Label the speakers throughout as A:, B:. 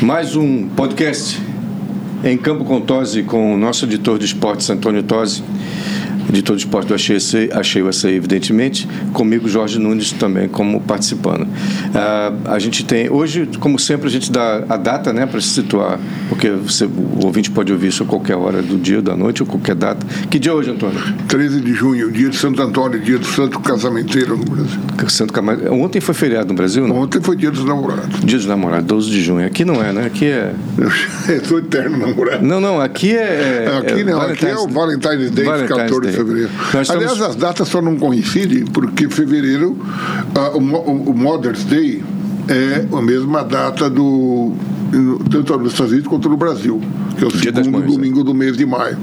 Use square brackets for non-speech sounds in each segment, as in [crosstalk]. A: Mais um podcast em Campo com Tosi com o nosso editor de esportes, Antônio Tosi. Editor de esporte do Achei UAC, Achei UAC, evidentemente, comigo Jorge Nunes também como participando. Ah, a gente tem, hoje, como sempre, a gente dá a data né, para se situar, porque você, o ouvinte pode ouvir isso a qualquer hora do dia, da noite ou qualquer data. Que dia é hoje, Antônio?
B: 13 de junho, dia de Santo Antônio, dia do Santo Casamenteiro no Brasil.
A: Santo Camar... tá Ontem foi feriado no Brasil, não?
B: Ontem foi dia dos namorados. [laughs]
A: Dia dos namorados, 12 de junho. Aqui não é, né? Aqui é.
B: Eu sou eterno namorado.
A: Não, não, aqui é.
B: Aqui não, aqui é o Valentine's Day, de
A: Valentine's
B: 14 de
A: Day.
B: fevereiro.
A: Nós estamos-
B: Aliás, as datas só não coincidem porque fevereiro, ah, o, Mo- o- o Mother's Day é a mesma data do tanto nos Estados Unidos quanto no Brasil, que é o
A: Dia das
B: segundo
A: Mães, né?
B: domingo do mês de maio.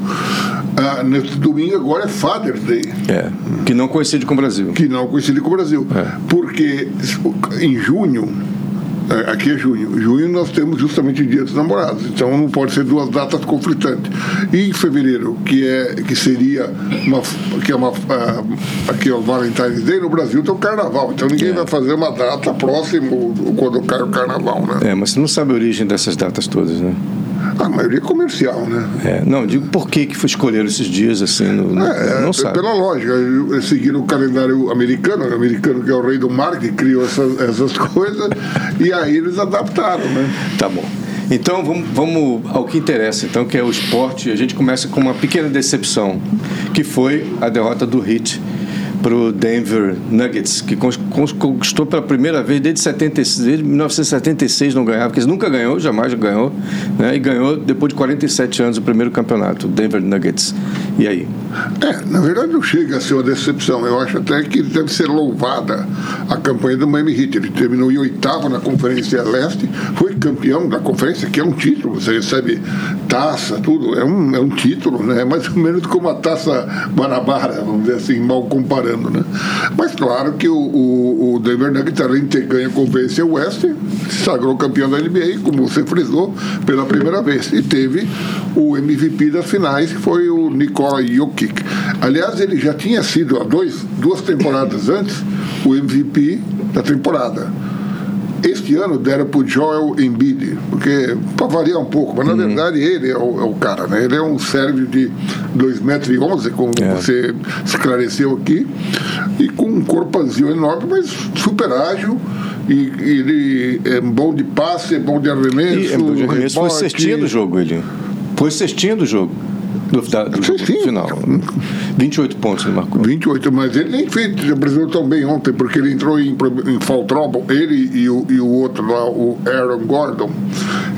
B: Ah, nesse domingo agora é Father's Day.
A: É. Que não coincide com o Brasil.
B: que não coincide com o Brasil.
A: É.
B: Porque em junho, é, aqui é junho, junho nós temos justamente o Dia dos Namorados, então não pode ser duas datas conflitantes. E em fevereiro, que, é, que seria uma, que é uma, ah, aqui é o Valentine's Day, no Brasil tem o Carnaval, então
A: É.
B: ninguém vai fazer uma data próxima ou quando cai o Carnaval, né?
A: É, mas você não sabe a origem dessas datas todas, né?
B: A maioria é comercial, né?
A: É, não, digo por que, que foi escolher esses dias assim, no, no-
B: É,
A: não
B: é,
A: sabe.
B: pela lógica, eles seguiram o calendário americano, o americano que é o rei do mar, que criou essas, essas [laughs] coisas, e aí eles adaptaram, né?
A: Tá bom. Então vamos, vamos ao que interessa, então, que é o esporte. A gente começa com uma pequena decepção, que foi a derrota do Heat para o Denver Nuggets, que cons- cons- conquistou pela primeira vez desde, 76, desde 1976 não ganhava, porque eles nunca ganhou, jamais ganhou, né? e ganhou depois de 47 anos o primeiro campeonato, o Denver Nuggets. E aí?
B: É, na verdade não chega a ser uma decepção. Eu acho até que deve ser louvada a campanha do Miami Heat. Ele terminou em oitavo na Conferência Leste, foi campeão da Conferência, que é um título. Você recebe taça, tudo. É um, é um título, né? É mais ou menos como a taça Guanabara, vamos dizer assim, mal comparando, né? Mas claro que o, o, o Denver Nuggets, além de ter ganho a Conferência West, se sagrou campeão da NBA, como você frisou, pela primeira vez. E teve o MVP das finais, que foi o Nikola Jokic. Aliás, ele já tinha sido, há dois, duas temporadas antes, o MVP da temporada. Este ano deram para o Joel Embiid, porque para variar um pouco, mas na verdade ele é o, é o cara, né? Ele é um sérvio de 2,11m, como
A: É.
B: você esclareceu aqui, e com um corpanzinho enorme, mas super ágil. E, e ele é bom de passe, é bom de
A: E
B: arremesso.
A: o Reyes foi
B: rebote.
A: cestinha do jogo, ele. Foi cestinha do jogo. Do, da, do jogo
B: Cestinha.
A: final. 28 pontos
B: né,
A: ele marcou.
B: 28, mas ele nem fez, ele apresentou tão bem ontem, porque ele entrou em, pro- em foul trouble, ele e o, e o outro lá, o Aaron Gordon,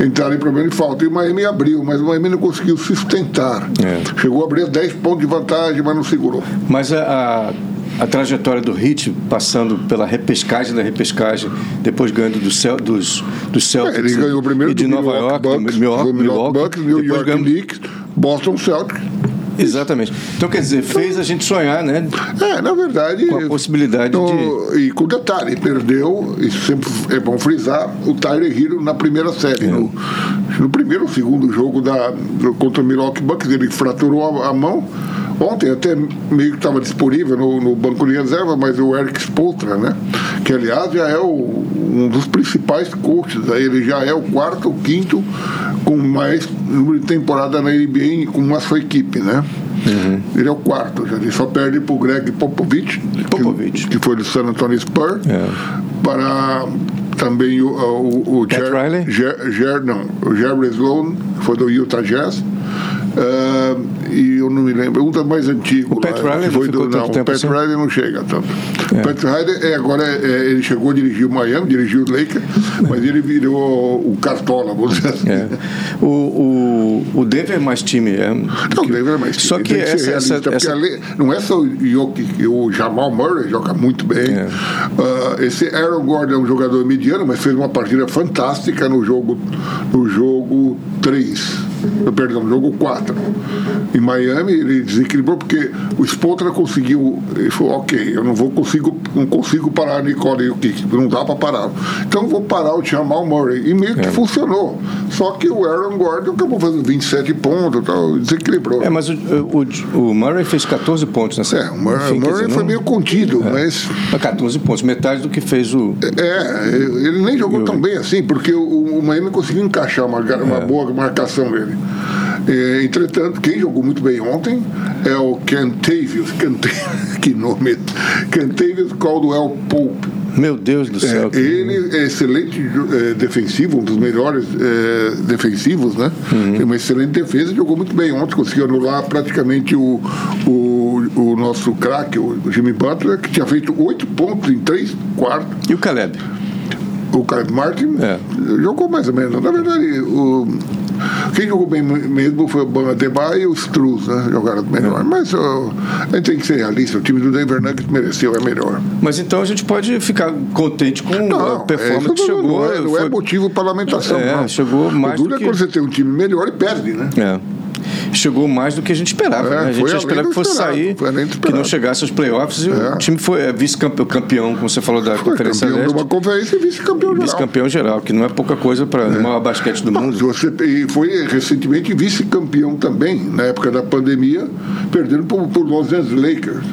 B: entraram em problema de falta. E o Miami abriu, mas o Miami não conseguiu sustentar.
A: É.
B: Chegou a abrir 10 pontos de vantagem, mas não segurou.
A: Mas a, a, a trajetória do Hit passando pela repescagem da repescagem, depois ganhando do Cel, dos, dos Celtics.
B: É, ele ganhou primeiro
A: e de
B: do
A: Nova York,
B: Milwaukee Bucks,
A: do Milwaukee,
B: do Milwaukee
A: Milwaukee,
B: Bucks, New
A: depois
B: York
A: ganhamos-
B: Knicks, Boston Celtics.
A: Exatamente. Então, quer dizer, fez a gente sonhar, né?
B: É, na verdade.
A: Com a possibilidade
B: no- E com detalhe, perdeu, isso sempre é bom frisar, o Tyler Hero na primeira série. No, no primeiro ou segundo jogo da, do- contra o Milwaukee Bucks, ele fraturou a, a mão. Ontem até meio que estava disponível no, no banco de reserva, mas o Eric Spoltra, né? Que aliás já é o- um dos principais coaches. aí Ele já é o quarto ou quinto com mais número de temporada na NBA com uma sua equipe, né? Ele é o quarto, já. ele só perde para o Greg Popovich, que-
A: Popovich.
B: Que, foi do San Antonio Spurs,
A: É.
B: para também o, o, o
A: Pat
B: Jer-
A: Riley?
B: Jer, Jer- não, o Jerry Sloan, que foi do Utah Jazz. Ah, e eu não me lembro, um tá mais antigo.
A: Pat
B: lá,
A: Riley
B: que
A: não ficou tanto
B: não, o
A: tempo
B: Pat
A: assim?
B: Riley não chega tanto. O Pat Riley é, agora é, ele chegou a dirigir o Miami, dirigiu o Lakers, mas ele virou o Cartola, vamos dizer assim.
A: É. O, o, o Denver é mais time. É,
B: Não, lembra mais.
A: Só que
B: tem ser
A: essa-
B: realista,
A: essa-
B: porque
A: essa-
B: ali- não é só o Jokic, o Jamal Murray joga muito bem.
A: É.
B: Ah, esse Aaron Gordon é um jogador mediano, mas fez uma partida fantástica no jogo no jogo 3. Perdão, no jogo 4. Em Miami ele desequilibrou porque o Spoltra conseguiu, ele falou, OK, eu não vou consigo não consigo parar Nicole Jokic, não dá para parar. Então eu vou parar o Jamal Murray e meio que
A: É.
B: funcionou. Só que o Aaron Gordon acabou fazendo 27 pontos, e tal, desequilibrou.
A: É, mas o, o, o Murray fez 14 pontos nessa.
B: É, o Murray,
A: Enfim, quer
B: Murray
A: dizer,
B: foi
A: não- é.
B: meio contido, mas
A: 14 pontos, metade do que fez o.
B: é, ele nem jogou tão bem assim, porque o, o o Miami conseguiu encaixar uma, uma
A: É.
B: boa marcação dele. É, entretanto, quem jogou muito bem ontem é o Cantavius, Cantavius [laughs] que nome é? Cantavius Caldwell Pope.
A: Meu Deus do céu.
B: É,
A: que-
B: ele é excelente é, defensivo, um dos melhores é, defensivos, né?
A: Uhum.
B: Tem uma excelente defesa, jogou muito bem ontem, conseguiu anular praticamente o, o, o nosso craque, o Jimmy Butler, que tinha feito oito pontos em três quartos.
A: E o Caleb?
B: O Caleb Martin
A: É.
B: jogou mais ou menos. Na verdade, o, quem jogou bem mesmo foi o Banadebay e o Struz, né? Jogaram
A: É.
B: melhor. Mas ó, a gente tem que ser realista. O time do Denver Nuggets mereceu, é melhor.
A: Mas então a gente pode ficar contente com a performance
B: é isso
A: que chegou.
B: Não, é, não é
A: foi-
B: motivo para lamentação.
A: É,
B: não.
A: chegou mais
B: O duro
A: do
B: é
A: que-
B: quando você tem um time melhor e perde, né?
A: É. Chegou mais do que a gente esperava.
B: É,
A: né? A gente
B: foi
A: ia
B: além
A: esperar
B: do
A: que fosse
B: esperado,
A: sair,
B: foi além do
A: que não
B: esperado.
A: chegasse aos playoffs e o
B: É.
A: time foi é, vice-campeão, campeão, como você falou da
B: Foi
A: Conferência
B: campeão de
A: Leste,
B: uma conferência e vice-campeão geral.
A: vice-campeão geral, que não é pouca coisa para o maior basquete do
B: Se
A: mundo.
B: Você, e foi recentemente vice-campeão também, na época da pandemia, perdendo para o Los Angeles Lakers.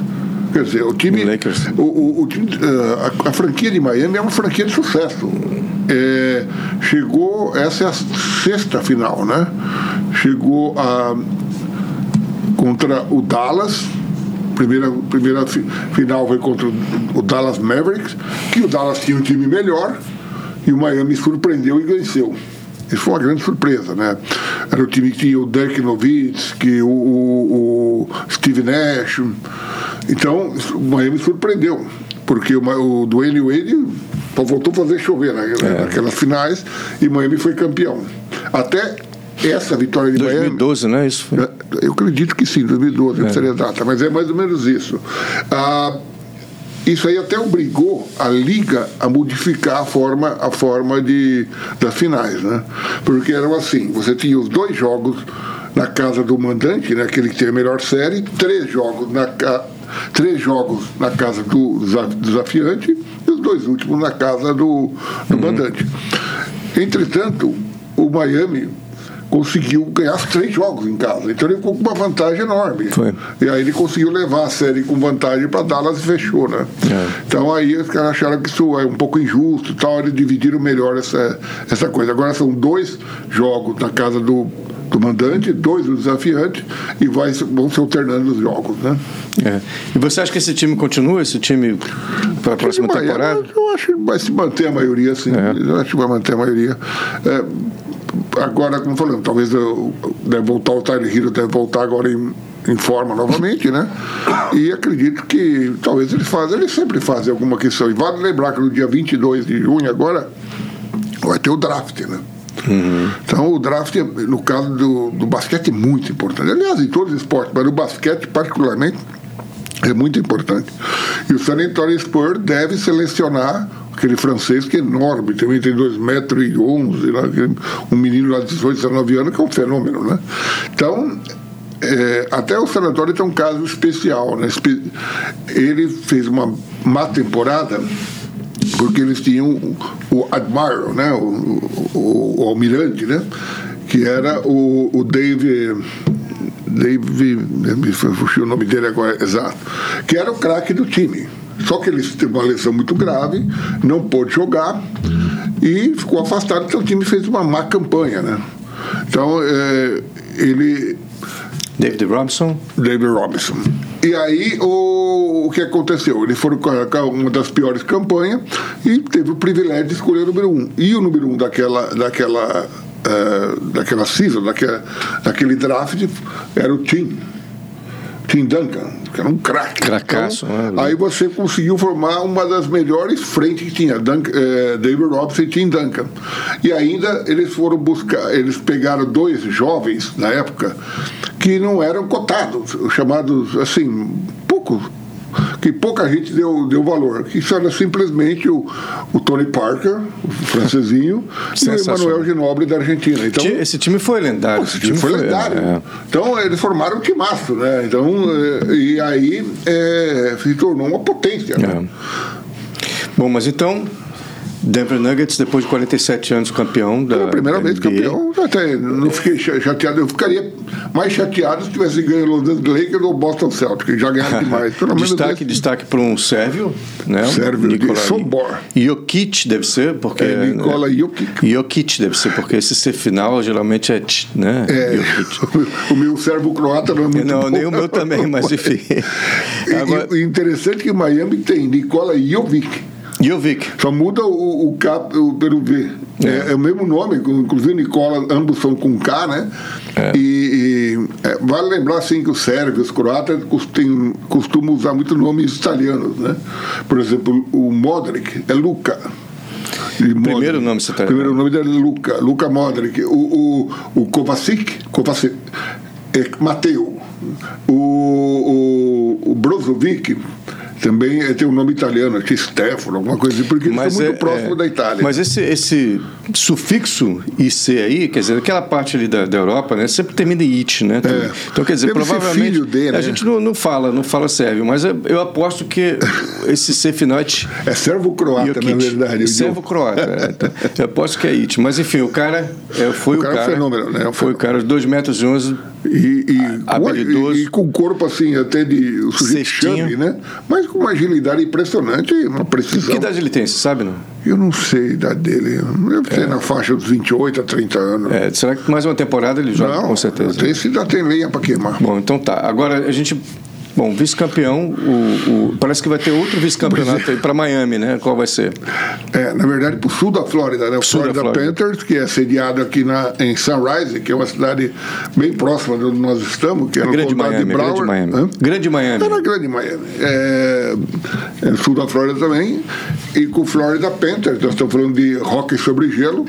B: Quer dizer, o time.
A: Lakers.
B: O, o- o time eh, a, a franquia de Miami é uma franquia de sucesso. Eh, chegou, essa é a sexta final, né? Chegou a, contra o Dallas. Primeira, primeira fi- final foi contra o- o Dallas Mavericks, que o Dallas tinha um time melhor e o Miami surpreendeu e venceu. Isso foi uma grande surpresa, né? Era o time que tinha o Dirk Nowitzki, o, o, o Steve Nash. Então, o Miami surpreendeu, porque o, Ma- o Dwayne Wade só voltou a fazer chover na- naquelas finais e Miami foi campeão. Até essa vitória de Miami...
A: 2012, né? Isso foi.
B: Eu acredito que sim, 2012, não seria a data, mas é mais ou menos isso. Ah, isso aí até obrigou a liga a modificar a forma, a forma de, das finais, né? Porque eram assim, você tinha os dois jogos na casa do mandante, né, aquele que tem a melhor série, três jogos na ca- três jogos na casa do desa- desafiante e os dois últimos na casa do, do mandante. Entretanto, o Miami conseguiu ganhar os três jogos em casa, então ele ficou com uma vantagem enorme.
A: Foi.
B: E aí ele conseguiu levar a série com vantagem para Dallas e fechou, né?
A: É.
B: Então aí os caras acharam que isso é um pouco injusto e tal, eles dividiram melhor essa, essa coisa. Agora são dois jogos na casa do, do mandante, dois do desafiante, e vai, vão se alternando os jogos, né?
A: É. E você acha que esse time continua, esse time, para a próxima
B: Mas,
A: temporada? É.
B: Eu acho que vai se manter a maioria, sim. Eu acho que vai manter a maioria. É, agora, como falando, talvez eu- deve voltar o Tyler Hill, deve voltar agora em, em forma novamente, né? E acredito que talvez eles façam, eles sempre fazem alguma questão. E vale lembrar que no dia 22 de junho agora vai ter o draft, né?
A: Uhum.
B: Então o draft, é, no caso do, do basquete, é muito importante. Aliás, em todos os esportes, mas no basquete particularmente é muito importante. E o San Antonio Spurs deve selecionar aquele francês que é enorme, também tem 2 metros e 11, né? Aquele- um menino lá de 18, 19 anos, que é um fenômeno, né? Então, é, até o San Antonio tem um caso especial, né? Espe- Ele fez uma má temporada porque eles tinham o- o Admiral, né? o, o- o almirante, né? que era o, o Dave. Dave. Me fugiu o nome dele agora, exato. Que era o craque do time. Só que ele teve uma lesão muito grave, não pôde jogar e ficou afastado, então o time fez uma má campanha. Né? Então, eh, ele
A: David Robinson?
B: David Robinson. E aí, o, o que aconteceu? Eles foram com a- com uma das piores campanhas e teve o privilégio de escolher o número um. E o número um daquela, daquela, eh, daquela season, daquela, daquele draft, era o Tim. Tim Duncan, que era um craque. Então,
A: Cracaço, né?
B: aí você conseguiu formar uma das melhores frentes que tinha, Duncan, eh, David Robson e Tim Duncan. E ainda eles foram buscar, eles pegaram dois jovens na época que não eram cotados, chamados assim, poucos. Que pouca gente deu, deu valor. Que isso era simplesmente o, o Tony Parker, o francesinho, e o
A: Sensacional.
B: Emanuel Ginobre da Argentina. Então,
A: Ti- esse time foi lendário.
B: esse time É, foi lendário.
A: é.
B: Então, eles formaram um timaço, né? Então, eh, e aí eh, se tornou uma potência. né?
A: É. Bom, mas então Denver Nuggets, depois de 47 anos campeão da.
B: Pela É, primeira
A: da
B: vez
A: NBA.
B: campeão, até não fiquei cha- chateado. Eu ficaria mais chateado se tivesse ganho o Los Angeles Lakers ou o Boston Celtics. Já ganharam demais. Pelo menos
A: Destaque,
B: esse-
A: destaque para um sérvio, né?
B: Sérvio de Sombor.
A: Jokic deve ser, porque.
B: É, Nikola Jokic.
A: Jokic deve ser, porque esse C final geralmente é tch, né?
B: É,
A: Jokic.
B: [laughs] o meu servo croata não é muito
A: Não,
B: bom.
A: nem o meu também,
B: [laughs]
A: mas enfim.
B: E-
A: Agora,
B: e, o interessante é que Miami tem Nicola Jovic.
A: Jovic.
B: Só muda o, o K o- pelo V. É. é o mesmo nome, inclusive Nicola, ambos são com K, né?
A: É.
B: E, e, é, vale lembrar assim que os sérvios, os croatas costum- costumam usar muito nomes italianos, né? Por exemplo, o Modric é Luca. E Modric-
A: nome você tá-
B: Primeiro nome dele é Luca, Luca Modric. O, o, o Kovacic, Kovacic é Mateu. O, o, o Brozovic também é, tem um nome italiano, acho que Stefano, alguma coisa assim, porque eles
A: Mas
B: são
A: é,
B: muito próximo
A: é,
B: da Itália.
A: Mas esse, esse sufixo IC aí, quer dizer, aquela parte ali da, da Europa, né? Sempre termina em IT, né? também. Então, quer dizer,
B: Deve ser
A: provavelmente.
B: É. filho dele,
A: a
B: né?
A: gente não, não fala, não fala sérvio, mas eu, eu aposto que esse C final é tch.
B: é servo-croata,
A: Jokic.
B: na verdade.
A: Servo croata. é. Então, Eu aposto que é it. Mas enfim, o cara é, foi o
B: O
A: cara.
B: cara é um fenômeno, né? É um
A: Foi o cara, os 2 metros e 11.
B: E, e,
A: A-
B: com,
A: habilidoso.
B: e, e com o corpo assim, até de o sujeito
A: Cestinho.
B: chame, né? Mas com uma agilidade impressionante e uma
A: Que
B: precisão.
A: idade ele tem, você sabe, não?
B: Eu não sei a idade dele. Eu Deve ser na faixa dos 28 a 30 anos.
A: É, será que mais uma temporada ele joga?
B: Não,
A: com certeza.
B: Tem, esse ainda tem lenha para queimar.
A: Bom, então tá. Agora a gente. Bom, vice-campeão, o, o- parece que vai ter outro vice-campeonato aí para Miami, né? Qual vai ser?
B: É, na verdade, para o sul da Flórida, né? O
A: Sul da
B: Florida
A: Flórida.
B: Panthers, que é sediado aqui na, em Sunrise, que é uma cidade bem próxima de onde nós estamos, que é no
A: Grande
B: condado
A: Miami,
B: de Broward.
A: Grande Miami.
B: Hã? Tá
A: Grande Miami.
B: Era grande Miami. É, é sul da Flórida também. E com o Florida Panthers, nós estamos falando de hockey sobre gelo.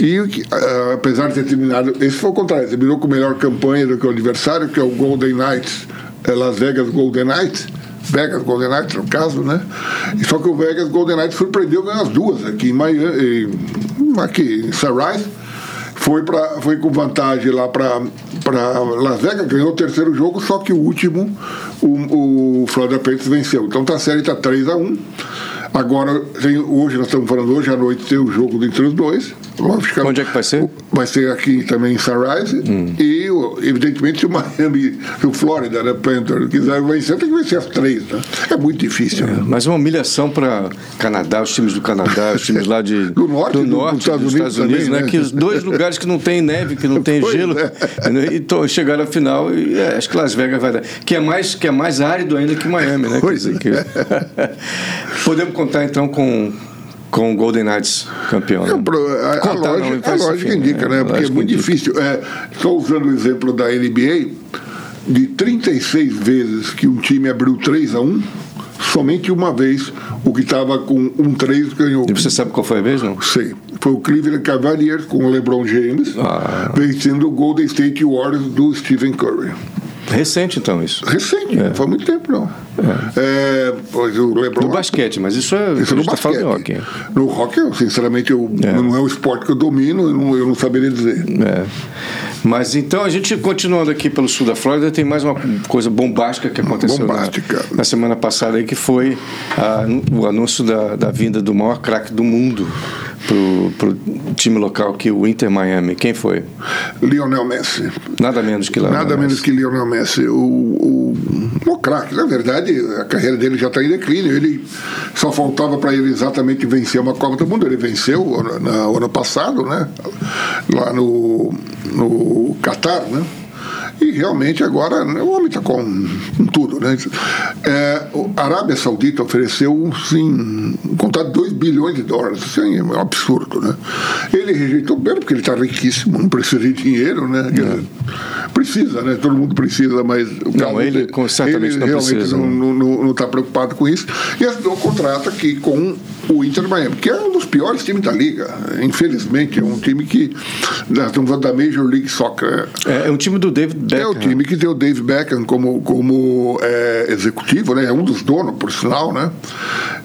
B: E o que, ah, apesar de ter terminado, esse foi o contrário, terminou com melhor campanha do que o adversário, que é o Golden Knights, é Las Vegas Golden Knights. Vegas Golden Knights, no caso, né? E Só que o Vegas Golden Knights surpreendeu ganhando as duas aqui em Miami, em- aqui em Sunrise foi, pra, foi com vantagem lá para Las Vegas, ganhou o terceiro jogo, só que o último o, o Florida Panthers venceu. Então tá, a série está 3x1. Agora, tem- hoje nós estamos falando, hoje à noite tem o jogo entre os dois. Lógico,
A: Onde é que vai ser? Hum.
B: Vai ser aqui também em Sunrise. E, o- evidentemente, se o Miami, se o Florida, né, Panthers, quiser vencer, tem que vencer as três. Né? É muito difícil. né?
A: Mas uma humilhação para Canadá, os times do Canadá, os times lá de,
B: [laughs] Do norte, do-
A: norte, dos Estados Unidos, né?
B: também, né?
A: Que os dois lugares que não tem neve, que
B: [laughs]
A: não tem
B: Pois
A: gelo,
B: é.
A: né? e to- chegaram à final e é, acho que Las Vegas vai dar. Que é mais, que é mais árido ainda que Miami, né? Quer
B: Pois é.
A: dizer que- [laughs] Podemos contar então com, com o Golden Knights campeão.
B: É,
A: né?
B: pro- a, a
A: Contar, não,
B: lógica,
A: então,
B: a
A: esse
B: lógica
A: fim,
B: indica,
A: a
B: né? Porque é
A: lógica
B: muito
A: indica.
B: difícil. É, só usando o exemplo da NBA, de 36 vezes que um time abriu 3 a 1 somente uma vez o que estava com 1-3 ganhou.
A: E você sabe qual foi a vez, não?
B: Sei. Foi o Cleveland Cavaliers com o LeBron James,
A: Ah.
B: vencendo o Golden State Warriors do Stephen Curry.
A: Recente, então, isso.
B: Recente, não foi muito tempo, não. É, pois o LeBron
A: No basquete, mas isso é.
B: Isso
A: a
B: no
A: gente tá
B: basquete.
A: falando de hockey.
B: No hockey, eu, sinceramente, eu,
A: É.
B: não é o esporte que eu domino, eu não, eu não saberia dizer.
A: É. Mas então a gente continuando aqui pelo sul da Flórida tem mais uma coisa bombástica que aconteceu na,
B: Bombástica.
A: na semana passada aí, que foi a- o anúncio da, da vinda do maior craque do mundo pro, pro time local que é o Inter Miami. Quem foi?
B: Lionel Messi.
A: Nada menos que lá. né?
B: Nada menos que Lionel Messi. O, o, o craque, na verdade, a carreira dele já está em declínio. Ele só faltava para ele exatamente vencer uma Copa do Mundo. Ele venceu o ano- na- o ano passado, né? Lá no, no Catar, né? E realmente agora né, o homem está com, com tudo, né? É, o- a Arábia Saudita ofereceu um, sim, um contrato de 2 bilhões de dólares. Isso aí é um absurdo, né? Ele rejeitou, primeiro porque ele está riquíssimo, não precisa de dinheiro, né? Quer dizer, Precisa, né? Todo mundo precisa, mas... O
A: Não, ele com- certamente
B: ele
A: não
B: realmente
A: precisa,
B: não-
A: né?
B: não está preocupado com isso. E assinou um contrato aqui com o Inter Miami, que é um dos piores times da liga. Infelizmente, é um time que... né, Nós estamos falando da Major League Soccer,
A: É, é um time do David Beckham.
B: é o time que tem o Dave Beckham como, como é, executivo, né? É um dos donos, por sinal, né?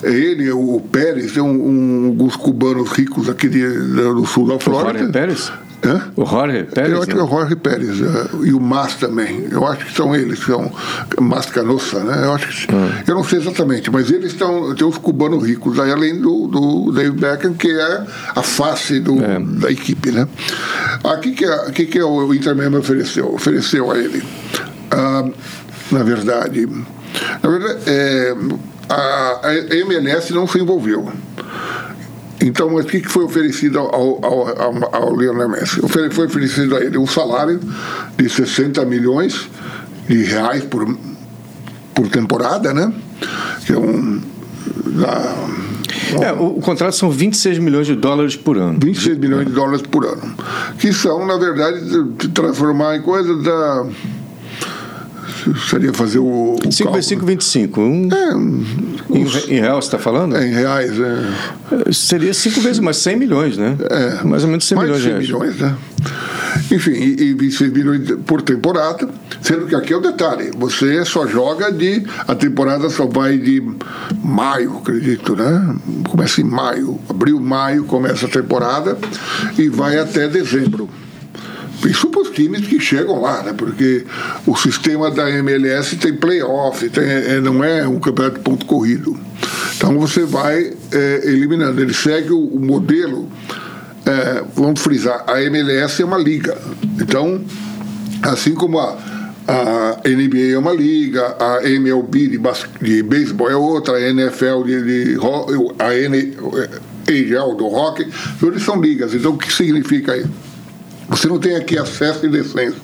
B: Ele, o Pérez, é um, um, uns cubanos ricos aqui de, do sul da Flórida.
A: Jorge Pérez?
B: Hã?
A: O Jorge Pérez? né?
B: Eu acho que é o Jorge Pérez eh, e o Mas também. Eu acho que são eles, são Mas Canossa, né? Eu acho que
A: Hum.
B: eu não sei exatamente, mas eles estão tem os cubanos ricos aí além do, do Dave Beckham que é a face do,
A: É.
B: da equipe, né? Aqui que é- que que o Inter Miami ofereceu, ofereceu a ele, Ah, na verdade, na verdade é, a, a MLS não se envolveu. Então, mas o que que foi oferecido ao, ao, ao, ao Lionel Messi? Ofere- Foi oferecido a ele um salário de 60 milhões de reais por, por temporada, né? Que é um. dá
A: É, o, o contrato são 26 milhões de dólares por ano.
B: 26 milhões de dólares por ano. Que são, na verdade, de- de transformar em coisa da. Seria fazer o. o
A: 5
B: cálculo.
A: vezes 5, 25. Um,
B: É,
A: em,
B: uns-
A: re- em real, você está falando?
B: é, em reais, né?
A: Seria 5 vezes mais 100 milhões, né?
B: É,
A: Mais ou menos 100
B: mais
A: milhões de
B: de 100
A: reais.
B: milhões, né? Enfim, e, e 26 milhões de- por temporada, sendo que aqui é o detalhe, você só joga de. A temporada só vai de maio, acredito, né? Começa em maio, abril, maio, começa a temporada e vai até dezembro. Isso para os times que chegam lá, né? Porque o sistema da MLS tem playoff, tem, é, não é um campeonato de ponto corrido. Então você vai é, eliminando. Ele segue o, o modelo. é, vamos frisar, a MLS é uma liga. Então, assim como a, a NBA é uma liga, a MLB de, bas- de beisebol é outra, a NFL de, de ro- a é, NHL do hockey, todos são ligas. Então, o que significa isso? Você não tem aqui acesso e descenso.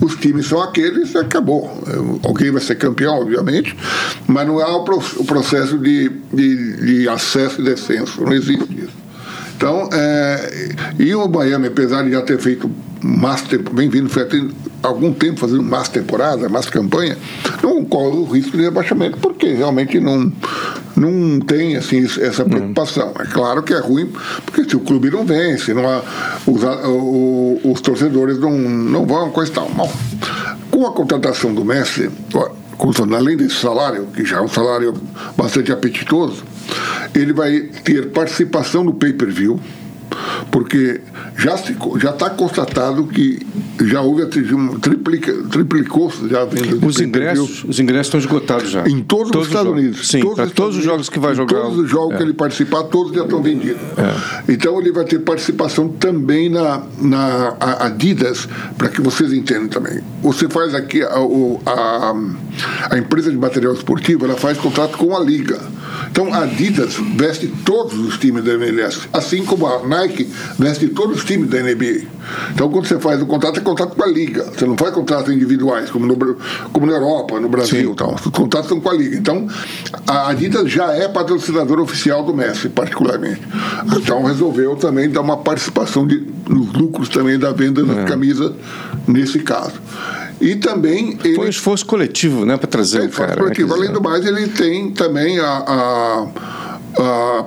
B: Os times são aqueles e acabou. É, Alguém vai ser campeão, obviamente, mas não há o pro- o processo de, de, de acesso e descenso. Não existe isso. Então, é, e o Miami, apesar de já ter feito mais tempo, bem-vindo, foi até algum tempo fazendo mais temporada, mais campanha, não corre o risco de rebaixamento, porque realmente não, não tem assim, isso- essa preocupação. É claro que é ruim, porque se o clube não vence, não há, os, a- o- os torcedores não, não vão, coisa e tal. Bom, com a contratação do Messi, ó, como falando, além desse salário, que já é um salário bastante apetitoso, ele vai ter participação no pay-per-view, porque já está já tá constatado que já houve, atingido um triplica, triplicou-se já a venda de
A: Os
B: pay-per-view.
A: ingressos, os ingressos estão esgotados já.
B: Em todos, os Estados
A: jogos.
B: Unidos.
A: Sim,
B: todos
A: para todos os jogos que vai
B: em
A: jogar.
B: Todos os jogos
A: é.
B: que ele participar, todos já estão vendidos. Então ele vai ter participação também na, na a- Adidas, para que vocês entendam também. Você faz aqui, a, o- a, a empresa de material esportivo, ela faz contrato com a Liga. Então a Adidas veste todos os times da MLS, assim como a Nike veste todos os times da NBA. Então quando você faz o contrato, é contrato com a Liga. Você não faz contrato individuais, como, no, Bra- como na Europa, no Brasil. Brasil, tal. Os contratos são com a Liga. Então, a Adidas já é patrocinadora oficial do Messi, particularmente. Então, resolveu também dar uma participação de, nos lucros também da venda das camisas, nesse caso. E também ele
A: Foi um esforço coletivo, né, para trazer
B: ele
A: o
B: faz
A: cara. né,
B: coletivo.
A: quer
B: Além
A: dizer.
B: do mais, ele tem também a, a- a-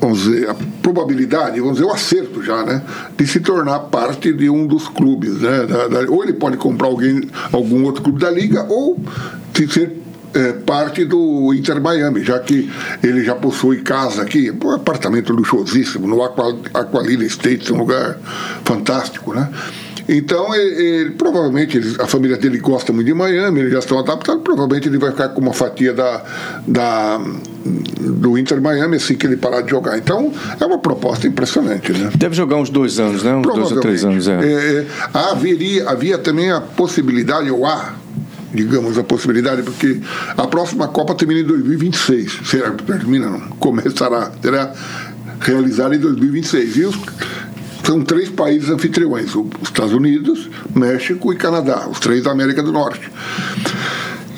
B: vamos dizer, a probabilidade, vamos dizer, o acerto já, né? De se tornar parte de um dos clubes, né? da- da- ou ele pode comprar alguém, algum outro clube da liga, ou de ser eh, parte do Inter Miami, já que ele já possui casa aqui, um apartamento luxuosíssimo no Aqua- Aqualina Estates, um lugar fantástico, né? Então, ele, ele- provavelmente, ele- a família dele gosta muito de Miami, eles já estão adaptados, provavelmente ele vai ficar com uma fatia da, da- do Inter Miami assim que ele parar de jogar. Então, é uma proposta impressionante, né?
A: Deve jogar uns dois anos, né? Uns dois a três anos, é.
B: É, é, haveria, havia também a possibilidade, ou há, digamos, a possibilidade, porque a próxima Copa termina em 2026. Será, termina, não, começará, será realizada em 2026. E os, são três países anfitriões, os Estados Unidos, México e Canadá, os três da América do Norte.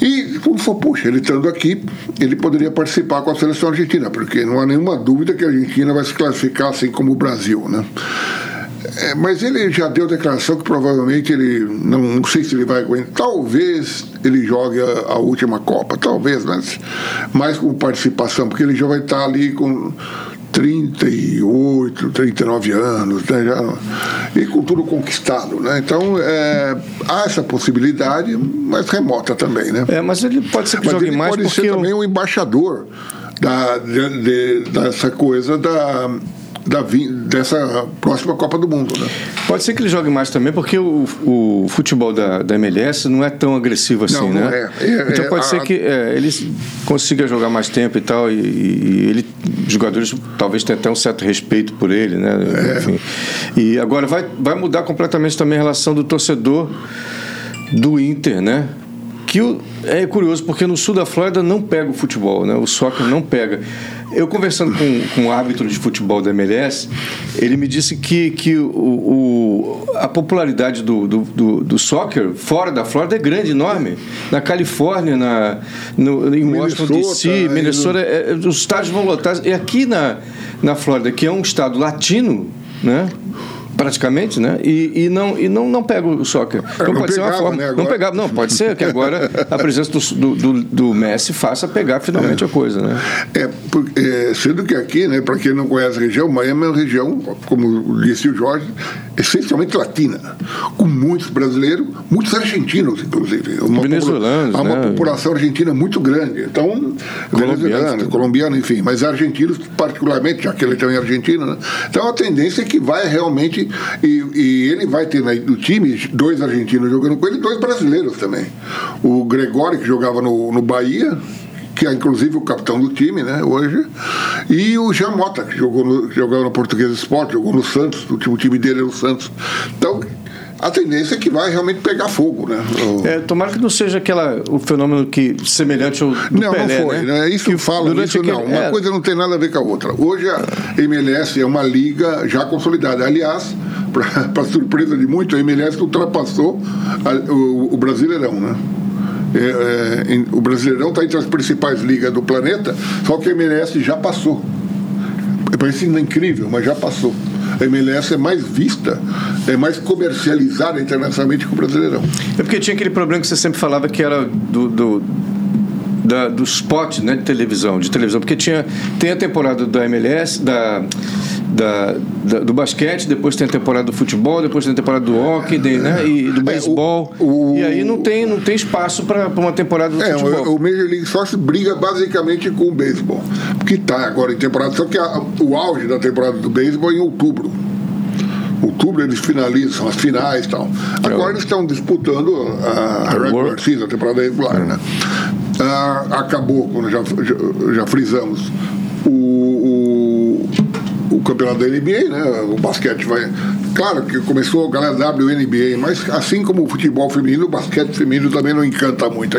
B: E como falou, poxa, ele estando aqui, ele poderia participar com a seleção argentina, porque não há nenhuma dúvida que a Argentina vai se classificar assim como o Brasil, né? É, mas ele já deu declaração que provavelmente ele não, não sei se ele vai aguentar. Talvez ele jogue a, a última Copa, talvez, mas mais com participação, porque ele já vai estar ali com 38, 39 anos, né, já- e com tudo conquistado, né? Então é, há essa possibilidade, mas remota também, né?
A: É, mas ele pode ser que
B: Mas
A: jogue
B: ele
A: mais
B: pode
A: porque
B: ser
A: o-
B: também um embaixador da, de- de- dessa coisa da, da vi- dessa próxima Copa do Mundo. Né?
A: Pode ser que ele jogue mais também, porque o, o futebol da, da MLS não é tão agressivo assim,
B: Não, não
A: né?
B: é. É,
A: então
B: é,
A: pode
B: a-
A: ser que é, ele consiga jogar mais tempo e tal, e, e ele, os jogadores talvez tenham até um certo respeito por ele, né?
B: É.
A: Enfim. E agora vai, vai mudar completamente também a relação do torcedor do Inter, né? Que o- é curioso, porque no sul da Flórida não pega o futebol, né? O soccer não pega. Eu conversando com, com um árbitro de futebol da MLS, ele me disse que, que o, o- a popularidade do, do, do, do soccer fora da Flórida é grande, enorme. Na Califórnia, na, no, em Washington DC,
B: Minnesota,
A: Minnesota, é- é- os estádios vão lotar. E aqui na, na Flórida, que é um estado latino, né? Praticamente, né? E, e, não, e não, não pega o soccer. Então
B: não
A: pode ser uma
B: pegava,
A: forma.
B: né,
A: não
B: agora?
A: pegava, não, pode ser que agora a presença do, do, do, do Messi faça pegar finalmente a coisa, né?
B: É, por- é, sendo que aqui, né, para quem não conhece a região, Miami é uma região, como disse o Jorge, essencialmente latina, com muitos brasileiros, muitos argentinos, inclusive. Uma
A: Venezuelanos,
B: popula- Há uma
A: né?
B: população argentina muito grande. Então, venezuelano, colombiano, enfim, mas argentinos particularmente, já que ele também é argentino, né? Então a tendência é que vai realmente, e, e ele vai ter na- no time dois argentinos jogando com ele e dois brasileiros também. O Gregório, que jogava no, no Bahia, que é inclusive o capitão do time, né, hoje, e o Jamota, que jogou no, jogava no Português Esporte, jogou no Santos, o último time dele era o Santos. Então, a tendência é que vai realmente pegar fogo, né? O-
A: É, tomara que não seja aquela, o fenômeno que, semelhante ao do
B: não,
A: Pelé,
B: não foi.
A: né?
B: né? Isso
A: que
B: falam,
A: durante
B: isso não.
A: aquele-
B: Uma
A: é,
B: coisa não tem nada a ver com a outra. Hoje a MLS é uma liga já consolidada. Aliás, [laughs] para surpresa de muito, a MLS ultrapassou a- o, o Brasileirão, né? É, é, em- o Brasileirão está entre as principais ligas do planeta, só que a MLS já passou. Parece incrível, mas já passou. A MLS é mais vista, é mais comercializada internacionalmente que o Brasileirão.
A: É porque tinha aquele problema que você sempre falava que era do. do da- do spot né, de televisão, de televisão, porque tinha, tem a temporada da MLS, da, da- da- do basquete, depois tem a temporada do futebol, depois tem a temporada do hockey, de- né, e do beisebol.
B: É, o-
A: e aí não tem, não tem espaço para uma temporada do
B: É,
A: futebol.
B: o, o Major League Soccer briga basicamente com o beisebol, que está agora em temporada, só que a- o auge da temporada do beisebol é em outubro. Outubro eles finalizam as finais e tal. Agora eles estão disputando a, a regular
A: World.
B: season, a temporada regular, né? Ah, acabou, quando já, já, já frisamos, o, o, o campeonato da NBA, né? O basquete vai. Claro que começou a galera WNBA, mas assim como o futebol feminino, o basquete feminino também não encanta muito.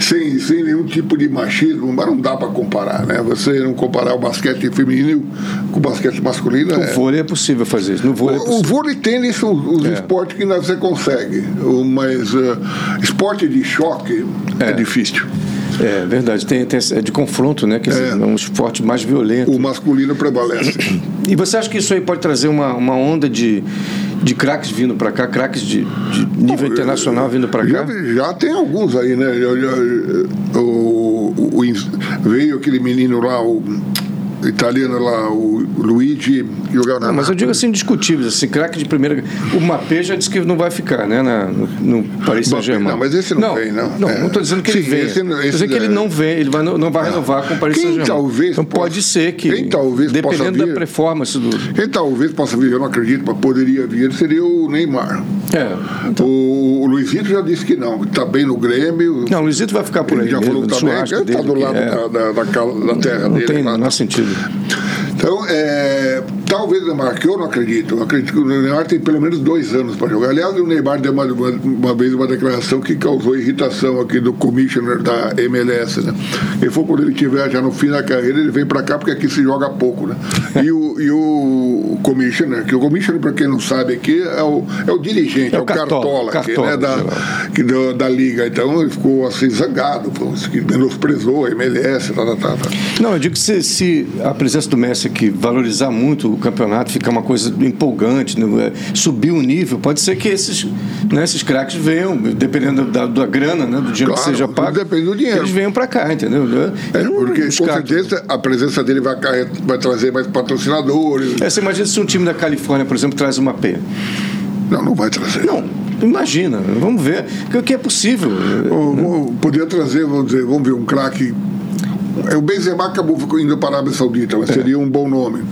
B: Sem, sem nenhum tipo de machismo, mas não dá para comparar, né? Você não comparar o basquete feminino com o basquete masculino
A: No
B: é-
A: vôlei é possível fazer isso. No vôlei é
B: o, o
A: possível.
B: vôlei e tênis são os
A: É.
B: esportes que ainda você consegue, o- mas eh, esporte de choque é,
A: É.
B: difícil.
A: É verdade, tem, tem- é de confronto, né? Que é. um esporte mais violento.
B: O masculino prevalece.
A: E você acha que isso aí pode trazer uma, uma onda de, de craques vindo para cá, craques de, de nível internacional vindo para
B: Já,
A: cá?
B: já tem alguns aí, né? Já- já- o- o- o ins- veio aquele menino lá, o italiano lá, o Luigi, que jogava na.
A: Não, mas eu digo assim, discutíveis, assim, craque de primeira. O Mapê já disse que não vai ficar, né? na- no, no Paris Saint-Germain.
B: Não, mas esse não vem, não.
A: Não,
B: É.
A: estou dizendo que
B: Sim,
A: ele vem.
B: esse não- esse
A: Estou dizendo que ele
B: não- é.
A: não vem, ele vai, não não vai renovar com o Paris
B: Quem
A: Saint-Germain.
B: talvez
A: Então
B: possa-
A: pode ser que.
B: quem talvez possa
A: dependendo da
B: vir-
A: performance do.
B: Quem talvez possa vir, eu não acredito, mas poderia vir, seria o Neymar.
A: É.
B: O, o Luizito já disse que não, que está bem no Grêmio.
A: Não, o Luizito vai ficar por
B: Ele
A: aí.
B: já
A: mesmo,
B: falou
A: no
B: também,
A: churrasco
B: ele está
A: dele,
B: tá do lado
A: tá é.
B: da, da, da cal- da terra
A: Não
B: dele.
A: tem
B: lá.
A: o menor sentido.
B: Então, é, talvez o Neymar, que eu não acredito. Eu acredito que o Neymar tem pelo menos dois anos para jogar. Aliás, o Neymar deu uma, uma- uma vez uma declaração que causou irritação aqui do commissioner da MLS. Né? Ele falou quando ele tiver já no fim da carreira, ele vem para cá porque aqui se joga pouco. Né? [laughs] E, o, e o commissioner, que o commissioner, para quem não sabe aqui, é o, é o dirigente, é o, cartola, aqui,
A: cartola,
B: né? da,
A: geral.
B: que do- da liga. Então ele ficou assim zangado, falou assim, que menosprezou a MLS, tá, tá, tá, tá.
A: Não, eu digo que se, se a presença do Messi aqui valorizar muito o campeonato, ficar uma coisa empolgante, né, é, subir o nível, pode ser que esses, né, esses craques venham, dependendo da, da grana, né, do dinheiro que
B: Claro,
A: seja pago.
B: depende do dinheiro.
A: Eles venham para cá, entendeu?
B: É,
A: E não
B: porque com
A: os craques.
B: certeza a presença dele vai, acarre- vai trazer mais patrocinadores.
A: É, você imagina se um time da Califórnia, por exemplo, traz uma P.
B: Não, não vai trazer.
A: Não, imagina, vamos ver. O que é possível?
B: Ou- ou podia trazer, vamos dizer, vamos ver um craque O Benzema acabou indo para a Arábia Saudita,
A: É.
B: mas seria um bom nome.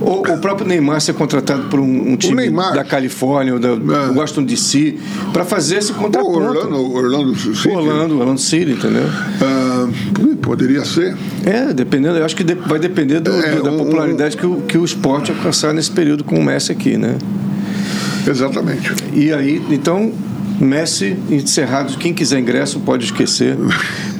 A: O, o próprio Neymar ser contratado por um, um time
B: Neymar.
A: da Califórnia, ou da,
B: É.
A: Washington DC, para fazer esse
B: Ou
A: contraponto.
B: Orlando, Orlando City.
A: Tá Orlando, Orlando City, entendeu?
B: Ah, poderia ser.
A: É, dependendo, eu acho que de- vai depender do-
B: É,
A: do- da
B: um-
A: popularidade que, o, que o esporte alcançar nesse período com o Messi aqui, né?
B: Exatamente.
A: E aí, então, Messi encerrado, quem quiser ingresso pode esquecer,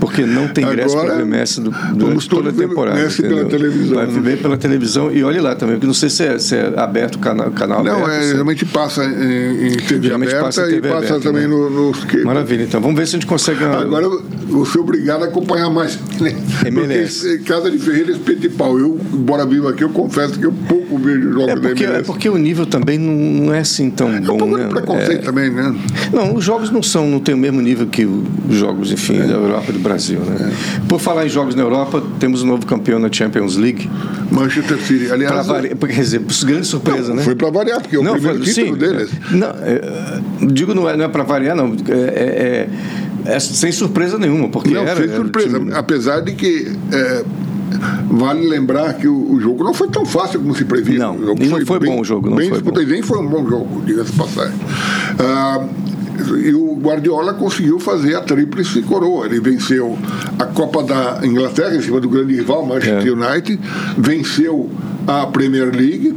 A: porque não tem ingresso
B: Agora,
A: para ver Messi do,
B: vamos
A: durante toda a
B: todos ver
A: temporada.
B: Messi pela
A: entendeu?
B: televisão,
A: Vai
B: né?
A: ver pela televisão e olhe lá também, porque não sei se é, se é aberto o canal, canal
B: Não,
A: aberto. assim.
B: é,
A: se-
B: geralmente passa em, em TV
A: Geralmente
B: aberta
A: passa em TV
B: e passa
A: aberta,
B: também
A: né?
B: no, nos que-
A: Maravilha, então vamos ver se a gente consegue. uma-
B: Agora você é obrigado a acompanhar mais. Né?
A: MLS.
B: Porque Casa de Ferreira é espeto de pau. Eu, embora viva aqui, eu confesso que eu pouco vejo jogos
A: É porque,
B: da MLS.
A: é porque o nível também não, não é assim tão
B: um
A: bom,
B: pouco
A: né?
B: de preconceito também, né?
A: Não, os jogos não são, não tem o mesmo nível que os jogos, enfim,
B: É.
A: da Europa e do Brasil, né? Por falar em jogos na Europa, temos um novo campeão na Champions League.
B: Manchester City. Aliás,
A: Pra vari... Porque, quer dizer, grande surpresa, né?
B: É foi para variar, porque é o primeiro
A: foi-
B: título
A: sim,
B: deles.
A: é. Não, é, é, digo, não é, não é para variar, não. É, é- é- é sem surpresa nenhuma, porque
B: Não,
A: era.
B: fez
A: era um
B: surpresa.
A: time-
B: Apesar de que. é, Vale lembrar que o, o jogo não foi tão fácil como se previa.
A: Não,
B: O jogo
A: e não foi bom o jogo, não
B: bem
A: foi bom.
B: disputado, e nem foi um bom jogo, diga-se de passagem. Ah, e o Guardiola conseguiu fazer a tríplice coroa. Ele venceu a Copa da Inglaterra, em cima do grande rival, Manchester
A: É.
B: United, venceu a Premier League,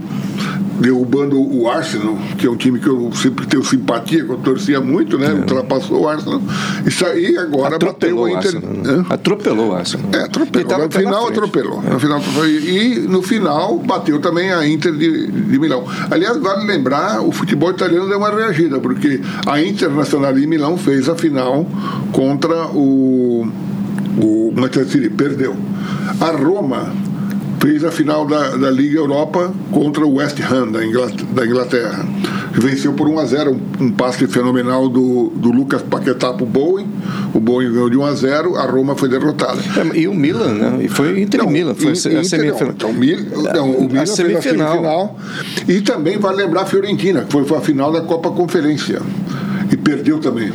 B: derrubando o Arsenal, que é um time que eu sempre tenho simpatia, que eu torcia muito,
A: É.
B: né? Ultrapassou o Arsenal. Isso aí agora bateu
A: Atropelou
B: o
A: o
B: Inter.
A: Arsenal. né?
B: Hã?
A: Atropelou o Arsenal.
B: É,
A: Ele tava
B: atropelou. No
A: até na
B: final
A: frente.
B: atropelou. No final atropelou. E no final bateu também a Inter de, de Milão. Aliás, vale lembrar, o futebol italiano deu uma reagida, porque a Internacional de Milão fez a final contra o, o Manchester City, perdeu. A Roma fez a final da, da Liga Europa contra o West Ham da Inglaterra, da Inglaterra. Venceu por 1 a 0 um, um passe fenomenal do, do Lucas Paquetá para o Bowen. O Bowen ganhou de 1 a 0 a Roma foi derrotada.
A: É, E o Milan, né? E foi Inter e Milan, foi a se-
B: Então, Inter,
A: a semifinal. É,
B: Não, então, Mil- não,
A: A
B: o Milan fez a
A: semifinal.
B: semifinal. E também vale lembrar a Fiorentina, que foi foi a final da Copa Conferência. E perdeu também.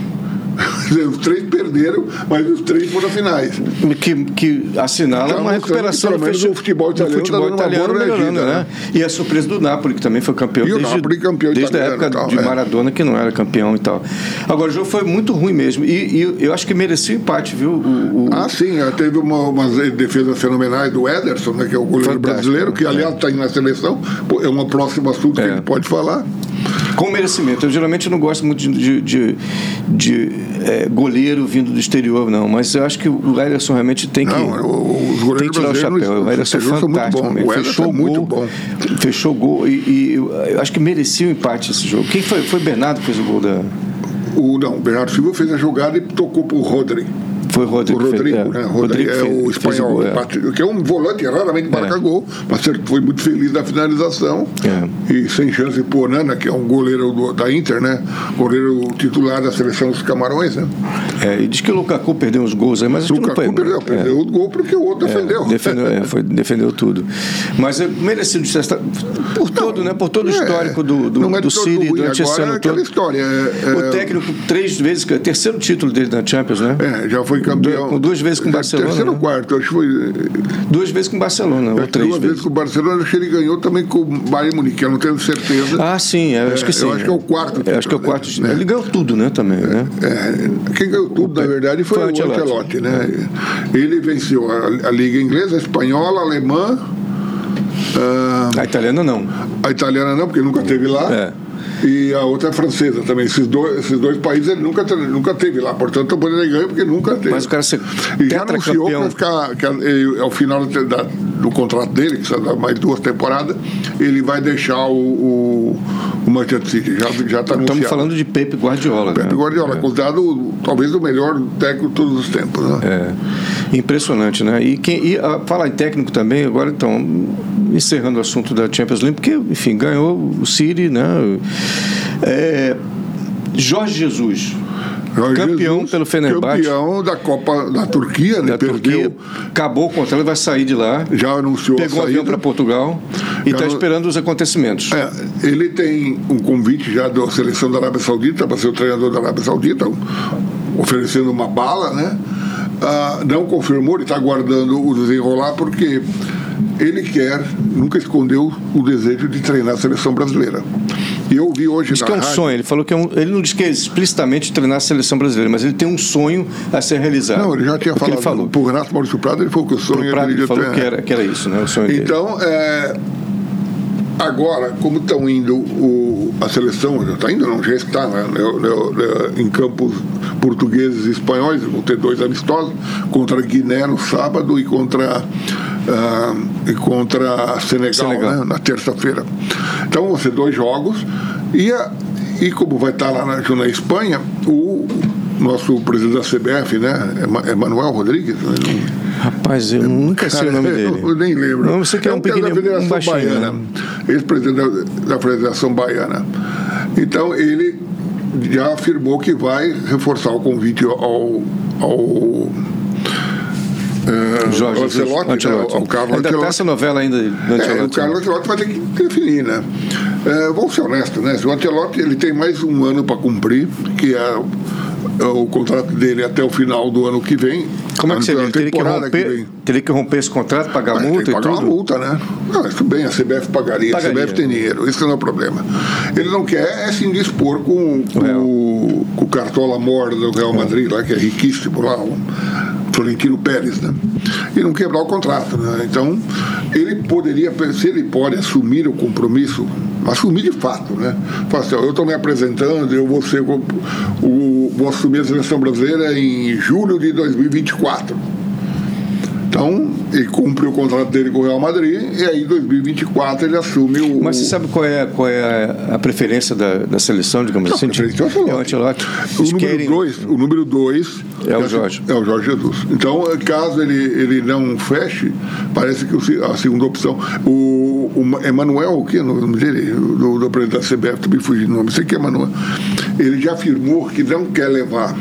B: [laughs] Os três perderam, mas os três foram a finais.
A: que, que assinala
B: Tá
A: uma
B: mostrando
A: recuperação
B: que, pelo menos,
A: festi-
B: o futebol
A: do
B: italiano tá
A: futebol
B: dando uma
A: italiano
B: boa
A: melhorando,
B: reagida,
A: né? E a surpresa do Napoli, que também foi campeão
B: E o
A: desde,
B: Napoli campeão
A: desde a
B: italiano
A: época
B: e tal,
A: de
B: é.
A: Maradona, que não era campeão e tal. Agora, o jogo foi muito ruim mesmo. E, e eu acho que merecia o empate, viu? O, o-
B: Ah, sim, eh, teve uma- umas defesas fenomenais do Ederson, né, que é o goleiro
A: Fantástico,
B: brasileiro, que aliás está aí na seleção, Pô, é um próximo assunto que
A: É.
B: a gente pode falar.
A: Com merecimento. Eu geralmente não gosto muito de, de, de- de, é, goleiro vindo do exterior, não. Mas eu acho que o Ederson realmente tem que.
B: Não, o- os
A: Tem que
B: goleiros
A: tirar o
B: brasileiros
A: chapéu. O Ederson é
B: exterior são muito
A: fantástico.
B: bons.
A: mesmo.
B: O Ederson
A: fechou
B: é muito
A: gol,
B: bom.
A: Fechou gol e, e eu- eu acho que merecia o empate esse jogo. Quem foi? Foi o Bernardo que fez o gol da.
B: O, não, o Bernardo Silva fez a jogada e tocou para o Rodri.
A: Foi o
B: O
A: Rodrigo. que fez-
B: Rodrigo,
A: é,
B: né? Rodrigo, é
A: fez-
B: o
A: fez
B: espanhol,
A: gol, é.
B: Patrício, que é um volante, raramente marca
A: É.
B: gol, mas ele foi muito feliz na finalização.
A: É.
B: E sem chance pro Onana, que é um goleiro do- da Inter, né? Goleiro titular da seleção dos Camarões, né?
A: É, e diz que o Lukaku perdeu uns gols aí, mas acho que não foi,
B: Lukaku perdeu,
A: é.
B: perdeu o gol porque o outro defendeu.
A: Defendeu, é, foi, defendeu tudo. Mas é merecido de certa- por todo, né? Por todo o
B: É,
A: histórico do, do,
B: não é
A: do
B: de todo
A: City
B: ruim.
A: durante esse
B: Agora é
A: ano
B: aquela
A: todo.
B: história, é- é-
A: O técnico, três vezes, que é o terceiro título dele na Champions, né?
B: É, já foi campeão.
A: Du- duas vezes com o
B: É,
A: Barcelona,
B: Terceiro ou
A: né?
B: quarto, acho que foi. eh,
A: Duas vezes com o Barcelona, ou
B: acho que
A: três
B: É, Duas vezes
A: vezes.
B: com o Barcelona, acho que ele ganhou também com o Bayern Munique, eu não tenho certeza.
A: Ah, sim, eu acho
B: É,
A: que sim.
B: eu acho que é o quarto
A: Eu acho que é o
B: título
A: quarto. Ele ganhou tudo, né, também, né?
B: É, quem ganhou tudo, na verdade, foi,
A: foi o
B: o Ancelotti,
A: Ancelotti,
B: né? Ele venceu a, a Liga Inglesa, a Espanhola, a Alemã, ah,
A: A italiana não.
B: a Italiana não, porque nunca teve lá.
A: É.
B: E a outra é francesa também. Esses dois, esses dois países ele nunca, te- nunca teve lá. Portanto, o ele ganhou porque nunca teve.
A: Mas o cara ser
B: E já anunciou que
A: tetracampeão.
B: vai ficar. Que eh, ao final da- da- do contrato dele, que será mais duas temporadas, ele vai deixar o, o, o Manchester City. Já está já tá
A: Estamos
B: anunciado.
A: falando de Pepe Guardiola.
B: Pepe
A: né?
B: Guardiola,
A: É.
B: considerado talvez o melhor técnico de todos os tempos. Né?
A: É. Impressionante, né? E, quem, e ah, falar em técnico também, agora então, encerrando o assunto da Champions League, porque, enfim, ganhou o City, né? É, Jorge Jesus,
B: Jorge
A: campeão
B: Jesus,
A: pelo Fenerbahçe,
B: Campeão da Copa da Turquia, né?
A: da
B: Perdeu.
A: Turquia, acabou o contrato, ele vai sair de lá,
B: Já anunciou
A: pegou um
B: a saída.
A: avião para Portugal e
B: Já
A: está
B: não-
A: esperando os acontecimentos.
B: É, ele tem um convite já da seleção da Arábia Saudita para ser o treinador da Arábia Saudita, oferecendo uma um, bala, né? ah, não confirmou, ele está aguardando o desenrolar, porque ele quer, nunca escondeu o desejo de treinar a seleção brasileira. E eu vi hoje
A: Diz
B: na
A: que é um
B: rádio-
A: sonho. Ele falou que é um, ele não disse que é explicitamente treinar a seleção brasileira, mas ele tem um sonho a ser realizado.
B: Não, ele já tinha
A: é. Porque
B: falado.
A: Ele falou.
B: Por Renato Maurício Prado, ele falou que o sonho
A: Pro Prado
B: dele
A: ele
B: de
A: falou
B: treinar.
A: que era, que era isso, né? O sonho dele.
B: Então, é, agora, como estão indo o- a seleção, já está indo, não, já está né, né, né, em campos portugueses e espanhóis, vão ter dois amistosos, contra Guiné no sábado e contra, ah, e contra Senegal,
A: Senegal.
B: né, na terça-feira. Então, vão ser dois jogos e, a- e como vai estar lá na, na Espanha, o nosso presidente da CBF, né, Ema- Emanuel Rodrigues, né, não-
A: Rapaz,
B: é,
A: eu nunca sei o nome dele.
B: eu nem lembro.
A: Não, você que é um
B: cara
A: pequenininho,
B: da Federação
A: um baixinho,
B: Baiana.
A: né?
B: Ex-presidente da, da Federação Baiana. Então, ele já afirmou que vai reforçar o convite ao. ao eh,
A: Jorge
B: ao
A: Jesus
B: Ancelotti, né?
A: Ancelotti.
B: ao Carlos
A: Ainda tem
B: Ancelotti.
A: essa novela ainda do
B: É, o
A: Ancelotti. né?
B: Carlos Ancelotti vai ter que definir, né? É, vamos ser honestos, né? O Ancelotti ele tem mais um ano para cumprir, que é o- é o contrato dele até o final do ano que vem.
A: Como é que você
B: Da
A: vê? Teria que,
B: temporada
A: romper,
B: vem.
A: teria que romper esse contrato, pagar
B: Mas
A: multa
B: tem
A: e
B: que pagar uma
A: tudo?
B: multa, né? Não, isso bem, a CBF pagaria.
A: Pagaria.
B: A CBF tem dinheiro, isso que não é o problema. Ele não quer é se indispor com, com,
A: Real.
B: o- com o Cartola Mora do Real Madrid, lá, que é riquíssimo lá, o Florentino Pérez, né? E não quebrar o contrato, né? Então, ele poderia, se ele pode assumir o compromisso, assumir de fato, né? Falar assim, ó, eu estou me apresentando, eu vou ser o- o- vou assumir a seleção brasileira em julho de 2024. Então, ele cumpre o contrato dele com o Real Madrid e aí em 2024 ele assume o.
A: Mas você sabe qual é, qual é a- a preferência da, da seleção, digamos assim?
B: preferência é o Ancelotti.
A: É o Ancelotti.
B: o
A: Eles
B: número
A: querem-
B: dois, o número dois
A: É o Jorge.
B: É o Jorge Jesus. Então, caso ele, ele não feche, parece que o se- a segunda opção. O, o Emanuel, o que é o nome dele? Do, do presidente da CBF, também fugiu do nome, sei que é Emanuel. Ele já afirmou que não quer levar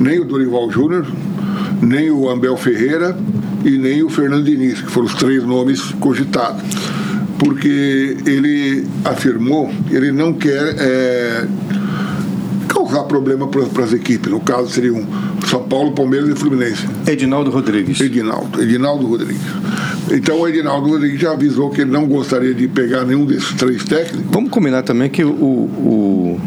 B: nem o Dorival Júnior, nem o Ambel Ferreira e nem o Fernando Diniz, que foram os três nomes cogitados. Porque ele afirmou que ele não quer. eh, causar problema para as equipes. No caso, seriam São Paulo, Palmeiras e Fluminense.
A: Edinaldo Rodrigues.
B: Edinaldo, Edinaldo Rodrigues. Então, o Edinaldo Rodrigues já avisou que ele não gostaria de pegar nenhum desses três técnicos.
A: Vamos combinar também que o, o,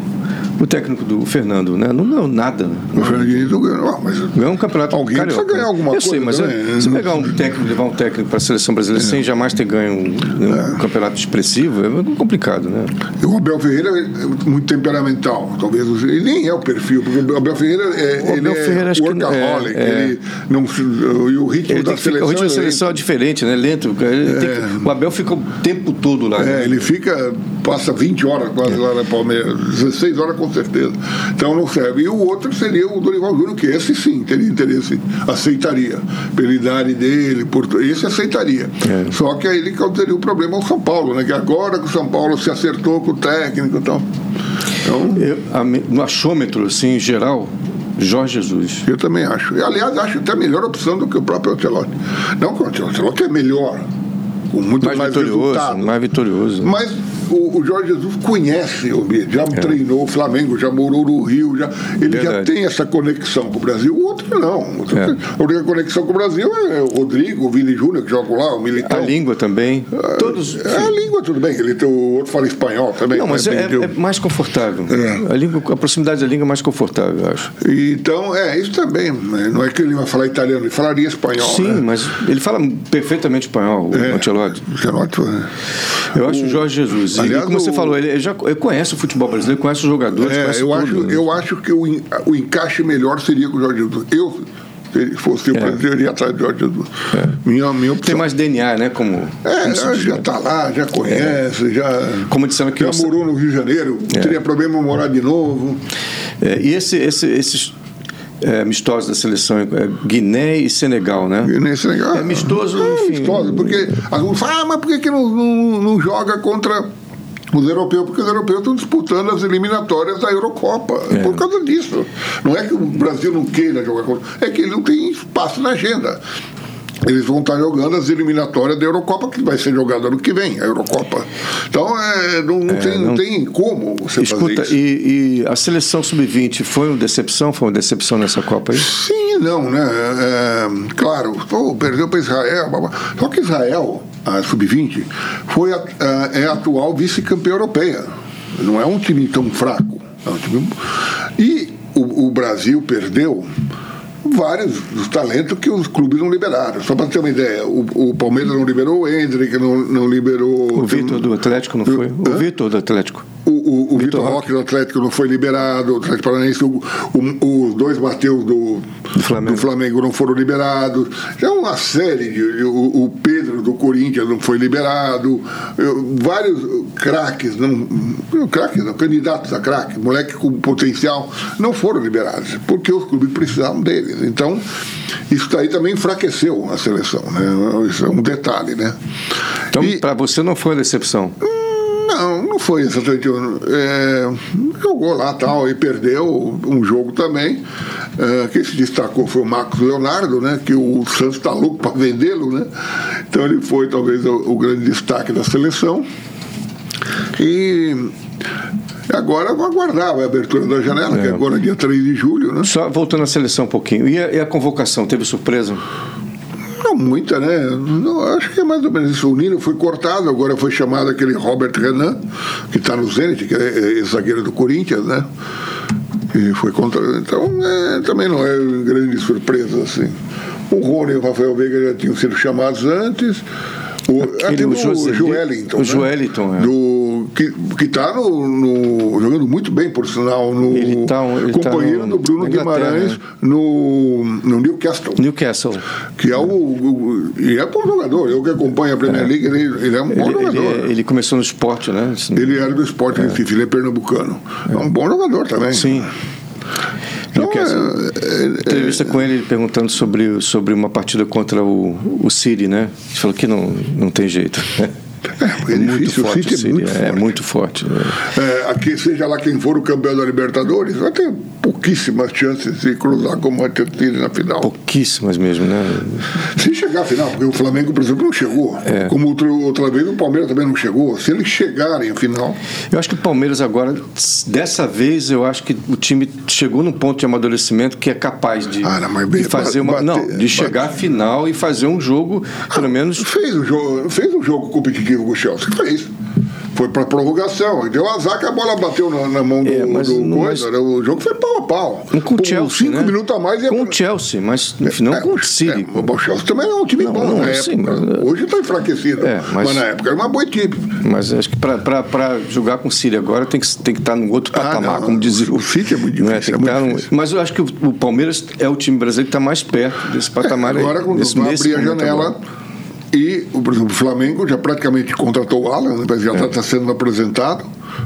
A: o técnico do Fernando, né? Não ganhou nada, né?
B: O Fernando Diniz não ganhou. Ah, mas
A: Ganhou um campeonato
B: Alguém precisa
A: carioca. né?
B: ganhar alguma
A: eu sei,
B: coisa
A: mas
B: também,
A: eu, se
B: né? É.
A: pegar um técnico, levar um técnico para a seleção brasileira sem jamais ter ganho um, um campeonato expressivo, é complicado, né?
B: o Abel Ferreira é muito temperamental. Talvez não seja- ele nem é o perfil, porque o Abel Ferreira é,
A: O Abel
B: ele é
A: Ferreira, acho que não-
B: workaholic.
A: é, é.
B: Ele não, se- e o ritmo
A: Ele
B: da
A: tem que ficar,
B: seleção.
A: o ritmo da
B: ele-
A: seleção é diferente, né? Lento. cara. Ele tem que- o Abel fica o tempo todo lá. né?
B: É, ele fica, passa 20 horas quase lá na Palmeiras, 16 horas com certeza. Então não serve. E o outro seria o Dorival Júnior, que esse sim teria interesse, aceitaria. Pela idade dele, por, tu- esse aceitaria.
A: É.
B: Só que aí ele causaria o problema ao São Paulo, né? Que agora que o São Paulo se acertou com o técnico e tal. Então,
A: Eu- a me- no achômetro, assim, em geral, Jorge Jesus.
B: eu também acho. E, aliás, acho até melhor opção do que o próprio Ancelotti. Não que o Ancelotti é melhor, com muito mais,
A: Mais, vitorioso, né?
B: resultado.
A: mais vitorioso.
B: Mas o, o Jorge Jesus conhece o ambiente,
A: É.
B: já treinou o Flamengo, já morou no Rio, já, ele já
A: Verdade.
B: tem essa conexão com o Brasil. O outro não. O outro-
A: É.
B: A única conexão com o Brasil é o Rodrigo, o Vini Júnior, que joga lá, o
A: A
B: Militão.
A: língua também. Todos.
B: então, É a língua, tudo bem. Ele tem, o outro fala espanhol também.
A: Não, mas
B: né?
A: é,
B: Tem-
A: é mais confortável.
B: É.
A: A, língua, a proximidade da língua é mais confortável, eu acho.
B: Então, é, isso também. né? Não é que ele vai falar italiano, ele falaria espanhol.
A: Sim,
B: né?
A: mas ele fala perfeitamente espanhol,
B: É.
A: o Ancelotti.
B: Ancelotti, né?
A: Eu acho o Jorge Jesus. E,
B: Aliás,
A: como você
B: o-
A: falou, ele ele já ele conhece o futebol brasileiro, conhece os jogadores,
B: É,
A: conhece
B: eu,
A: tudo,
B: acho,
A: né?
B: eu acho que o, en- o encaixe melhor seria com o Jorge Jesus. Eu, se ele fosse o
A: É.
B: presidente, eu iria atrás do Jorge Jesus. Minha, minha opção.
A: Tem mais DNA, né? Como,
B: É, ela já está lá, já conhece, já,
A: como disseram que...
B: já
A: o-
B: morou no Rio de Janeiro,
A: É.
B: teria problema em morar de novo.
A: É, e esse, esse- esses é, amistosos da seleção, é, Guiné e Senegal, né?
B: E nesse negócio-
A: É amistoso,
B: É
A: enfim.
B: amistoso, porque alguns falam, ah, mas por que, que não, não, não joga contra os europeus? Porque os europeus estão disputando as eliminatórias da Eurocopa. É. Por causa disso. Não é que o Brasil não queira jogar contra. É que ele não tem espaço na agenda. eles vão estar jogando as eliminatórias da Eurocopa, que vai ser jogada ano que vem, a Eurocopa. Então, é, não, não, tem, não...
A: não-
B: tem como você fazer
A: Escuta,
B: isso.
A: e, e a seleção sub-20 foi uma decepção? Foi uma decepção nessa Copa aí?
B: Sim e não, né? É, claro, pô, perdeu para Israel. blá, blá. Só que Israel, a sub-20, foi a, a- é a atual vice-campeã europeia. Não é um time tão fraco. é um time- E o, o Brasil perdeu vários dos talentos que os clubes não liberaram. Só para ter uma ideia, o, o Palmeiras não liberou o Hendrick, não, não liberou...
A: O Vitor do Atlético não foi? O Vitor do Atlético.
B: O, o, o Vitor
A: Roque.
B: Roque do Atlético não foi liberado, o Atlético Paranaense, o- o- os dois Mateus do,
A: Do Flamengo.
B: Flamengo não foram liberados. Já uma série de. de- O, o Pedro do Corinthians não foi liberado. Eu- vários craques, não, não craques, não, candidatos a craque, moleque com potencial, não foram liberados, porque os clubes precisavam deles. Então, isso daí também enfraqueceu a seleção, né? Isso é um detalhe, né?
A: Então,
B: E-
A: para você não foi uma decepção.
B: não, não foi exatamente. um- É, jogou lá tal e perdeu um jogo também. É, quem se destacou foi o Marcos Leonardo, né? Que o Santos está louco para vendê-lo, né? Então ele foi talvez o, o grande destaque da seleção. E agora eu vou aguardar a abertura da janela, que
A: É.
B: agora é dia 3 de julho, né?
A: Só voltando à seleção um pouquinho. E a, e a convocação? Teve surpresa?
B: Não, muita, né? Não, acho que é mais ou menos isso. O Nino foi cortado, agora foi chamado aquele Robert Renan, que está no Zenit, que é, é zagueiro do Corinthians, né? E foi contra. Então, é, também não é grande surpresa, assim. O Rony e o Rafael Veiga já tinham sido chamados antes. O, ah,
A: Aquele,
B: teve
A: o José-
B: o Joelinton.
A: o
B: né?
A: Joelinton, é.
B: Do, que está jogando muito bem, por sinal, no
A: Ele tá um- ele tá
B: companheiro
A: no-
B: do Bruno
A: na Inglaterra,
B: Guimarães
A: né?
B: no, no Newcastle
A: Newcastle.
B: que é o, o- o- e é bom jogador. Eu que acompanho a Premier League, ele, ele é um bom
A: Ele,
B: jogador.
A: ele-
B: Ele,
A: ele começou no esporte, né?
B: era do Sport Recife, ele é pernambucano. É um bom jogador também.
A: Sim. assim,
B: Então,
A: Newcastle.
B: é, é,
A: Entrevista com ele perguntando sobre, sobre uma partida contra o, o City, né? Ele falou que não, não tem jeito. [laughs]
B: é, é difícil. o City é muito
A: É
B: forte.
A: muito forte. né?
B: É, aqui, seja lá quem for o campeão da Libertadores, vai ter pouquíssimas chances de cruzar como vai ter tido na final.
A: Pouquíssimas mesmo, né?
B: Se chegar à final, porque o Flamengo, por exemplo, não chegou. Como outra, outra vez o Palmeiras também não chegou. Se eles chegarem à final,
A: Eu acho que o Palmeiras agora, dessa vez, eu acho que o time chegou num ponto de amadurecimento que é capaz de,
B: Ah, não, mas
A: de
B: ba-
A: fazer uma.
B: bater-
A: não, de chegar à final e fazer um jogo, pelo menos.
B: Fez um jogo, fez um jogo competitivo com o Chelsea, fez. Foi pra prorrogação. Deu azar que a bola bateu na, na mão do,
A: É, mas
B: do
A: não-
B: coisa. né? O jogo foi pau a pau.
A: Com o Chelsea.
B: cinco
A: né?
B: minutos a mais ia
A: Com o Chelsea, mas no final
B: é,
A: com o City.
B: é, o Chelsea também é um time
A: Não,
B: bom
A: não,
B: na época. né?
A: sim, mas-
B: Hoje está enfraquecido.
A: É, mas-
B: mas... na época era uma boa equipe.
A: Mas acho que para jogar com o City agora tem que, tem que estar num outro
B: Ah,
A: patamar,
B: não,
A: como dizia
B: o City é muito
A: não
B: difícil,
A: Tem que um
B: é
A: estar
B: muito
A: num-
B: difícil.
A: mas eu acho que o, o Palmeiras é o time brasileiro que está mais perto desse patamar. aí,
B: É, Agora, quando
A: desse-
B: vai
A: nesse
B: abrir a
A: momento agora.
B: janela. E, por exemplo, o Flamengo já praticamente contratou o Alan, né, mas
A: É.
B: já está sendo apresentado,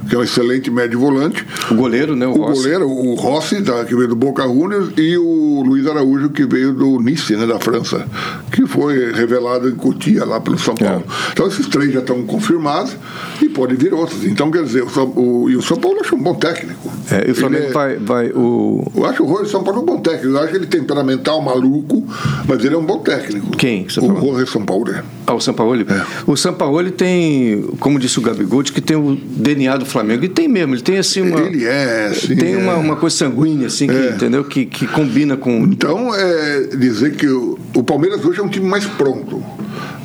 B: que é um excelente médio volante.
A: O goleiro, né? O,
B: O
A: Rossi.
B: goleiro, o Rossi, da- que veio do Boca Juniors, e o Luiz Araújo, que veio do Nice, né, da França, que foi revelado em Cotia, lá pelo São Paulo.
A: É.
B: Então, esses três já estão confirmados e pode vir outros. Então, quer dizer, o São, o- e o São Paulo acha um bom técnico.
A: É, e o Flamengo
B: Ele é-
A: vai. vai o,
B: Eu acho o Rogério São Paulo um bom técnico. Eu acho ele temperamental, maluco, mas ele é um bom técnico.
A: Quem que você
B: o
A: falou?
B: Rogério São Paulo. né?
A: Ah, o Sampaoli?
B: É.
A: O Sampaoli tem, como disse o Gabigol, diz que tem o DNA do Flamengo. E tem mesmo, ele tem assim uma.
B: Ele é, sim.
A: tem
B: é.
A: uma, uma coisa sanguínea, assim, que, entendeu? Que, que combina com.
B: Então, é dizer que o, o Palmeiras hoje é um time mais pronto.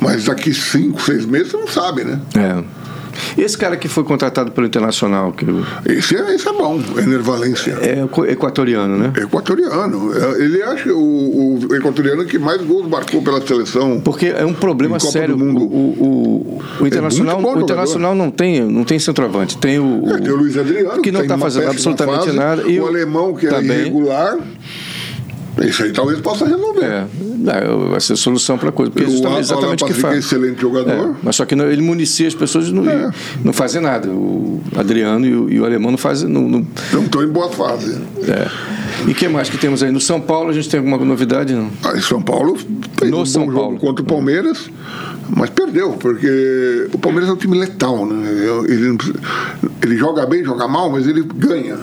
B: Mas daqui cinco, seis meses você não sabe, né?
A: É. Esse cara que foi contratado pelo Internacional, que o-
B: Esse é, esse é bom, Ener Valência.
A: é co- equatoriano, né?
B: Equatoriano. É, Ele acha o, o equatoriano que mais gols marcou pela seleção.
A: Porque é um problema
B: Em Copa
A: sério.
B: do Mundo. É
A: O, o- o- o internacional,
B: muito bom
A: o internacional não tem, não tem centroavante. Tem o,
B: É, tem o Luiz Adriano,
A: que não
B: tem
A: está
B: uma
A: fazendo
B: péssima
A: absolutamente
B: fase.
A: nada.
B: O, alemão, que é
A: também.
B: irregular. Isso aí talvez possa resolver.
A: É, não, vai ser solução para a coisa. Porque
B: O
A: justamente,
B: Alan
A: exatamente o que
B: Patrick é
A: faz.
B: excelente
A: É,
B: jogador.
A: mas só que não- ele municia as pessoas e não,
B: É.
A: e não fazem nada. O Adriano e o, e o alemão não fazem. Não, não-
B: Não estou então em boa fase.
A: é. E que mais que temos aí? No São Paulo a gente tem alguma novidade? Não.
B: Aí Ah, São Paulo fez
A: No
B: um bom
A: São
B: jogo
A: Paulo.
B: contra o Palmeiras, mas perdeu, porque o Palmeiras é um time letal, né? Ele, não precisa- ele joga bem, joga mal, mas ele ganha.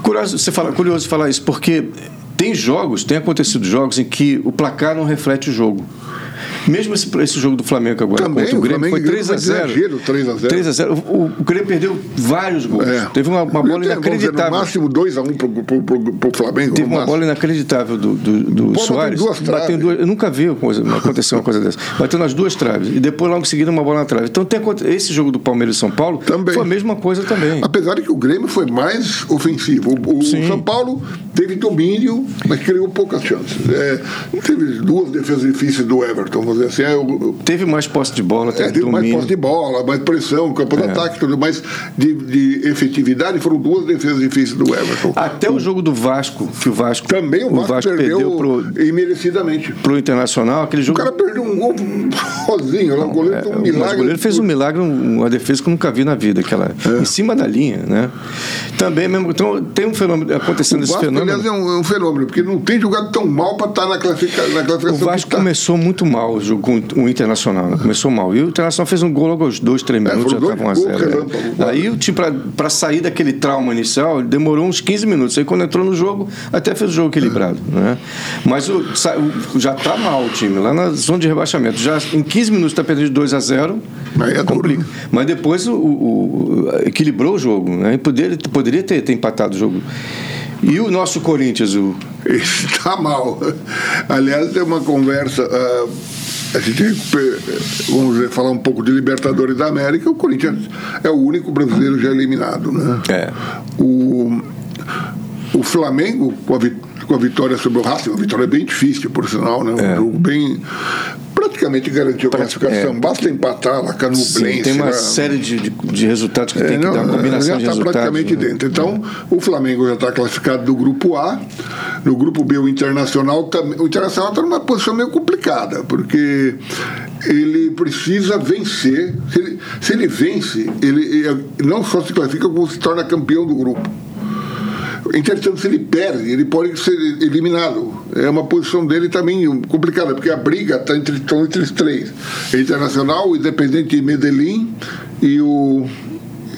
A: Curioso você fala, curioso falar isso, porque tem jogos, tem acontecido jogos em que o placar não reflete o jogo. Mesmo esse, esse jogo do Flamengo agora
B: Também,
A: contra o
B: o
A: Grêmio
B: Flamengo
A: foi 3 a
B: foi
A: 0.
B: exagero, 3 a 0.
A: 3 a 0. O, o Grêmio perdeu vários gols.
B: É.
A: Teve uma, uma bola
B: Até, vamos dizer, No
A: inacreditável.
B: máximo 2x1 pro, pro, pro, pro Flamengo.
A: Teve
B: no
A: uma
B: máximo.
A: bola inacreditável do, do, do
B: bateu
A: Soares.
B: duas
A: bateu
B: traves.
A: duas, eu nunca vi uma coisa, acontecer uma coisa dessa. Bateu nas duas traves. E depois, logo em seguida, uma bola na trave. Então, tem, aconte- esse jogo do Palmeiras e São Paulo
B: Também.
A: foi a mesma coisa também.
B: Apesar de que o Grêmio foi mais ofensivo. O, o
A: Sim.
B: São Paulo teve domínio, mas criou poucas chances. É, teve duas defesas difíceis do Everton, vamos dizer assim. É, o-
A: Teve mais posse de bola, teve
B: é, teve mais
A: domínio.
B: posse de bola, mais pressão, campo de
A: É.
B: ataque, tudo mais. De, de efetividade, foram duas defesas difíceis do Everton.
A: Até o jogo do Vasco, que Ah, o Vasco,
B: Também o Vasco, perdeu,
A: pro,
B: imerecidamente.
A: pro Internacional, aquele
B: O
A: jogo.
B: cara perdeu um gol [laughs] sozinho. lá, o goleiro
A: É,
B: fez um
A: mas
B: milagre.
A: o goleiro fez um milagre, um- uma defesa que eu nunca vi na vida, aquela
B: É.
A: em cima da linha, né? Também mesmo, então tem um fenômeno acontecendo
B: O
A: esse
B: Vasco,
A: fenômeno.
B: aliás, é um, é um fenômeno, porque não tem jogado tão mal para estar na, classifica, na classificação.
A: O
B: que
A: Vasco
B: tá.
A: começou muito mal o jogo com o Internacional, né? começou mal. E o Internacional fez um gol logo aos dois, três minutos, já
B: foram dois
A: estava 1 a
B: gols,
A: 0.
B: relâmpago.
A: Aí o time, para sair daquele trauma inicial, demorou uns 15 minutos. Aí quando entrou no jogo, até fez o jogo equilibrado. Né? Mas o, sa- o- já está mal o time, lá na zona de rebaixamento. Já em 15 minutos está perdendo de 2 a 0
B: Aí é duro,
A: complica.
B: né?
A: Mas depois o, o- o- equilibrou o jogo. Né? E poderia, poderia ter, ter empatado o jogo. E o nosso Corinthians, o,
B: Está tá mal. Aliás, tem uma conversa. ah, a gente, recupe- vamos dizer, falar um pouco de Libertadores da América. O Corinthians é o único brasileiro já eliminado. Né?
A: É.
B: O, o Flamengo, com a, vi- com a vitória sobre o Racing, uma vitória bem difícil, por sinal, né? um
A: É.
B: jogo bem. Praticamente garantiu a
A: Pratic-
B: classificação. Basta empatar lá, Canublense.
A: é, Sim, tem uma
B: né?
A: série de, de, de resultados que
B: É,
A: tem que
B: não,
A: dar uma combinação
B: já
A: de
B: está
A: resultados.
B: praticamente
A: né?
B: dentro. Então, o Flamengo já está classificado do grupo A. No grupo B, o Internacional também. O Internacional está numa posição meio complicada, porque ele precisa vencer. Se ele, se ele vence, ele eh, não só se classifica, como se torna campeão do grupo. Entretanto, se ele perde, ele pode ser eliminado. É uma posição dele também complicada, porque a briga está entre, tão entre os três: É Internacional, o Independente de Medellín e o.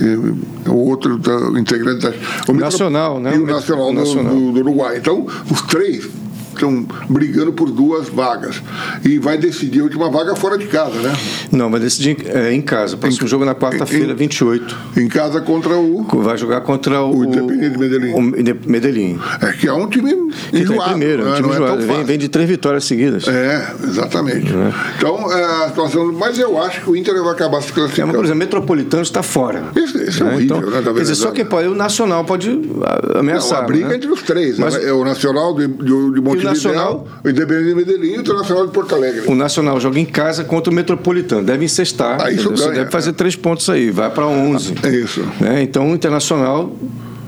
B: e o outro tá, o integrante da, o
A: Nacional, né?
B: Metro- E o Nacional, do-
A: Nacional.
B: Do, do Uruguai. Então, os três estão brigando por duas vagas. E vai decidir a última vaga fora de casa, né?
A: Não, vai decidir é, em casa. O próximo jogo é na quarta-feira,
B: em-
A: 28.
B: Em casa contra o.
A: Vai jogar contra o.
B: O Independiente Medellín.
A: o Inde- Medellín.
B: É que é um time
A: Que tá em
B: enjoado,
A: primeiro, é um
B: né?
A: time
B: não é
A: enjoado.
B: tão
A: vem,
B: fácil.
A: vem de três vitórias seguidas. É.
B: É, exatamente.
A: Né?
B: Então, é, a situação. Mas eu acho que o Inter vai acabar se
A: É uma
B: classificando.
A: coisa, Metropolitano está fora.
B: Esse- esse então- é
A: Né?
B: horrível, né, da
A: quer dizer,
B: verdade.
A: só quem pode. O Nacional pode a-
B: não,
A: ameaçar.
B: a briga
A: né?
B: entre os três.
A: Mas-
B: né? É o Nacional de, de, de Montevideo,
A: Nacional?
B: o Independente de Medellín e o Internacional de Porto Alegre.
A: O Nacional joga em casa contra o Metropolitano. Deve encestar.
B: Ah, isso
A: entendeu? Você
B: ganha,
A: deve fazer três pontos aí, vai para 11.
B: É isso.
A: né? Então o Internacional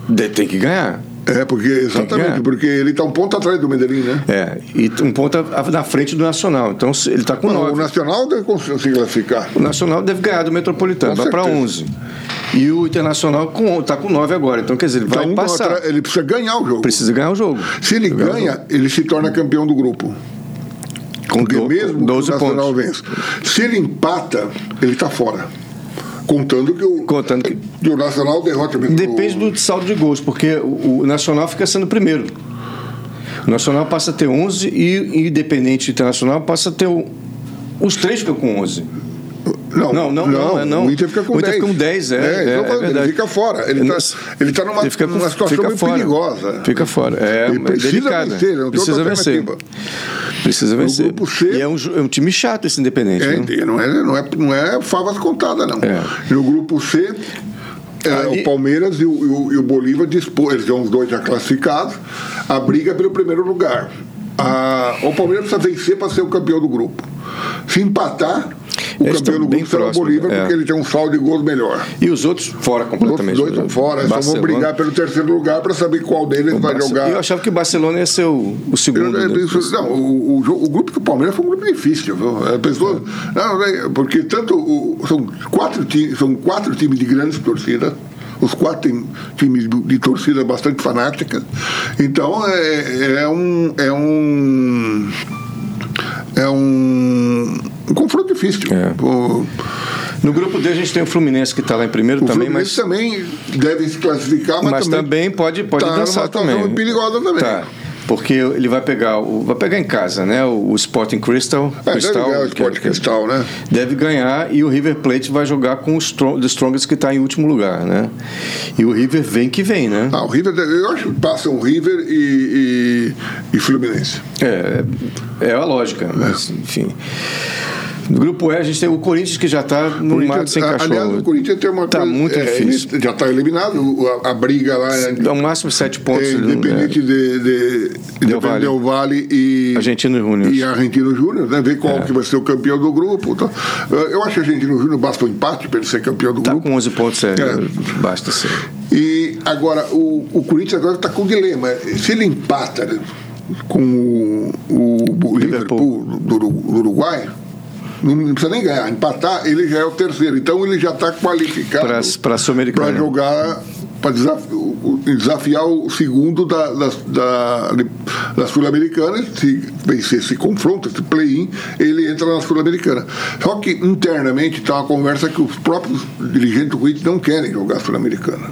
A: de- tem que ganhar.
B: É, porque, exatamente,
A: ganhar.
B: porque ele está um ponto atrás do Medellín, né?
A: É, e um ponto a- a- na frente do Nacional. Então se- ele está com
B: Não, o
A: 9.
B: Nacional deve conseguir se classificar. Tá
A: O Nacional deve ganhar do Metropolitano,
B: Com
A: vai para
B: certeza.
A: 11. E o Internacional está com 9 agora. Então quer dizer, ele vai
B: Então, um
A: passar.
B: atrás- ele precisa ganhar o jogo.
A: Precisa ganhar o jogo.
B: Se ele
A: Jogar o jogo.
B: ganha, ele se torna campeão do grupo.
A: com
B: Porque
A: do-
B: mesmo
A: 12
B: que o Nacional
A: pontos.
B: vence. Se ele empata, ele está fora. Contando que o,
A: Contando que-
B: que o Nacional derrota mesmo.
A: Depende do saldo de gols, porque o o Nacional fica sendo primeiro. O Nacional passa a ter 11 e o Independente Internacional passa a ter o- os três ficam com 11.
B: Não,
A: Não, não, não, é não.
B: O Inter fica com
A: O
B: 10.
A: Inter fica com 10, é, é,
B: então,
A: é
B: ele
A: verdade.
B: fica fora. Ele
A: Ele
B: está ele tá numa,
A: ele fica com-
B: numa situação
A: fica
B: meio
A: fora.
B: perigosa.
A: Fica fora. É,
B: Ele
A: é
B: precisa
A: delicada.
B: vencer, ele não tem
A: precisa
B: outra
A: vencer. Precisa vencer.
B: grupo C-
A: E é um, jo- é um time chato esse Independente.
B: É,
A: né?
B: não, é, não, é, não é favas contadas, não.
A: É.
B: No grupo C, é,
A: Ali-
B: o Palmeiras e o, e o- e o Bolívar dispõem, eles são os dois já classificados, a briga pelo primeiro lugar. A- o Palmeiras precisa vencer para ser o campeão do grupo. Se empatar, o
A: Eles estão
B: campeão do
A: bem
B: grupo será o
A: próximos,
B: Bolívar,
A: é.
B: porque ele tem um saldo de gols melhor.
A: E os outros fora
B: Os outros
A: completamente. né?
B: dois estão fora, eles só vão
A: Barcelona-
B: brigar pelo terceiro lugar para saber qual deles vai
A: Barce-
B: jogar.
A: Eu achava que o Barcelona ia ser o, o
B: Eu-
A: segundo.
B: eu-
A: né?
B: isso- não, o, o jo- o grupo do Palmeiras foi um grupo difícil. Viu? A pessoa, não, né, porque tanto o- são, quatro times, são quatro times de grandes torcidas, os quatro tem- times de- de torcida bastante fanática. Então é, é um. É um. É um, um confronto difícil.
A: É.
B: O,
A: No grupo D a gente tem o Fluminense que está lá em primeiro
B: o
A: também, mas
B: Fluminense também deve se classificar, mas,
A: Mas também pode, pode
B: tá numa
A: dançar
B: situação
A: também. né?
B: perigosa também.
A: Tá. Porque ele vai pegar, o, vai pegar em casa, né? O, o Sporting Crystal.
B: É,
A: Crystal,
B: deve ganhar o
A: que é-
B: esporte cristal, né?
A: deve ganhar e o River Plate vai jogar com o Strong, The Strongest que está em último lugar, né? E o River vem que vem, né?
B: Ah, o River, deve- eu acho que passam River e, e, e Fluminense.
A: É, é a lógica, mas enfim. No grupo E a gente tem o Corinthians que já está no mato sem
B: a-
A: cachorro.
B: aliás, o Corinthians tem uma
A: Tá
B: coisa-
A: muito
B: é,
A: difícil.
B: ele já está eliminado, o- a, a briga lá é,
A: Ao máximo sete pontos.
B: é
A: né?
B: independente de, de,
A: Del
B: Del,
A: Valle.
B: Vale. e
A: Argentino É. e Júnior.
B: e Argentino Júnior, né? Ver qual que vai ser o campeão do grupo. Tá? Eu acho que Argentino Júnior basta um empate para ele ser campeão do
A: Tá
B: grupo.
A: com 11 pontos, é,
B: É.
A: basta ser.
B: E agora, o, o Corinthians agora está com um dilema. Se ele empata né, com o, o-
A: Liverpool.
B: o Liverpool do, Uru- do Uruguai, não precisa nem ganhar. Empatar, ele já é o terceiro. Então ele já está qualificado
A: Pra- pra Sul-Americana.
B: para jogar, para desafiar o segundo da, da, da- da Sul-Americana. Se vencer esse confronto, esse play-in, ele entra na Sul-Americana. Só que internamente está uma conversa que os próprios dirigentes do Corinthians não querem jogar Sul-Americana.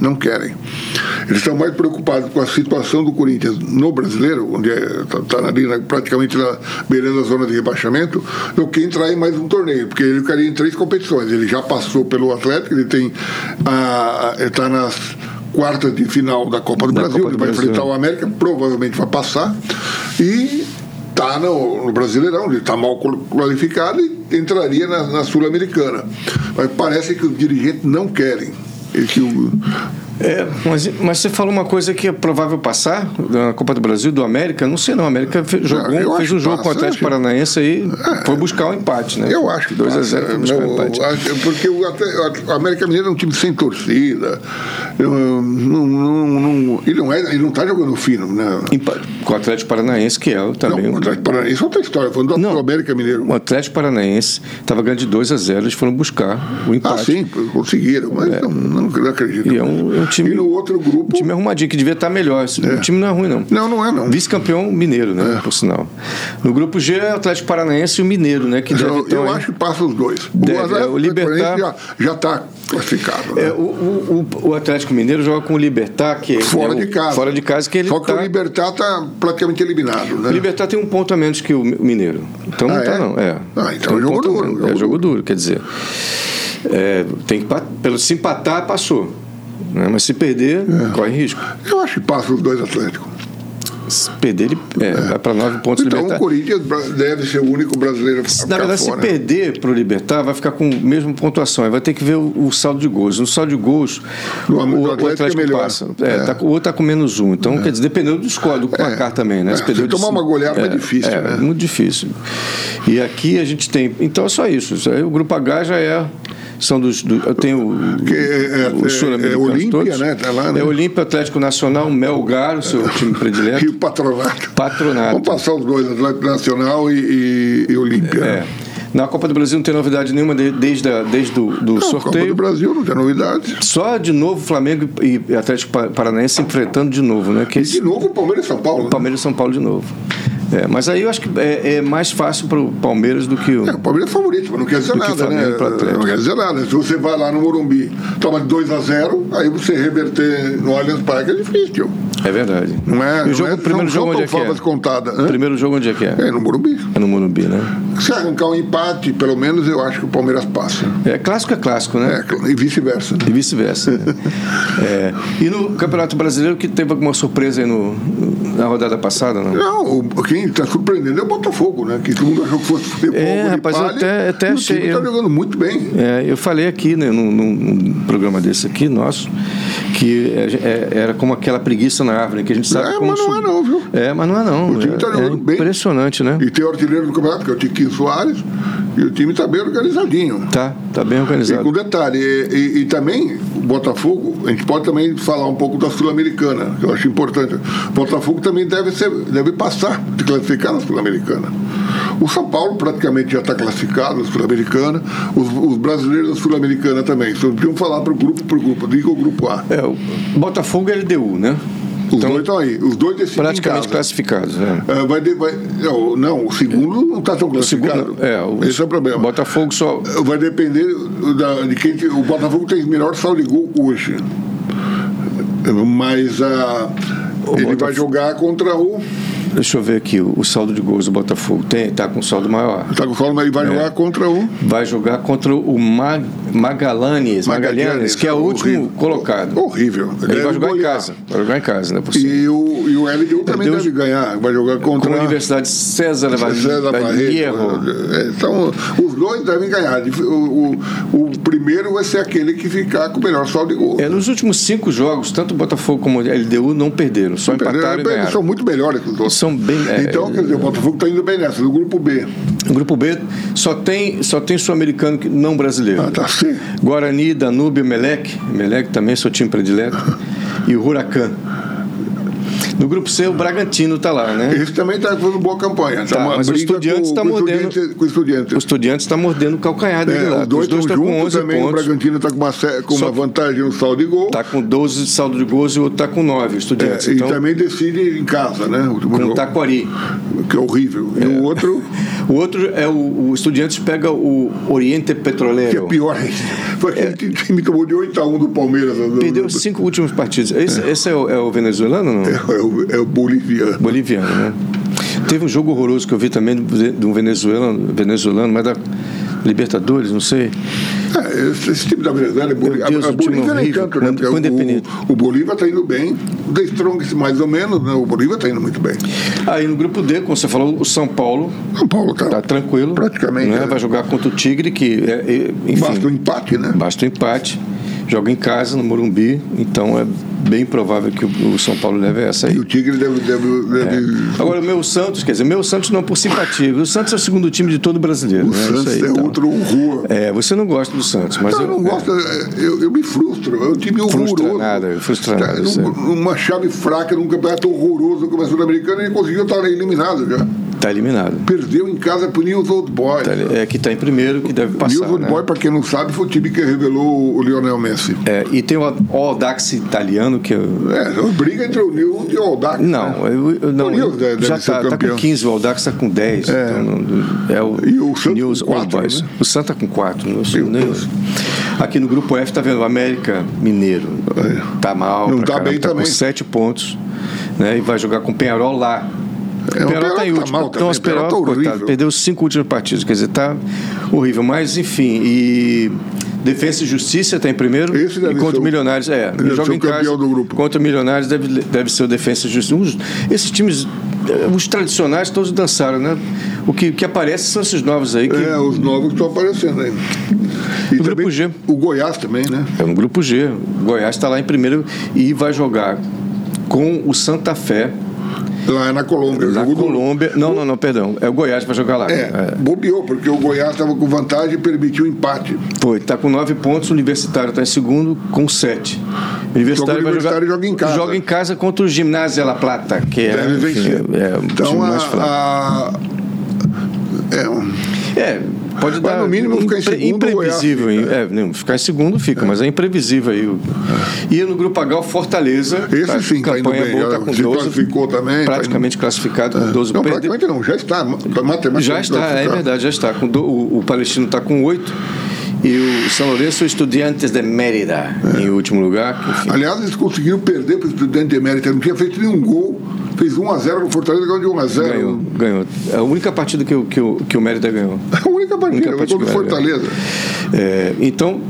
B: Não querem. Eles estão mais preocupados com a situação do Corinthians no brasileiro, onde está ali na- praticamente na beirando a zona de rebaixamento, do que entrar em mais um torneio, porque ele ficaria em três competições. Ele já passou pelo Atlético, ele tem está tá nas quartas de final da Copa do
A: Da
B: Brasil,
A: Copa do
B: ele vai
A: Brasil.
B: enfrentar o América, provavelmente vai passar. E está no, no Brasileirão, ele está mal qual- qualificado e entraria na, na Sul-Americana. Mas parece que os dirigentes não querem. E que o-
A: É, mas, mas você falou uma coisa que é provável passar na Copa do Brasil, do América? Não sei não, o América fe- jogou,
B: eu
A: fez
B: acho
A: um jogo
B: que
A: com o
B: passa,
A: Atlético
B: eu acho.
A: Paranaense aí, foi buscar o empate, né?
B: Eu acho que
A: 2 a
B: passa.
A: 0 foi buscar o
B: Não,
A: empate.
B: é acho- Porque o, Atle- o América Mineiro é um time sem torcida. Eu, não, não, não- ele não é, ele não está jogando fino, né?
A: Empa- Com o Atlético Paranaense, que é
B: Não,
A: também
B: o
A: um
B: Atlético Paranaense é outra história, falando do
A: Não. Um
B: América Mineiro.
A: O Atlético Paranaense estava ganhando de 2 a 0 eles foram buscar o
B: Ah,
A: empate. É.
B: sim, conseguiram, mas não, não- não acredito.
A: E é um- é um time-
B: E no outro
A: O
B: grupo.
A: time arrumadinho, que devia estar melhor. Esse- O time não é ruim, não.
B: Não, não é, não. É.
A: Vice-campeão mineiro, né? Por sinal. No grupo G é o Atlético Paranaense e o Mineiro, né? Que deve
B: Eu,
A: então,
B: eu
A: hein?
B: acho que passa os dois.
A: Deve,
B: Atlético
A: é, o Libertar-
B: Paranaense já está classificado. né?
A: É, o, o, o- o Atlético Mineiro joga com o Libertar, que é
B: fora
A: o-
B: de casa.
A: Fora de casa, que ele
B: Só que
A: tá-
B: o Libertar está praticamente eliminado.
A: O
B: Né?
A: Libertar tem um ponto a menos que o Mi- Mineiro. Então não
B: Ah,
A: tá,
B: é?
A: não. É.
B: Ah, então
A: Tem
B: é jogo
A: ponto a
B: duro,
A: menos.
B: jogo
A: É jogo duro, quer dizer. É, tem que, pa- pelo, se empatar, passou. né? Mas se perder,
B: É.
A: corre risco.
B: Eu acho que passa os dois Atléticos.
A: Se perder, ele é, vai para nove pontos
B: Então
A: Libertar.
B: o Corinthians bra- deve ser o único brasileiro a
A: Na
B: ficar
A: verdade, se
B: fora.
A: perder para o Libertar, vai ficar com a mesma pontuação. Aí vai ter que ver o, o saldo de gols. No saldo de gols,
B: Do-
A: o,
B: do
A: o
B: Atlético é
A: Atlético
B: melhor.
A: passa. É,
B: É.
A: tá com- o outro está com menos um. Então, quer dizer, dependendo do score, do placar também. Né?
B: É, se
A: perder de
B: tomar
A: cinco-
B: uma goleada, é difícil,
A: É,
B: né?
A: muito difícil. E aqui a gente tem... Então, é só isso. Isso aí, O Grupo H já é... São dos, do, eu tenho o-
B: Que é- é-
A: os
B: é-
A: sul-americanos
B: é Olímpia,
A: todos.
B: né? Tá lá, né?
A: É Olímpia, Atlético Nacional, Melgar, o seu time
B: E
A: predileto.
B: o Patronato.
A: [laughs] Patronato.
B: Vamos passar os dois, Atlético Nacional e, e, e Olímpia.
A: É. Na Copa do Brasil não tem novidade nenhuma de- desde, a- desde o do
B: Não, Copa
A: sorteio.
B: do Brasil não tem novidade.
A: Só de novo Flamengo e e Atlético Pa- Paranaense se enfrentando de novo, né? Que
B: E de
A: esse
B: novo o Palmeiras e São Paulo. né?
A: Palmeiras e São Paulo de novo. É, mas aí eu acho que é, é mais fácil para o Palmeiras do que o.
B: É, o Palmeiras é favorito, mas não quer dizer
A: Do que
B: nada, né?
A: Flamengo pro Atlético.
B: Não quer dizer nada. Se você vai lá no Morumbi, toma 2 a 0 aí você reverter no Allianz Parque é difícil.
A: É verdade.
B: Não é?
A: E o
B: não
A: jogo-
B: é,
A: o primeiro
B: não
A: jogo
B: são
A: onde
B: tão
A: é que é?
B: favas contadas.
A: O
B: Hã?
A: primeiro jogo onde é que é?
B: É, no Morumbi.
A: É no Morumbi, né?
B: Se arrancar um empate, pelo menos eu acho que o Palmeiras passa.
A: É clássico é clássico, né?
B: É, claro, e vice-versa. né?
A: E vice-versa.
B: [laughs]
A: né? É, E no Campeonato Brasileiro, que teve alguma surpresa aí no, na rodada passada, não?
B: Não, o- quem está surpreendendo é o Botafogo, né? Que todo mundo achou que fosse futebol
A: É,
B: de
A: rapaz, eu
B: palha,
A: até- até
B: e o
A: achei,
B: time
A: eu-
B: está jogando muito bem.
A: É, eu falei aqui, né, num, num- num programa desse aqui, nosso, que é- é- era como aquela preguiça na árvore, que a gente sabe
B: É,
A: como
B: mas não
A: sub-
B: é não, viu?
A: É, mas não é não.
B: O time
A: é,
B: tá
A: é
B: jogando bem.
A: impressionante, né?
B: E tem o artilheiro do campeonato, que é o Tiquinho Soares, e o time está bem organizadinho.
A: Tá, tá bem
B: E com
A: organizado.
B: detalhe, e, e- e também o Botafogo, a gente pode também falar um pouco da Sul-Americana, que eu acho importante. O Botafogo também deve, ser, deve passar, se classificar na Sul-Americana. O São Paulo praticamente já está classificado na Sul-Americana, os, os brasileiros da Sul-Americana também. Só precisam falar para o grupo por grupo, diga o grupo A.
A: É, o Botafogo e LDU, né?
B: Os dois estão aí, os dois decidem
A: Praticamente
B: em casa.
A: classificados, né?
B: É, vai, de- vai- não, não, o segundo não está tão classificado.
A: Segundo, é, o,
B: Esse é o problema.
A: Botafogo só.
B: Vai depender da- de quem. te- O Botafogo tem melhor saldo de gol hoje. Mas a,
A: O
B: Ele vai
A: Botafogo-
B: jogar contra o.
A: Deixa eu ver aqui o, o saldo de gols do Botafogo. Tem, tá com saldo maior.
B: Tá com fome, mas ele
A: É.
B: vai jogar contra o.
A: Vai jogar contra o Ma- Magalanes, Magalhães, que é o último
B: Horrível.
A: colocado.
B: Horrível.
A: Ele vai
B: Deve
A: jogar em
B: golear.
A: casa. Vai jogar em casa, né? Por cima.
B: E o, e o LDU também
A: Deus-
B: deve ganhar. Vai jogar
A: Com a
B: contra
A: Universidade César
B: César
A: Barreiro.
B: Barreto. É, Então, os dois devem ganhar. O, o, o primeiro vai ser aquele que ficar com o melhor saldo de gol.
A: É, nos últimos cinco jogos, tanto o Botafogo como o LDU não perderam, só empataram e
B: Eles são
A: ganharam.
B: muito melhores que os outros.
A: São bem. é,
B: Então, quer dizer, o Botafogo está indo bem nessa, do grupo B.
A: O grupo B só tem, só tem sul-americano que- não brasileiro.
B: Ah, tá sim.
A: Guarani, Danúbio, Melec. Melec também é seu time predileto. E o Huracan. No grupo C, o Bragantino está lá, né?
B: Esse também está fazendo boa campanha. Está
A: Tá,
B: uma
A: mas o
B: briga
A: Estudiantes
B: com,
A: tá
B: com o
A: mordendo.
B: Estudiantes- Com o
A: O
B: Estudiantes.
A: Estudiantes está mordendo o calcanhar dele
B: É,
A: lá.
B: os dois
A: Os dois
B: estão
A: estão com
B: juntos
A: 11
B: também. O
A: pontos.
B: Bragantino está com, uma sé- com
A: Só-
B: uma vantagem no saldo de gol.
A: Está com 12 de saldo de gols e o outro está com 9. O Estudiantes.
B: É,
A: então, tá.
B: e também decide em casa, né? O
A: com o
B: jogo,
A: Taquari.
B: Que é horrível. E
A: [laughs]
B: o outro,
A: O outro é o, o Estudiantes pega o Oriente
B: que é
A: Petroleiro.
B: pior ainda. Foi aquele time que me tomou de 8 a 1 do Palmeiras. né? Do-
A: É. Perdeu
B: do-
A: os cinco últimos partidos. Esse, esse é, o, é o venezuelano ou não?
B: É o, é o boliviano.
A: Boliviano, né? Teve um jogo horroroso que eu vi também de de um venezuelano, venezuelano mas da Libertadores, não sei.
B: É, esse, esse time da Venezuela é boli-
A: Meu Deus,
B: a, a
A: o time
B: Bolívia nem
A: horrível.
B: tanto, né?
A: Quando-
B: Porque
A: quando é penido.
B: o, o, o Bolívia está indo bem. O The Strongest mais ou menos, né? O Bolívia está indo muito bem.
A: Aí no grupo D, como você falou, o São Paulo
B: São Paulo está
A: tá tranquilo.
B: Praticamente,
A: Né?
B: é.
A: Vai jogar contra o Tigre, que é, é- enfim,
B: Basta um empate, né?
A: basta o empate. Joga em casa, no Morumbi, então é bem provável que o, o São Paulo leve essa
B: E
A: aí.
B: o Tigre deve. deve, deve-
A: Agora, o meu Santos, quer dizer, o meu Santos não por simpatia. O Santos é o segundo time de todo brasileiro.
B: O
A: né?
B: Santos
A: Isso aí,
B: é
A: então.
B: outro horror.
A: É, você não gosta do Santos, mas é.
B: Não, eu não gosto, é, eu, eu me frustro. É um time
A: Frustra
B: horroroso.
A: nada, frustra
B: Tá,
A: nada, é.
B: num-
A: sério.
B: Uma chave fraca num campeonato horroroso do Campeonato Sul-Americano ele conseguiu estar eliminado já.
A: Está tá eliminado.
B: Perdeu em casa pro News Old Boys.
A: Tá ele- É que está em primeiro, que deve
B: News
A: passar.
B: Old
A: Né?
B: Boy, pra quem não sabe, foi o time que revelou o Lionel Messi.
A: É, e tem o Audax italiano, que. eu-
B: É, a briga entre o News e o Aldax. né?
A: Não, eu, eu não.
B: O News deve-
A: já
B: deve ser
A: está tá com
B: campeão.
A: 15, o Audax está com 10.
B: É.
A: então não- é o,
B: E o Santos com
A: News Old
B: quatro,
A: Boys.
B: né?
A: O Santa com 4.
B: Meu Deus.
A: Aqui no grupo F está vendo o América Mineiro.
B: É.
A: Tá mal.
B: Não
A: pra
B: tá
A: caramba,
B: bem
A: tá
B: também.
A: com 7 pontos. Né, e vai jogar com o Penharol lá.
B: É, o Penharol
A: tá em
B: tá
A: último.
B: mal
A: então,
B: também,
A: o
B: o Penharol
A: Penharol,
B: tá
A: coitado,
B: horrível.
A: perdeu os cinco últimos partidos. Quer dizer, tá horrível. Mas, enfim, e Defesa e Justiça está em primeiro.
B: Esse deve
A: e contra
B: ser
A: o
B: o-
A: Milionários. É,
B: deve
A: joga
B: ser o
A: em casa.
B: campeão do grupo.
A: Contra o Milionários deve, deve ser o Defesa e Justiça. Uns- esses times, eh, os tradicionais, todos dançaram, né? O que, que aparece são esses novos aí. Que,
B: É, os novos que estão aparecendo aí. E
A: O grupo
B: também
A: G.
B: O Goiás também, né?
A: É no grupo G. O Goiás está lá em primeiro e vai jogar com o Santa Fé
B: Lá é na Colômbia. o
A: na
B: jogo do-
A: Colômbia. Não, não, não, perdão. É o Goiás que vai jogar lá.
B: É, bobeou, porque o Goiás estava com vantagem e permitiu empate.
A: Foi, está com nove pontos, o Universitário está em segundo com sete. O Universitário,
B: Joga o
A: vai jogar-
B: Universitário joga em casa.
A: Joga em casa contra o Gimnasia La Plata, que é,
B: Deve
A: enfim,
B: vencer.
A: é, é um time
B: então, a,
A: mais fraco.
B: a- é, um-
A: É, pode
B: Mas
A: dar.
B: no mínimo ficar
A: impre-
B: em segundo, assim, né? o Goiás
A: imprevisível.
B: fica.
A: É, não, ficar em segundo fica, mas é imprevisível aí. o- E no Grupo H, o Fortaleza.
B: esse
A: tá-
B: sim está indo
A: campanha
B: bem.
A: boa, tá
B: já
A: com
B: se
A: 12.
B: classificou também. tá
A: Praticamente classificado com 12
B: indo- Não,
A: perde-
B: praticamente não, já está. ma- Matematicamente
A: Já está, é
B: classificado.
A: verdade, já está. Com do- o, o Palestino está com oito. E o São Lourenço Estudiantes de Mérida,
B: É.
A: em último lugar. que, enfim,
B: Aliás, eles conseguiram perder para o Estudante de América. Não tinha feito nenhum gol. Fez 1x0 no Fortaleza, ganhou de 1x0.
A: Ganhou, ganhou. É a única partida que, o- que, o- que o Mérida ganhou.
B: [laughs] A única partida,
A: Única
B: foi contra o
A: partida, né?
B: Fortaleza.
A: É, então,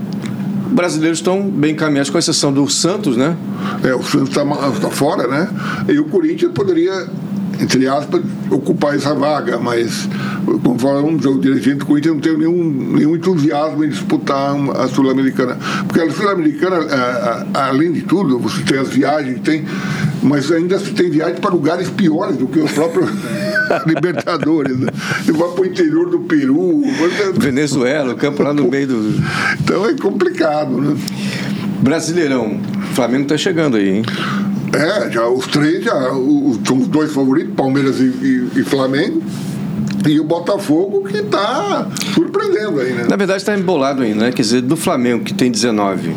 A: brasileiros estão bem encaminhados, com exceção do Santos, né?
B: É, o Santos está fora, né? E o Corinthians poderia, entre aspas, ocupar essa vaga, mas, como falamos, o dirigente do Corinthians não tem nenhum, nenhum entusiasmo em disputar uma- a Sul-Americana. Porque a Sul-Americana, a- a- além de tudo, você tem as viagens, tem, mas ainda se tem viagem para lugares piores do que o próprio [laughs] Libertadores. Né? Você vai para o interior do Peru. você-
A: Venezuela, o campo lá no meio do.
B: Então é complicado, né?
A: Brasileirão. O Flamengo está chegando aí, hein?
B: É, já, os três, já, os, são os dois favoritos, Palmeiras e, e- e Flamengo. E o Botafogo que está surpreendendo aí, né?
A: tá Na verdade, está embolado ainda, né? Quer dizer, do Flamengo, que tem 19,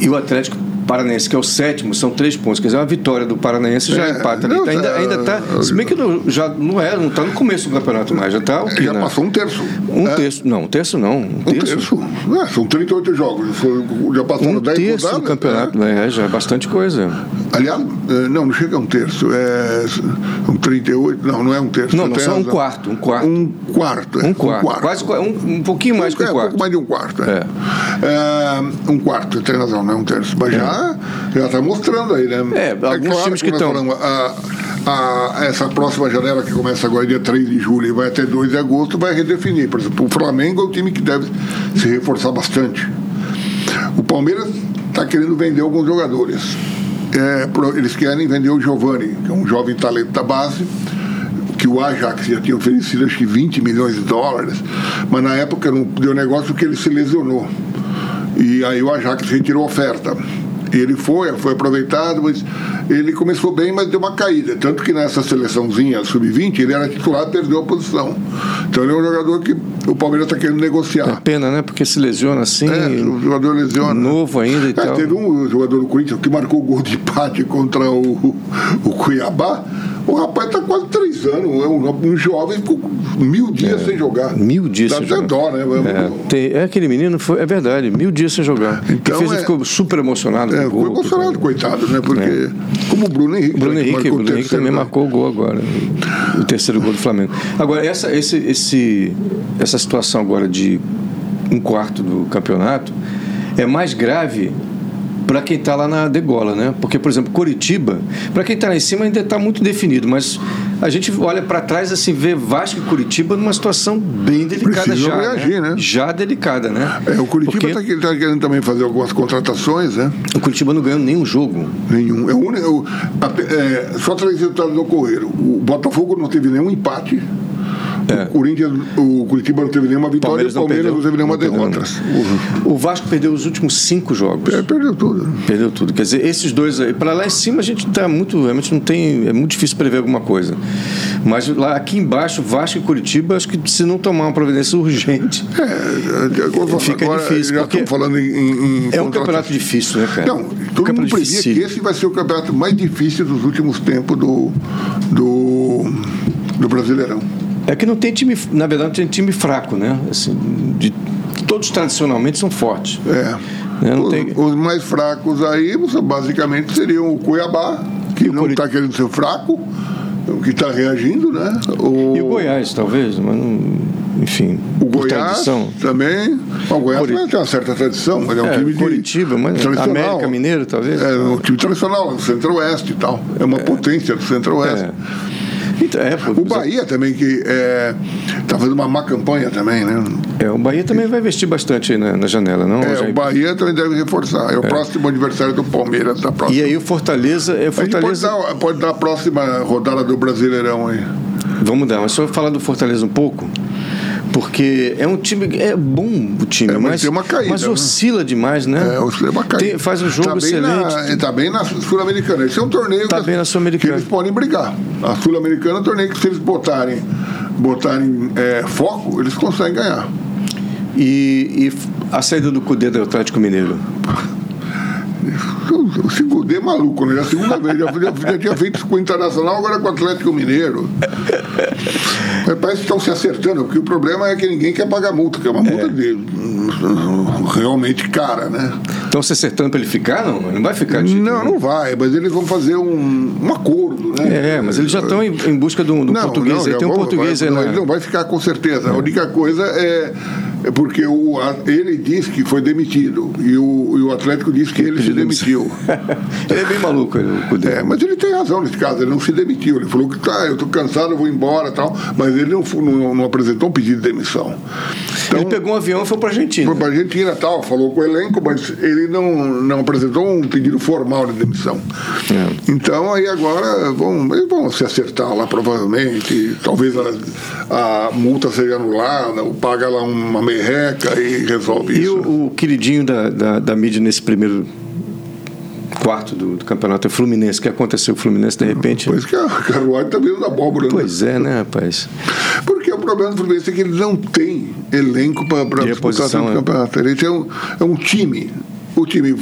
A: e o Atlético Paranense, que é o sétimo, são três pontos. Quer dizer, uma vitória do Paranaense já
B: É,
A: empata
B: não,
A: ali. Tá- ainda,
B: tá-
A: ainda tá. Se bem que não, já não é, não está no começo do campeonato mais, já está o quê,
B: Já
A: né?
B: passou um terço.
A: Um
B: É,
A: terço. Não, um terço não. Um
B: Um
A: terço.
B: terço. É, são 38 jogos. Foi- Já passaram
A: Um
B: 10
A: terço do
B: rodadas,
A: campeonato. É, já é bastante coisa.
B: Aliás, eh, não, não chega a um terço. É um 38, não, não é um terço.
A: Não,
B: você
A: não,
B: tem
A: só um
B: razão.
A: quarto, um quarto.
B: Um quarto, é.
A: Um quarto. Quase qua- um, um pouquinho mais que
B: é,
A: um
B: pouco
A: quarto.
B: mais de um quarto. É.
A: É.
B: É, um quarto, tem razão, não é um terço. Mas já já está mostrando aí, né?
A: É, alguns times que
B: nós
A: estão.
B: falamos, a- a- ah, essa próxima janela que começa agora dia 3 de julho e vai até 2 de agosto vai redefinir. Por exemplo, o Flamengo é um time que deve se reforçar bastante. O Palmeiras está querendo vender alguns jogadores. É, pro- eles querem vender o Giovani, que é um jovem talento da base, que o Ajax já tinha oferecido acho que 20 milhões de dólares, mas na época não deu negócio porque ele se lesionou. E aí o Ajax retirou a oferta. E ele foi, foi aproveitado, mas ele começou bem, mas deu uma caída. Tanto que nessa seleçãozinha sub-20, ele era titular e perdeu a posição. Então ele é um jogador que o Palmeiras está querendo
A: É
B: negociar.
A: pena, né? Porque se lesiona assim.
B: É, o
A: e-
B: jogador lesiona.
A: Novo ainda e
B: É,
A: tal.
B: teve um jogador do Corinthians que marcou o gol de empate contra o, o Cuiabá. O rapaz está quase três anos, é um, um jovem ficou mil dias sem jogar.
A: É, Mil dias
B: Dá
A: sem
B: até
A: jogar.
B: dó, né?
A: É, tem- é, aquele menino, foi, é verdade, mil dias sem jogar.
B: Então,
A: Então, fez,
B: é-
A: ele ficou super emocionado.
B: É,
A: com o
B: foi
A: gol,
B: emocionado,
A: com-
B: coitado, né? Porque. Como o Bruno Henrique.
A: Bruno
B: né, que
A: Henrique,
B: marcou o
A: Bruno Henrique
B: terceiro,
A: também
B: né?
A: marcou o gol agora, o terceiro gol do Flamengo. Agora, essa, esse, esse, essa situação agora de um quarto do campeonato é mais grave para quem está lá na degola, né? Porque, por exemplo, Coritiba, para quem está lá em cima ainda está muito definido, mas a gente olha para trás assim, vê Vasco e Curitiba numa situação bem delicada
B: Precisam
A: já,
B: reagir, né?
A: Já delicada, né?
B: É, o Curitiba
A: Porque
B: está querendo também fazer algumas contratações, né?
A: o Curitiba não ganhou nenhum jogo.
B: Nenhum. É o único, é o- a- é, só três resultados ocorreram. O Botafogo não teve nenhum empate. O, Corinthians, o Curitiba não teve nenhuma vitória
A: É. Palmeiras
B: e o
A: não
B: Palmeiras
A: perdeu.
B: não teve nenhuma
A: Não perdeu,
B: derrota.
A: O Vasco perdeu os últimos cinco jogos.
B: É, perdeu tudo.
A: Perdeu tudo. Quer dizer, esses dois aí, para lá em cima a gente está muito, realmente não tem, é muito difícil prever alguma coisa. Mas lá aqui embaixo, Vasco e Curitiba, acho que se não tomar uma providência [laughs] urgente,
B: É, é, agora,
A: Fica
B: agora
A: difícil,
B: já
A: porque
B: estamos falando em, em- em
A: é um
B: contratações.
A: campeonato difícil, né, cara?
B: Não, todo
A: campeonato
B: mundo previa
A: difícil.
B: que esse vai ser o campeonato mais difícil dos últimos tempos do, do, do Brasileirão.
A: É que não tem time, na verdade, não tem time fraco, né? Assim, de- todos tradicionalmente são fortes.
B: É.
A: Eu não
B: os,
A: tenho-
B: os mais fracos aí, você- basicamente, seriam o Cuiabá, que
A: E o
B: não
A: Curit-
B: está querendo ser fraco, que está reagindo, né? O,
A: E o Goiás, talvez, mas não, enfim,
B: o
A: por
B: Goiás
A: tradição.
B: também. O Goiás
A: Curit-
B: também tem uma certa tradição, mas é um
A: É,
B: time de.
A: Curitiba, mas
B: tradicional.
A: América Mineiro, talvez.
B: É, um time tradicional, do Centro-Oeste e tal. É uma potência do Centro-Oeste.
A: É. Então, é, pô,
B: O Bahia também, que está fazendo uma má campanha também, né?
A: é, o Bahia também vai investir bastante aí na, na janela, não?
B: É,
A: Jair?
B: o Bahia também deve reforçar. É o próximo adversário do Palmeiras da próxima.
A: E aí o Fortaleza é o
B: A gente pode
A: Fortaleza.
B: dar, pode dar a próxima rodada do Brasileirão aí. um-
A: Vamos dar, mas só falar do Fortaleza um pouco. Porque é um time. É bom o time,
B: É, mas
A: mas,
B: tem uma caída,
A: mas
B: né?
A: oscila demais, né?
B: É, o Cinema cai.
A: Tem- faz um jogo
B: tá bem
A: excelente.
B: Na, tá bem na Sul-Americana. Esse é um torneio
A: Tá
B: que,
A: bem na Sul-Americana.
B: que eles podem brigar. A Sul-Americana é um torneio que se eles botarem, botarem é, foco, eles conseguem ganhar.
A: E, e a saída do Cudê do Atlético Mineiro.
B: O Cigudê é maluco, né? É a segunda vez. Já, já- já tinha feito isso com o Internacional, agora com o Atlético Mineiro. Mas parece que estão se acertando, porque o problema é que ninguém quer pagar multa, que é uma multa de, hum, realmente cara, né?
A: Estão Então, se acertando para ele ficar? Não, ele não vai ficar. Tite,
B: Não,
A: né?
B: não vai, mas eles vão fazer um, um acordo, né?
A: É, mas eles já estão em, em busca de um, de um
B: Não,
A: português
B: não,
A: aí.
B: já
A: Tem um
B: vão-
A: português
B: vai,
A: aí
B: não,
A: lá.
B: Ele não vai ficar com certeza. A única coisa é, é porque o, a- ele diz que foi demitido e o, e o Atlético diz que ele se
A: pediu demissão. [laughs]
B: demitiu.
A: ele é bem maluco, ele, o Cudê.
B: É, mas ele tem razão nesse caso, ele não se demitiu. Ele falou que tá, eu tô cansado, eu vou embora e tal. Mas ele não, fu- não- não apresentou um pedido de demissão. Então,
A: ele pegou um avião e foi para Argentina.
B: Foi pra Argentina e tal, falou com o elenco, mas ele não, não apresentou um pedido formal de demissão.
A: É.
B: Então aí agora vão, eles vão se acertar lá provavelmente, talvez a, a multa seja anulada, ou paga lá uma merreca e resolve
A: E
B: isso.
A: o, o queridinho da, da, da mídia nesse primeiro quarto do, do campeonato é o Fluminense. O que aconteceu com o Fluminense
B: Ah,
A: de repente?
B: Por isso que a carruagem tá vindo da abóbora, né?
A: Pois é, né, rapaz?
B: Porque o problema do Fluminense é que ele não tem elenco para
A: E a
B: disputar
A: posição,
B: tanto
A: é?
B: campeonato. Ele tem um, é um time. O time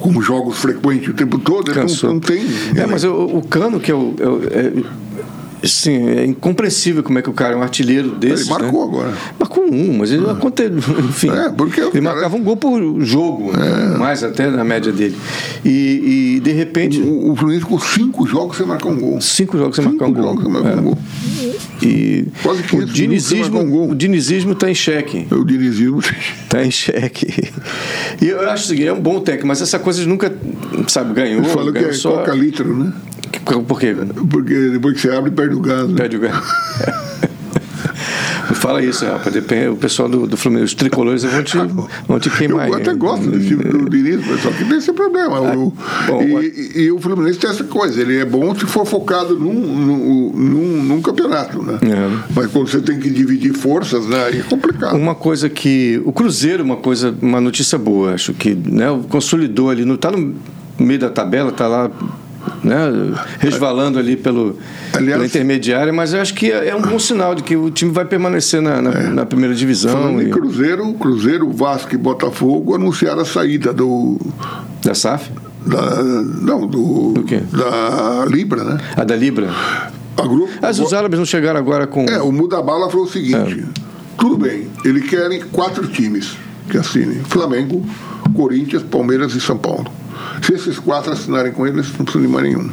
B: com jogos frequentes o tempo todo, ele não,
A: Cansou.
B: não tem.
A: É, mas o, o Cano, que é o. é o- é- sim, é incompreensível como é que o cara é um artilheiro desse.
B: Ele marcou agora.
A: Marcou um, mas ele, quanto ele- enfim.
B: É, porque o
A: ele
B: cara- É.
A: marcava um gol por jogo, né? mais até na média dele. E, e, de repente,
B: O, o Fluminense com cinco jogos sem marcar um gol.
A: cinco jogos sem
B: Cinco
A: marcar um gol.
B: jogos sem marcar um gol.
A: É. E
B: Quase
A: o
B: 500 mil sem
A: dinizismo,
B: marcar um gol.
A: o dinizismo está em xeque.
B: Eu dirigi.
A: Tá em xeque. E eu acho o seguinte, é um bom técnico, mas essa coisa de nunca, sabe, ganhou.
B: Ele falou que
A: ganhou
B: é
A: só...
B: coca-litro, né?
A: Por quê?
B: Porque depois que você abre, perde o gás. Né?
A: Perde o
B: [laughs]
A: ganho. Fala isso, rapaz. Depende, o pessoal do, do Fluminense, os tricolores, vão te, vão te
B: Ah, Eu
A: queimar. aí.
B: até gosto desse time do Diniz, mas só que tem esse problema. O-
A: é. Ah, bom,
B: e,
A: mas-
B: e- e o Fluminense tem essa coisa, ele é bom se for focado num, num, num- num campeonato, né?
A: É. Um
B: Mas quando você tem que dividir forças, né, aí é complicado.
A: Uma coisa que. O Cruzeiro, uma coisa, uma notícia boa, acho que, né? o Consolidou ali, não está no meio da tabela, está lá. Né, resvalando ali pelo,
B: Aliás-
A: pela intermediária, mas eu acho que é é um bom sinal de que o time vai permanecer na, na, na primeira divisão
B: É. Falando em
A: e,
B: Cruzeiro, Cruzeiro, Vasco e Botafogo anunciaram a saída do.
A: da SAF,
B: Da, não, do.
A: Do quê?
B: Da Libra, né?
A: a da Libra.
B: A grupo,
A: Mas os árabes não chegaram agora com.
B: É, o Mudabala falou o seguinte:
A: É.
B: tudo bem, ele querem quatro times que assinem: Flamengo, Corinthians, Palmeiras e São Paulo. Se esses quatro assinarem com eles, não precisa de mais nenhum.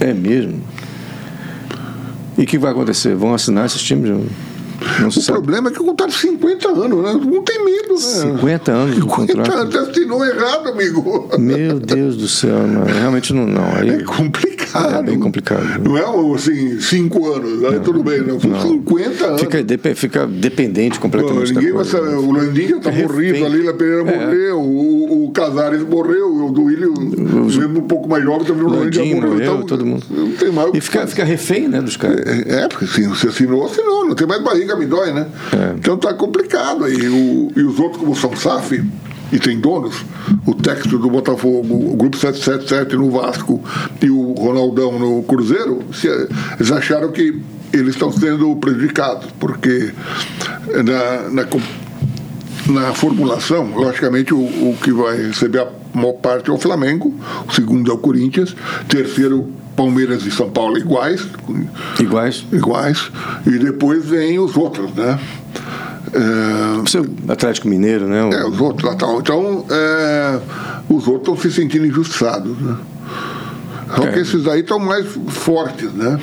A: É mesmo? E o que vai acontecer? Vão assinar esses times? Não se
B: O
A: sabe.
B: problema é que o contrato de 50 anos, né? Não tem medo, né?
A: 50 anos de
B: 50
A: contrato.
B: anos, assinou errado, amigo.
A: Meu Deus do céu, mano. Realmente não. não. Aí,
B: É complicado.
A: É bem complicado.
B: Não é um, assim, cinco anos, aí tudo bem, não. São 50 anos.
A: fica, depe- fica dependente
B: Pô,
A: completamente
B: ninguém
A: da
B: vai
A: coisa.
B: saber. O Landim já tá
A: Refém.
B: morrido, a Leila Pereira
A: É.
B: morreu, o, o Casares morreu, o Duílio, mesmo um pouco mais jovem, também o Landim já
A: Landim
B: morreu.
A: morreu,
B: então,
A: todo mundo.
B: Não tem mais. o
A: E
B: que
A: fica,
B: fazer.
A: fica refém, né, dos caras.
B: É, é, porque assim, você assinou, assinou, não tem mais barriga, me dói, né? Então tá complicado aí. O- e os outros, como são SAF e tem donos, o texto do Botafogo, o Grupo 777 no Vasco e o Ronaldão no Cruzeiro, se- eles acharam que eles estão sendo prejudicados, porque na- na com- na formulação, logicamente, o, o que vai receber a maior parte é o Flamengo, o segundo é o Corinthians, terceiro Palmeiras e São Paulo iguais, É.
A: Iguais.
B: iguais, e depois vem os outros, né? É,
A: Seu Atlético Mineiro, né? o-
B: é, os outros lá tal. Então, é, os outros estão se sentindo injustiçados, né? Só que
A: É.
B: esses aí estão mais fortes, né?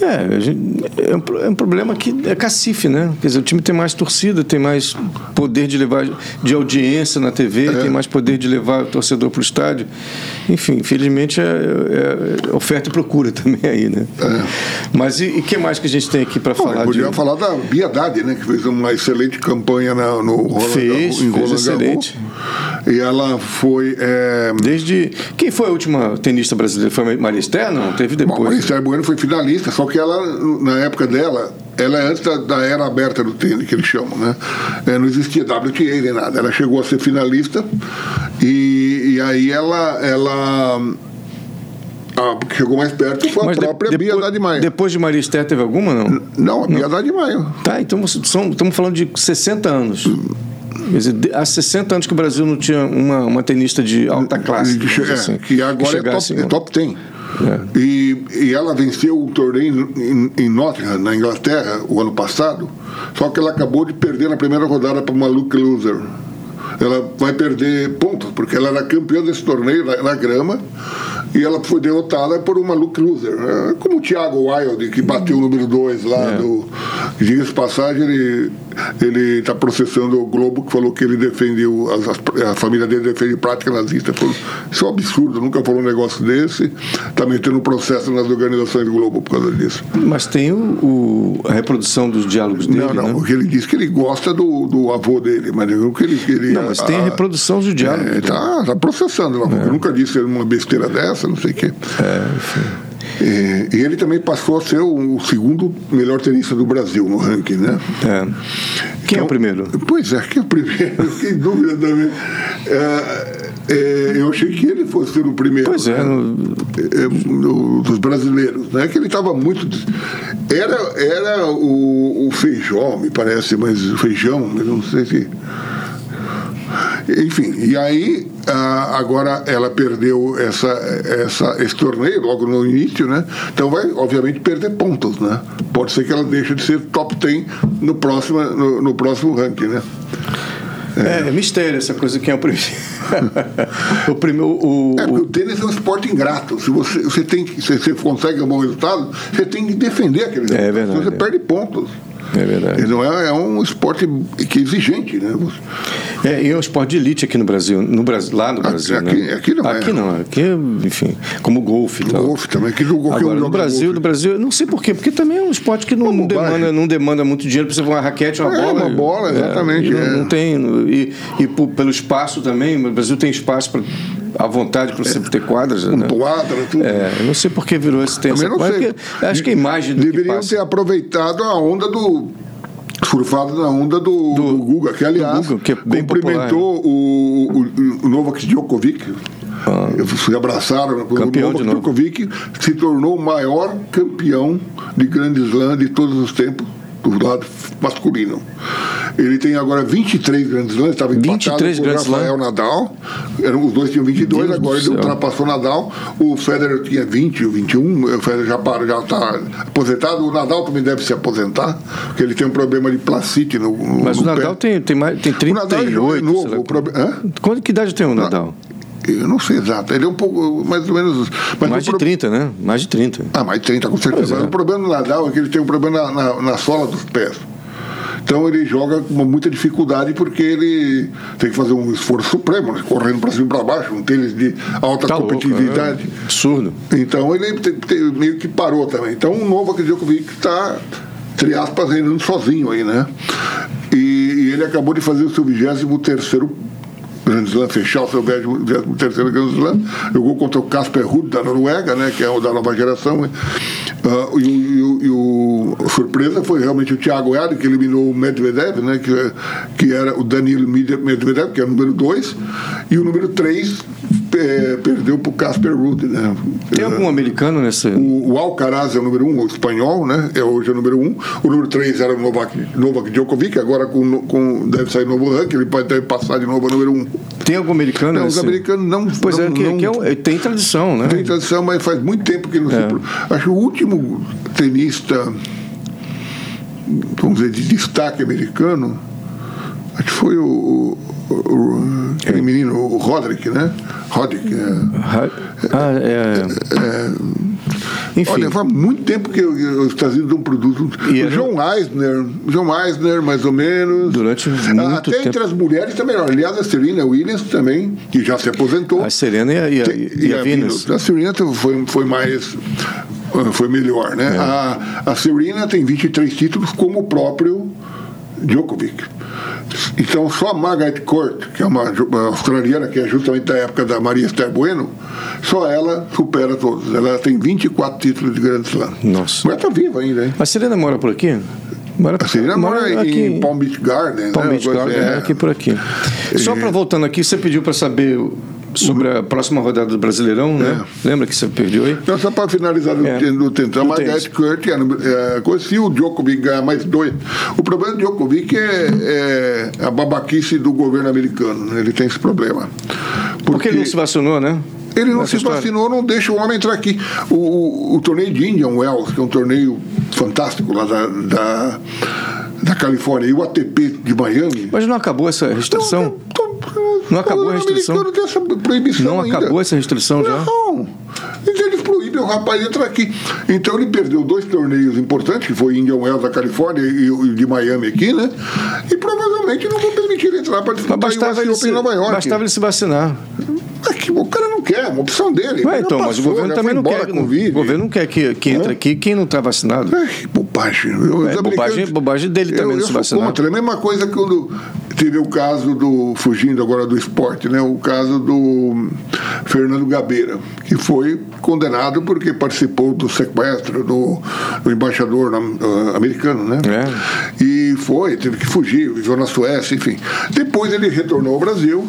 A: É, a gente- é um, pro- é um problema que é cacife, né? Quer dizer, o time tem mais torcida, tem mais poder de levar de audiência na TV,
B: É.
A: tem mais poder de levar o torcedor para o estádio. Enfim, infelizmente é, é- é oferta e procura [laughs] também aí, né?
B: É.
A: Mas e o que mais que a gente tem aqui para
B: Bom,
A: falar?
B: podia
A: de-
B: falar da Biedade, né? Que fez uma excelente campanha na- no Roland
A: Fez,
B: Garros,
A: fez
B: em Roland
A: excelente.
B: Garros. E ela foi. É,
A: Desde quem foi a última tenista brasileira? Foi Maria Esther? Não, teve
B: bom, a
A: depois.
B: Esther Bueno foi finalista, só que ela, na época dela, ela é antes da, da era aberta do tênis, que eles chamam, né? É, não existia WTA nem nada. Ela chegou a ser finalista e, e aí ela. ela a que chegou mais perto foi a
A: Mas de-
B: própria tá
A: depois-
B: Biedade Maia.
A: Depois de Maria Esther teve alguma não?
B: Não, a Biedade Maia.
A: Tá, então você- são- estamos falando de 60 anos. Quer dizer, de- há 60 anos que o Brasil não tinha uma, uma tenista de alta classe.
B: Que, che-
A: digamos
B: é,
A: assim, É.
B: que agora é,
A: chegasse-
B: top, é top 10. E, e ela venceu o torneio em, em Nottingham, na Inglaterra, o ano passado, só que ela acabou de perder na primeira rodada para uma Luke Loser. Ela vai perder pontos, porque ela era campeã desse torneio na, na grama e ela foi derrotada por uma Luke Loser. né? Como o Thiago Wilde, que bateu o número 2 lá
A: É.
B: do. Diga-se de passagem, ele ele está processando o Globo, que falou que ele defende, o- as- as- a família dele defende prática nazista. Falou, isso é um absurdo, nunca falou um negócio desse. Está metendo processo nas organizações do Globo por causa disso.
A: Mas tem o, o- a reprodução dos diálogos dele,
B: não, não,
A: né?
B: o que ele diz que ele gosta do, do avô dele, mas o que ele. Que ele
A: Não, mas tem É. a reprodução dos diálogos.
B: É,
A: dele.
B: tá, tá processando lá. Eu nunca disse uma besteira dessa, não sei o quê. É, e ele também passou a ser o, o segundo melhor tenista do Brasil no ranking, né?
A: É. Quem
B: Então,
A: é o primeiro?
B: Pois é, que é o primeiro, [laughs] eu fiquei em dúvida também. É, é, eu achei que ele fosse ser o primeiro.
A: Pois é,
B: né?
A: no-
B: É, do- dos brasileiros, né? Que ele estava muito. des- Era, era o, o feijão, me parece, mas o feijão, eu não sei se. Enfim, e aí ah, agora ela perdeu essa, essa, esse torneio logo no início, né? Então vai, obviamente, perder pontos, né? Pode ser que ela deixe de ser top 10 no próximo, no, no próximo ranking, né?
A: É, é mistério essa coisa quem é o primeiro. [laughs] o primeiro. O,
B: É, porque o tênis é um esporte ingrato. Se você, você, tem, que- se você consegue um bom resultado, você tem que defender aquele resultado. senão
A: verdade,
B: Você
A: é.
B: perde pontos.
A: É verdade.
B: E não é, é um esporte que é exigente, né? Você-
A: É, e é um esporte de elite aqui no Brasil, no Brasil lá no Brasil,
B: aqui-
A: né?
B: aqui não é.
A: Aqui não, aqui, enfim, como golfe e
B: O
A: tal.
B: golfe também, que jogou
A: Tá.
B: que
A: Agora,
B: eu
A: no Brasil, no Brasil, eu não sei porquê, porque também é um esporte que não,
B: Uma bobagem.
A: demanda, não demanda muito dinheiro para você fazer uma raquete, uma
B: É,
A: bola.
B: uma bola, exatamente,
A: e não,
B: é.
A: não tem. E, e por- pelo espaço também, o Brasil tem espaço pra, à vontade para você ter quadras. né?
B: Quadra, tudo.
A: É, eu não sei por que virou esse tempo.
B: Também não sei.
A: acho que a imagem do que
B: Deveriam
A: passa-
B: ter aproveitado a onda do. Surfado na onda do, do, Guga, que aliás
A: Guga, que é bem
B: cumprimentou o, o, o Novak Djokovic. Se abraçaram.
A: Ah. Campeão
B: o Novak
A: de novo.
B: Djokovic se tornou o maior campeão de Grande Slam de todos os tempos do lado masculino. Ele tem agora 23 grandes lãs, estava empatado
A: 23
B: com o
A: Grand Slam.
B: Rafael Nadal. Eram, os dois tinham 22,
A: Deus do
B: agora ele
A: céu.
B: ultrapassou o Nadal. O Federer tinha 20 ou 21, o Federer já está já tá aposentado. O Nadal também deve se aposentar, porque ele tem um problema de placite no, no
A: Mas o
B: no pé.
A: Nadal tem, tem, mais, tem
B: O Nadal é jovem
A: 38.
B: novo.
A: será
B: o
A: que-
B: proble- Hã?
A: Quanto que idade tem o Nadal?
B: Eu não sei exato. Ele é um pouco, mais ou menos... mas
A: Mais
B: o
A: de
B: pro-
A: 30, né? Mais de 30.
B: Ah, mais de 30, com certeza.
A: Pois é.
B: Mas o problema do Nadal é que ele tem um problema na, na, na sola dos pés. Então ele joga com muita dificuldade porque ele tem que fazer um esforço supremo, né? correndo para cima e para baixo, um tênis de alta
A: Tá louco,
B: competitividade.
A: é Absurdo.
B: Então ele te- te- meio que parou também. Então o novo aquele Djokovic está, entre aspas, reinando sozinho aí, né? E, e ele acabou de fazer o seu 23 Grande Slam, fechar o seu 23 Grande Slam, jogou contra o Casper Ruud da Noruega, né, que é o da nova geração. né? Ah, e, o- e o- e o- a surpresa foi realmente o Thiago Yard, que eliminou o Medvedev, né, que, é- que era o Danilo Medvedev, que é o número 2, e o número 3 perdeu para o Casper Ruud. Né.
A: Tem algum americano nessa.
B: O, o Alcaraz é o número um, o espanhol, né? É hoje é o número um. O número três era o Novak, Novak Djokovic, agora com, no- com, deve sair novo ranking, ele pode deve passar de novo ao número um.
A: Tem algum americano
B: Não, os
A: nesse-
B: americanos É um não.
A: Pois
B: não,
A: é, que,
B: não
A: que é um- tem tradição, né?
B: tem tradição, mas faz muito tempo que não
A: É.
B: se. pro- Acho que o último tenista, vamos dizer, de destaque americano, acho que foi o. o- o-
A: É.
B: aquele menino, o Roderick, né? Roderick, é.
A: Ah, é... Enfim,
B: É. Olha, faz muito tempo que eu- eu- os Estados Unidos não produzem.
A: E
B: o
A: era-
B: John Eisner, John Eisner, mais ou menos.
A: Durante
B: Ah,
A: muito
B: Até
A: tempo.
B: entre as mulheres também. Aliás, a Serena Williams também, que já se aposentou.
A: a Serena e a, e a,
B: Tem-
A: e a Venus.
B: A né? Serena foi, foi mais. Foi melhor, né?
A: É.
B: A, a Serena tem 23 títulos, como o próprio Djokovic. Então, só a Margaret Court, que é uma, ju- uma australiana, que é justamente da época da Maria Esther Bueno, só ela supera todos. Ela tem 24 títulos de Grand Slam.
A: Nossa.
B: Mas tá viva ainda, hein?
A: A Serena mora por aqui? Mora,
B: A Serena mora em Palm Beach Garden,
A: é Palm
B: né? É.
A: Beach
B: Agora,
A: Garden,
B: é.
A: é aqui por aqui. Só para voltando aqui, você pediu para saber sobre a próxima rodada do Brasileirão, né?
B: É.
A: Lembra que você perdeu aí?
B: Então, só para finalizar no,
A: É.
B: no tentar,
A: No
B: mas
A: tênis.
B: Gareth Kurt é, a número- é, a coisa, se o Djokovic ganhar mais dois. O problema do Djokovic é, é a babaquice do governo americano, né? ele tem esse problema.
A: Porque ele não se vacinou, né?
B: Ele não
A: Nessa
B: se
A: história.
B: vacinou, não deixa o homem entrar aqui. O, o- o torneio de Indian Wells, que é um torneio fantástico lá da, da, da Califórnia, e o ATP de Miami.
A: Mas não acabou essa restrição?
B: Então, então,
A: Não acabou a
B: o
A: restrição?
B: americano tem essa proibição
A: Não
B: Então, ainda.
A: acabou essa restrição já?
B: Não. Então eles proíbem o rapaz de entrar aqui. Então ele perdeu dois torneios importantes, que foi Indian Wells da Califórnia e o e de Miami aqui, né? E provavelmente não vão permitir ele entrar para disputar
A: Mas bastava
B: o
A: ele,
B: US
A: se,
B: Open em Nova York.
A: bastava ele se vacinar.
B: É que o cara não quer, é uma opção dele.
A: Ué,
B: Ele já
A: então, mas o
B: passou,
A: governo
B: já
A: também
B: foi
A: não quer.
B: embora
A: né?
B: com
A: O
B: Covid.
A: governo não quer que, que entre aqui quem não está vacinado.
B: Ai, que É, bobagem. Eu, os
A: É,
B: americanos-
A: bobagem- bobagem dele também
B: eu,
A: não se
B: eu sou
A: vacinar.
B: contra. É a mesma coisa que quando teve o caso do, fugindo agora do esporte, né? O caso do hum, Fernando Gabeira, que foi condenado porque participou do sequestro do, do embaixador na- ah, americano, né?
A: É.
B: E foi, teve que fugir, viveu na Suécia, enfim. Depois ele retornou ao Brasil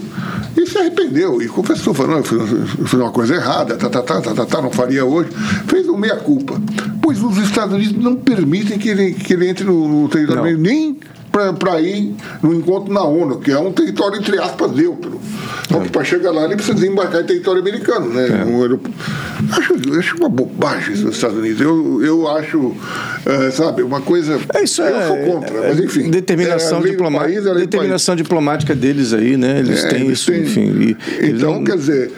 B: e se arrependeu e confessou, falou, "Não, eu fiz, eu fiz uma coisa errada, tá, tá, tá, tá, tá, tá, não faria hoje. Fez um meia-culpa. Pois os Estados Unidos não permitem que ele, que ele entre no, no território
A: Não.
B: nem para ir no encontro na ONU, que é um território, entre aspas, neutro. Só que para chegar lá ele precisa embarcar em território americano, né? Um aeroporto. Acho, acho uma bobagem isso nos Estados Unidos. Eu, eu acho, eh, sabe, uma coisa.
A: É isso
B: eu
A: é,
B: sou contra, mas enfim.
A: Determinação,
B: é a lei do
A: diploma-
B: país, é a lei do país.
A: determinação diplomática deles aí, né? Eles
B: É,
A: têm
B: eles
A: isso,
B: têm.
A: enfim. e- eles
B: então,
A: não-
B: quer dizer,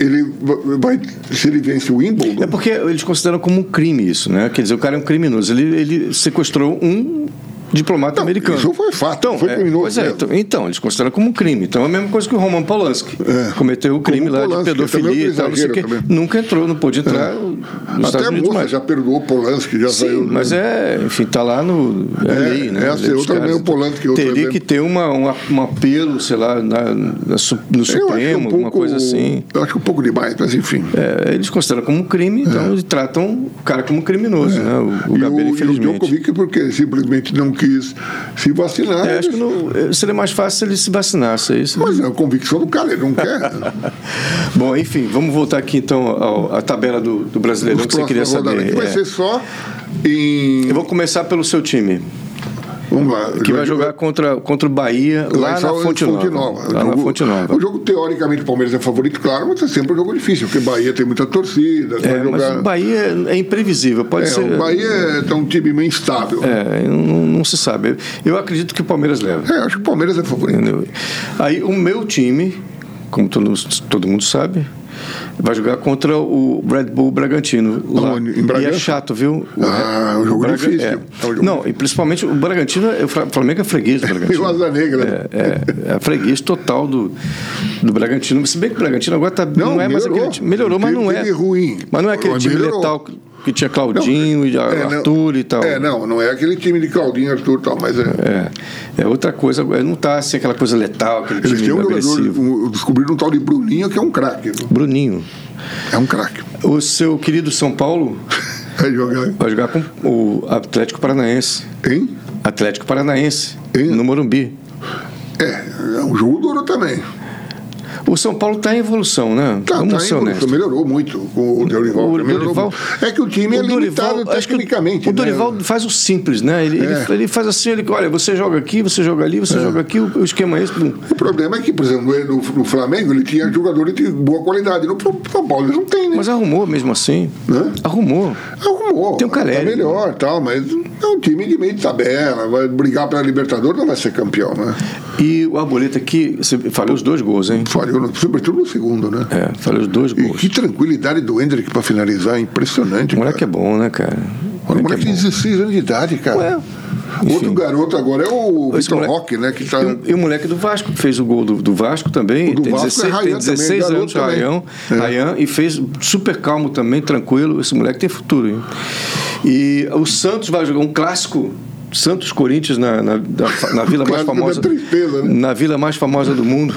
B: ele va- vai, se ele vence o Wimbledon,
A: É porque eles consideram como um crime isso, né? Quer dizer, o cara é um criminoso. Ele, ele sequestrou um diplomata
B: Não,
A: americano.
B: isso foi fato, foi criminoso
A: Pois é,
B: mesmo.
A: então, então, eles consideram como um crime. Então é a mesma coisa que o Roman Polanski.
B: É.
A: Cometeu o crime
B: Como
A: lá
B: Polanski,
A: de pedofilia
B: também é
A: e tal, não sei o quê.
B: exagero também.
A: Nunca entrou, não pôde entrar nos
B: até
A: Estados
B: a
A: Unidos
B: moça
A: mais.
B: já perdoou o Polanski, já
A: Sim,
B: saiu. né?
A: mas é, enfim, tá lá no. É,
B: É,
A: lei, né?
B: essa é
A: dos
B: outra
A: caras.
B: lei, o Polanski é outra
A: Teria
B: lei.
A: que ter uma, uma, um apelo, sei lá, na, na su- no
B: Eu acho que é
A: Supremo, alguma coisa assim.
B: Eu acho que é um pouco demais, mas enfim.
A: É, eles consideram como um crime, então eles tratam o cara como criminoso, né? O, o
B: É. e
A: Gabeira,
B: o, e o
A: infelizmente.
B: Djokovic, porque simplesmente não quis se vacinar.
A: É, acho que não- é, seria mais fácil se ele se vacinasse, é isso.
B: Mas é a convicção do cara,
A: [laughs]
B: ele não quer.
A: Bom, enfim, vamos voltar aqui então ao- à tabela do, do Brasileirão
B: Os
A: que você queria
B: próximos
A: saber.
B: rodamentos.
A: É.
B: Vai ser só em.
A: Eu vou começar pelo seu time,
B: Vamos lá.
A: que vai jogar contra, contra o Bahia lá,
B: em
A: na
B: São-
A: Fonte Nova. Lá
B: O
A: na
B: jogo-
A: Fonte
B: O
A: Nova.
B: jogo, teoricamente, o Palmeiras é favorito, claro, mas é sempre um jogo difícil, porque Bahia tem muita torcida.
A: É,
B: vai jogar...
A: mas o Bahia é imprevisível, pode
B: É,
A: ser.
B: o Bahia é tá um time meio instável. É.
A: É, não, não se sabe. Eu acredito que o Palmeiras leva.
B: acho que o Palmeiras é favorito.
A: Entendeu? Aí o meu time, como todo, todo mundo sabe, vai jogar contra o Red Bull Bragantino. Lá.
B: Aonde? Em
A: E é
B: Bragança?
A: chato, viu? O
B: Ah,
A: Re-
B: é um jogo
A: Braga-
B: difícil.
A: é.
B: É um jogo
A: Não, e principalmente o Bragantino, é- o Fra- Flamengo é freguês do
B: E o [laughs]
A: Bragantino.
B: Asa Negra. né?
A: É, é a freguês total do, do Bragantino. Se bem que o Bragantino agora tá, não,
B: Não,
A: é mais
B: melhorou.
A: aquele time. Melhorou, mas
B: Teve-
A: não é.
B: teve ruim.
A: Mas não é aquele
B: Mas
A: time
B: melhorou.
A: letal que tinha Claudinho e a-
B: É, não-
A: Arthur e tal.
B: É, não, não é aquele time de Claudinho, Arthur e tal, mas é.
A: É, é outra coisa, é, não tá assim aquela coisa letal, aquele
B: Eles
A: time
B: têm um
A: agressivo.
B: jogador, um, descobriram um tal de Bruninho que é um craque. viu?
A: Bruninho,
B: É um craque.
A: o seu querido São Paulo
B: Vai jogar.
A: vai jogar com o Atlético Paranaense.
B: Hein?
A: Atlético Paranaense,
B: Hein?
A: no Morumbi.
B: É, é um jogo duro também.
A: O São Paulo está em evolução, né?
B: Tá,
A: Vamos
B: tá
A: ser
B: em evolução,
A: honestos.
B: melhorou muito com o Dorival.
A: O
B: melhorou
A: Dorival-
B: muito. é que o time é
A: O Dorival-
B: limitado
A: acho que o-
B: tecnicamente.
A: O Dorival
B: né?
A: faz o simples, né? Ele, ele-
B: É.
A: ele faz assim, ele, olha, você joga aqui, você joga ali, você joga aqui, o, o esquema é esse. bum.
B: O problema é que, por exemplo, no, no Flamengo ele tinha jogadores de boa qualidade. No São Paulo ele não tem, né?
A: Mas arrumou mesmo assim.
B: Hã?
A: Arrumou.
B: Arrumou.
A: Tem o Caleri,
B: Tá
A: né?
B: melhor tal, mas é um time de meio de tabela. Vai brigar pela Libertadores, não vai ser campeão, né?
A: E o Arboleta aqui, você falou os dois gols, hein?
B: Falhou, no- sobretudo no segundo, né?
A: É, falei os dois
B: E
A: gols.
B: que tranquilidade do Hendrick pra finalizar, é impressionante.
A: O moleque é bom, né, cara?
B: cara. Olha, o moleque tem 16 anos de idade, cara.
A: Ué,
B: Outro
A: enfim.
B: garoto agora é o
A: Esse
B: Vitor
A: moleque-
B: Roque, né? Que tá...
A: E o- E o moleque do Vasco, que fez o gol do, do Vasco também.
B: O do
A: tem
B: Vasco é
A: 16,
B: Rayan
A: tem
B: também,
A: 16
B: garoto
A: anos,
B: também.
A: Rayan,
B: É.
A: Rayan, e fez super calmo também, tranquilo. Esse moleque tem futuro, hein? E o Santos vai jogar um clássico. Santos Corinthians na, na, na- na
B: [laughs]
A: vila mais
B: Clássico da
A: famosa.
B: tristeza, né?
A: Na vila mais famosa do mundo.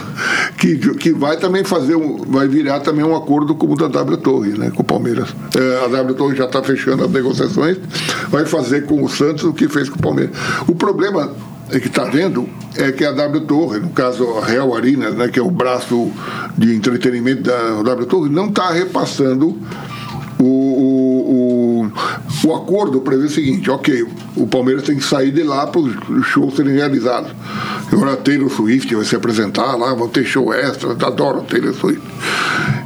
B: que, que vai também fazer um, vai virar também um acordo como o da W Torre, né, com o Palmeiras. É, a W Torre já está fechando as negociações, vai fazer com o Santos o que fez com o Palmeiras. O problema é que está vendo é que a W Torre, no caso a Real Arena, né, que é o braço de entretenimento da W Torre, não está repassando o, o, o, o acordo prevê o seguinte, ok, o Palmeiras tem que sair de lá para os shows serem realizados. Agora a Taylor Swift vai se apresentar lá, vão ter show extra, eu adoro a Taylor Swift.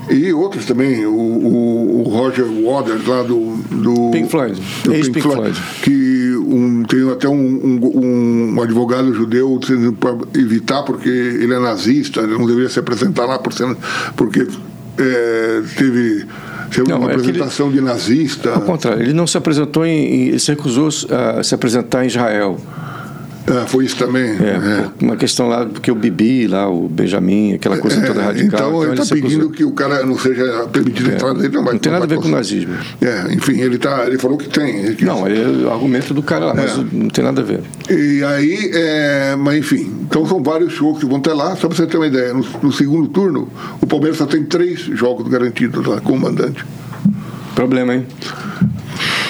B: E outros também, o, o, o Roger Waters lá do... do
A: Pink Floyd,
B: do
A: ex-Pink Floyd.
B: que um, tem até um, um- um advogado judeu dizendo para evitar porque ele é nazista, ele não deveria se apresentar lá por ser- porque é, teve, teve
A: Não,
B: uma
A: é que ele-
B: apresentação de nazista.
A: Ao contrário, ele não se apresentou em. em- Ele se recusou ah, a se apresentar em Israel.
B: Ah, foi isso também.
A: É,
B: É.
A: por uma questão lá, porque o Bibi, lá, o Benjamin, aquela coisa
B: É,
A: toda radical.
B: então ele está
A: se
B: pedindo
A: acusou.
B: que o cara não seja permitido a entrar dele. Não, vai-
A: É. Não tem nada a ver
B: vai
A: com o
B: conseguir.
A: nazismo.
B: É, enfim, ele, tá, ele falou que tem. que-
A: Não, é o argumento do cara lá, mas
B: É.
A: não tem nada a ver.
B: E aí, é, mas enfim, então são vários shows que vão ter lá, só para você ter uma ideia. No, no segundo turno, o Palmeiras só tem três jogos garantidos lá com o mandante.
A: Problema, hein?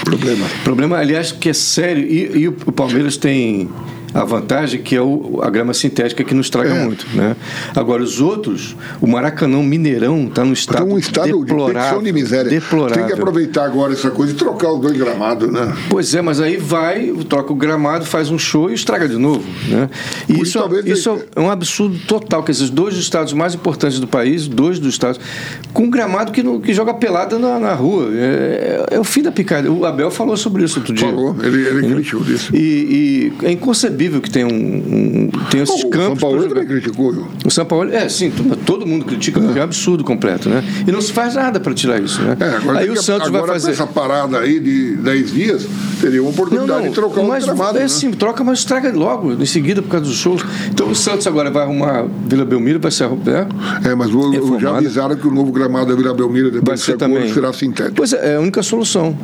B: Problema.
A: Problema, aliás, que é sério. E, e o Palmeiras tem A vantagem que é o, a grama sintética que nos traga
B: É.
A: muito. Né? Agora, os outros, o Maracanã, o Mineirão, está num
B: Está
A: estado,
B: um estado de
A: Tá deplorável.
B: petição de miséria.
A: Deplorável.
B: Tem que aproveitar agora essa coisa e trocar os dois gramados, né?
A: Pois é, mas aí vai, troca o gramado, faz um show e estraga de novo. Né? E
B: Por
A: isso,
B: talvez-
A: isso é um absurdo total, que esses dois dos estados mais importantes do país, dois dos estados, com um gramado que, não, que joga pelada na, na rua. É, é o fim da picada. O Abel falou sobre isso outro dia. Uhum.
B: Falou, ele, ele criticou disso.
A: E, e é inconcebível que tenha, um, um, tenha esses
B: Bom, o
A: campos.
B: São
A: pra
B: Paulo
A: jogar.
B: também criticou. viu?
A: O São Paulo, é, sim, to- todo mundo critica, porque é um absurdo completo, né? E não se faz nada para tirar isso, né?
B: É, agora
A: Aí
B: tem
A: o
B: que-
A: Santos vai
B: agora com
A: fazer.
B: essa parada aí de 10 dias, teria uma
A: Não,
B: oportunidade
A: não,
B: de trocar
A: mas
B: os gramados.
A: é
B: né?
A: sim, troca, mas estraga logo, em seguida, por causa dos shows. Então o Santos agora vai arrumar Vila Belmiro, vai ser né?
B: É, mas o- já
A: Reformado.
B: avisaram que o novo gramado da Vila Belmira
A: vai
B: depois de
A: ser
B: Sacouro,
A: também.
B: será sintético.
A: Pois é, é a única solução.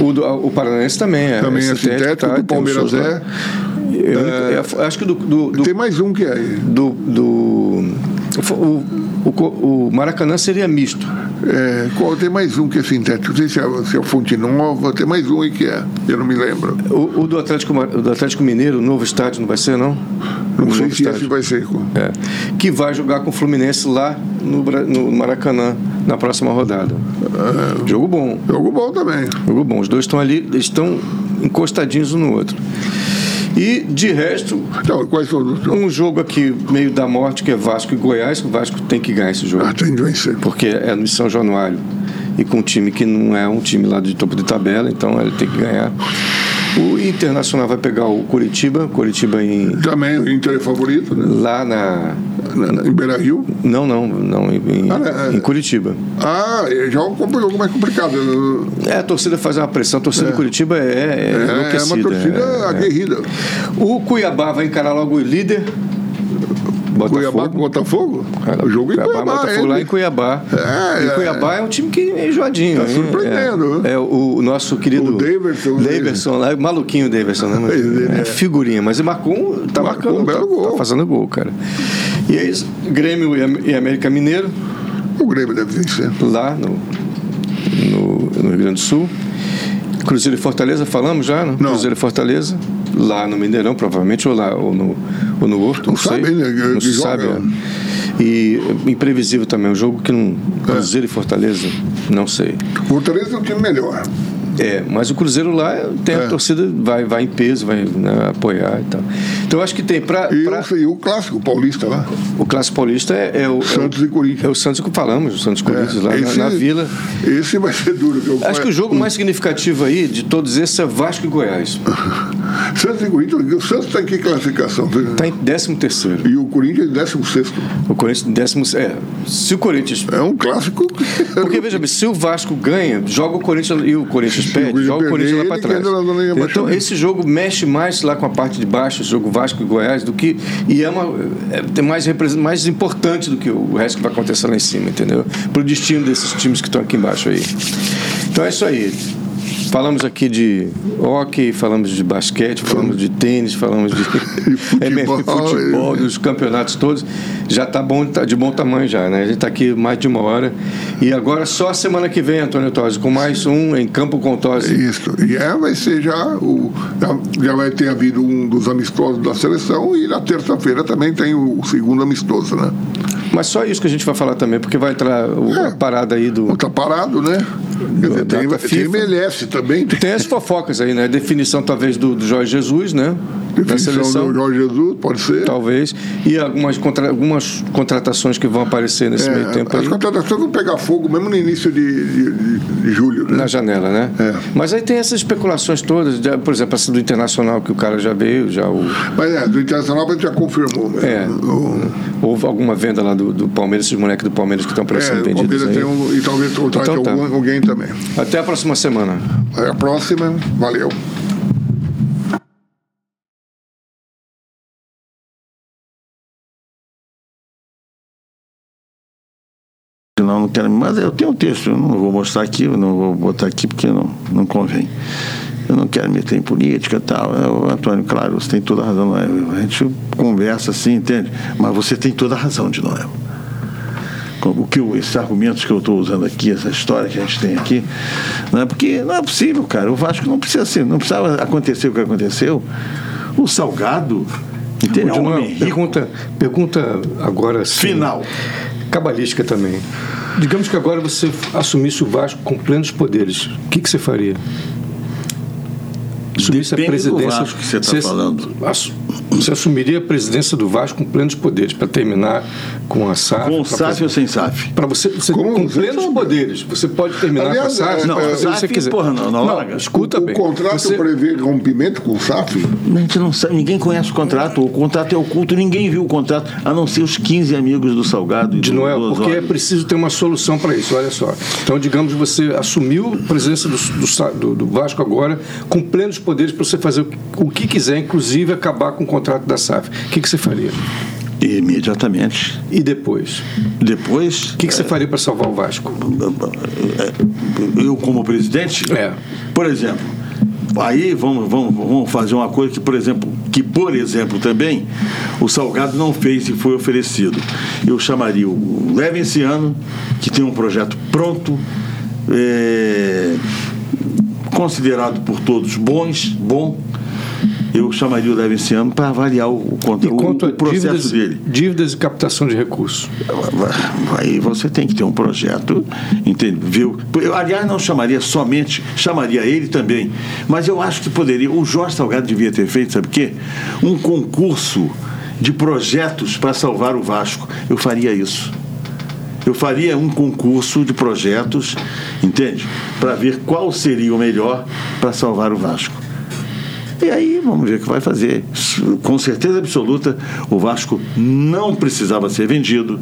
A: O, do- o Paranaense também é.
B: Também é sintético,
A: tá, tem
B: do
A: os
B: Palmeiras
A: shows lá.
B: é.
A: É a única- é a- acho que do, do, do
B: Tem mais um que é.
A: do, do o, o, o Maracanã seria misto.
B: é qual, tem mais um que é sintético. Não sei se é, se é o Fonte Nova, tem mais um aí que é. Eu não me lembro.
A: O, o do Atlético Mar- o do Atlético Mineiro, o novo estádio não vai ser não?
B: Não
A: O
B: sei
A: novo
B: se esse
A: estádio.
B: vai ser. qual.
A: É. que vai jogar com o Fluminense lá no, Bra- no Maracanã na próxima rodada.
B: É.
A: Jogo bom,
B: Jogo bom também.
A: jogo bom. Os dois estão ali, eles estão encostadinhos um no outro. E de resto,
B: Então, quais são os.
A: um jogo aqui meio da morte que é Vasco e Goiás, o Vasco tem que ganhar esse jogo.
B: Ah, tem de vencer.
A: porque é no São Januário e com um time que não é um time lá de topo de tabela, então ele tem que ganhar. O Internacional vai pegar o Curitiba, Curitiba em
B: Também o Inter é favorito, né?
A: lá na
B: Na- na- Em Beira Rio.
A: não não não em, em-
B: Ah, né, é.
A: em Curitiba.
B: Ah, é, já é um jogo mais complicado.
A: É, a torcida faz uma pressão, a torcida do Curitiba é, é,
B: É, é uma
A: enlouquecida,
B: torcida
A: é, é.
B: aguerrida.
A: O Cuiabá vai encarar logo o líder.
B: Cuiabá com
A: Botafogo.
B: Botafogo? O jogo em Cuiabá.
A: Botafogo lá
B: hein?
A: em Cuiabá.
B: É,
A: e
B: é.
A: Cuiabá é um time que é enjoadinho.
B: Tá
A: hein?
B: surpreendendo, né?
A: É, é o, o nosso querido.
B: O Daverson, né?
A: Daverson lá, maluquinho o Daverson, né? Mas,
B: Ele é.
A: é figurinha, mas ele marcou um. Tá
B: Marcou
A: marcando.
B: um belo
A: tá,
B: gol.
A: tá fazendo gol, cara. E é isso. Grêmio e Am- e América Mineiro,
B: O Grêmio deve vencer.
A: lá no, no, no Rio Grande do Sul. Cruzeiro e Fortaleza, falamos já, né?
B: Não.
A: Cruzeiro e Fortaleza, lá no Mineirão, provavelmente, ou lá ou no, ou no Horto, não,
B: Não
A: sei.
B: sabe, né? Que-
A: Não
B: que
A: se
B: joga.
A: sabe. né? E é, imprevisível também, um jogo que não. Cruzeiro e Fortaleza, não sei.
B: O Fortaleza é um time melhor.
A: É, mas o Cruzeiro lá tem
B: É.
A: a torcida, vai, vai em peso, vai né, apoiar e tal. Então eu acho que tem para.
B: E, o, e o clássico paulista lá.
A: O Clássico Paulista é, é o.
B: Santos
A: é
B: e
A: o,
B: Corinthians.
A: É o Santos que falamos, o Santos e Corinthians lá na-
B: É, Esse-
A: na vila.
B: Esse vai ser duro. que eu-
A: Acho que o jogo mais significativo aí de todos esses é Vasco e Goiás.
B: Santos e Corinthians, o Santos está em que classificação?
A: Está Tá em 13 terceiro.
B: E o Corinthians é em 16.
A: O Corinthians em décimo é, se o Corinthians
B: É um clássico.
A: porque veja bem, se o Vasco ganha, joga o Corinthians e o Corinthians
B: Se o
A: perde,
B: Corinthians
A: joga o Corinthians lá
B: perder,
A: para
B: ele
A: trás.
B: entra na linha abaixo
A: Então
B: mesmo.
A: esse jogo mexe mais lá com a parte de baixo, o jogo Vasco e Goiás, do que e é, uma, é mais represen- mais importante do que o resto que vai acontecer lá em cima, entendeu? Pro destino desses times que estão aqui embaixo aí. Então é isso aí. Falamos aqui de hockey, falamos de basquete, falamos de tênis, falamos
B: [laughs]
A: de [laughs] É
B: futebol,
A: futebol, dos campeonatos todos, já está bom, tá de bom tamanho já, né? A gente está aqui mais de uma hora. E agora só a semana que vem, Antônio Tosi, com mais um em Campo com Tosi.
B: Isso. E é, vai ser já, o, já. Já vai ter havido um dos amistosos da seleção e na terça-feira também tem o segundo amistoso, né?
A: Mas só isso que a gente vai falar também, porque vai entrar o-
B: É.
A: a parada aí do.
B: Está parado, né? Quer dizer,
A: Da-
B: tem,
A: da
B: tem
A: FIFA.
B: MLS também. Tem
A: Tem as fofocas aí, né? Definição talvez do, do Jorge Jesus, né? Da
B: definição
A: seleção. Tá,
B: do Jorge Jesus, pode ser.
A: Talvez. E algumas, contra, algumas contratações que vão aparecer nesse meio tempo
B: É, as
A: aí.
B: contratações vão pegar fogo mesmo no início de, de- de- de julho, né?
A: Na janela, né?
B: É.
A: Mas aí tem essas especulações todas, de- por exemplo, essa do Internacional que o cara já veio, já o,
B: Mas é, do Internacional já confirmou. né?
A: É.
B: O,
A: houve alguma venda lá do, do Palmeiras, esses moleques do Palmeiras que estão para
B: é,
A: ser
B: o
A: vendidos
B: Palmeiras
A: aí.
B: tem um, e talvez contrate
A: Então tá.
B: algum- alguém também.
A: Até a próxima semana.
B: Aí a próxima, valeu.
C: Não, não quero, mas eu tenho um texto, eu não vou mostrar aqui, eu não vou botar aqui porque não, não convém. Eu não quero meter em política e tal. Eu, Antônio, claro, você tem toda a razão, Noel. A gente conversa assim, entende? Mas você tem toda a razão de Noel. Com- O que eu- esses argumentos que eu estou usando aqui, essa história que a gente tem aqui, né? não é porque não é possível, cara. O Vasco não precisa ser, não precisava acontecer o que aconteceu. O Salgado, entende? É um
A: Odinão,
C: homem rico.
A: pergunta, pergunta agora sim.
C: Final.
A: Cabalística também. Digamos que agora você assumisse o Vasco com plenos poderes. O que, que você faria? Assumisse
C: Depende do Vasco que você tá falando.
A: assu- Você assumiria a presidência do Vasco com plenos poderes, para terminar com a SAF.
C: Com
A: é um pra
C: SAF
A: fazer-
C: ou sem SAF?
A: Para você, você
B: Com-
A: com plenos poderes, você pode terminar
B: Aliás, é,
A: com a SAF.
B: não,
A: fazer o que
C: SAF,
A: você quiser.
C: porra, não, não larga.
A: escuta
B: o
A: bem.
B: contrato
A: Você-
B: prevê rompimento com o SAF?
C: A gente não sabe, ninguém conhece o contrato. O contrato é oculto, ninguém viu o contrato, a não ser os 15 amigos do Salgado e
A: de
C: do
A: Noel,
C: do
A: porque é
C: Osório.
A: preciso ter uma solução para isso, olha só. Então, digamos, você assumiu a presença do, do Sa- do- do Vasco agora com plenos poderes para você fazer o que quiser, inclusive acabar com o contrato da SAF. O que, que você faria?
C: Imediatamente.
A: E depois?
C: Depois,
A: O que, que você faria para salvar o Vasco?
C: eu como presidente,
A: É.
C: por exemplo, aí vamos, vamos, vamos fazer uma coisa que, por exemplo, que por exemplo também o Salgado não fez e foi oferecido. Eu chamaria o Levenciano, que tem um projeto pronto, é, considerado por todos bons, bom. Eu chamaria o Levenciano para avaliar o, contra-
A: E quanto
C: o,
A: a
C: o processo
A: dívidas,
C: dele.
A: dívidas e captação de recursos?
C: Aí você tem que ter um projeto, entende? Viu? Eu, aliás, não chamaria somente, chamaria ele também. Mas eu acho que poderia. O Jorge Salgado devia ter feito, sabe o quê? Um concurso de projetos para salvar o Vasco. Eu faria isso. Eu faria um concurso de projetos, entende? Para ver qual seria o melhor para salvar o Vasco. E aí vamos ver o que vai fazer. Isso, Com certeza absoluta, o Vasco não precisava ser vendido,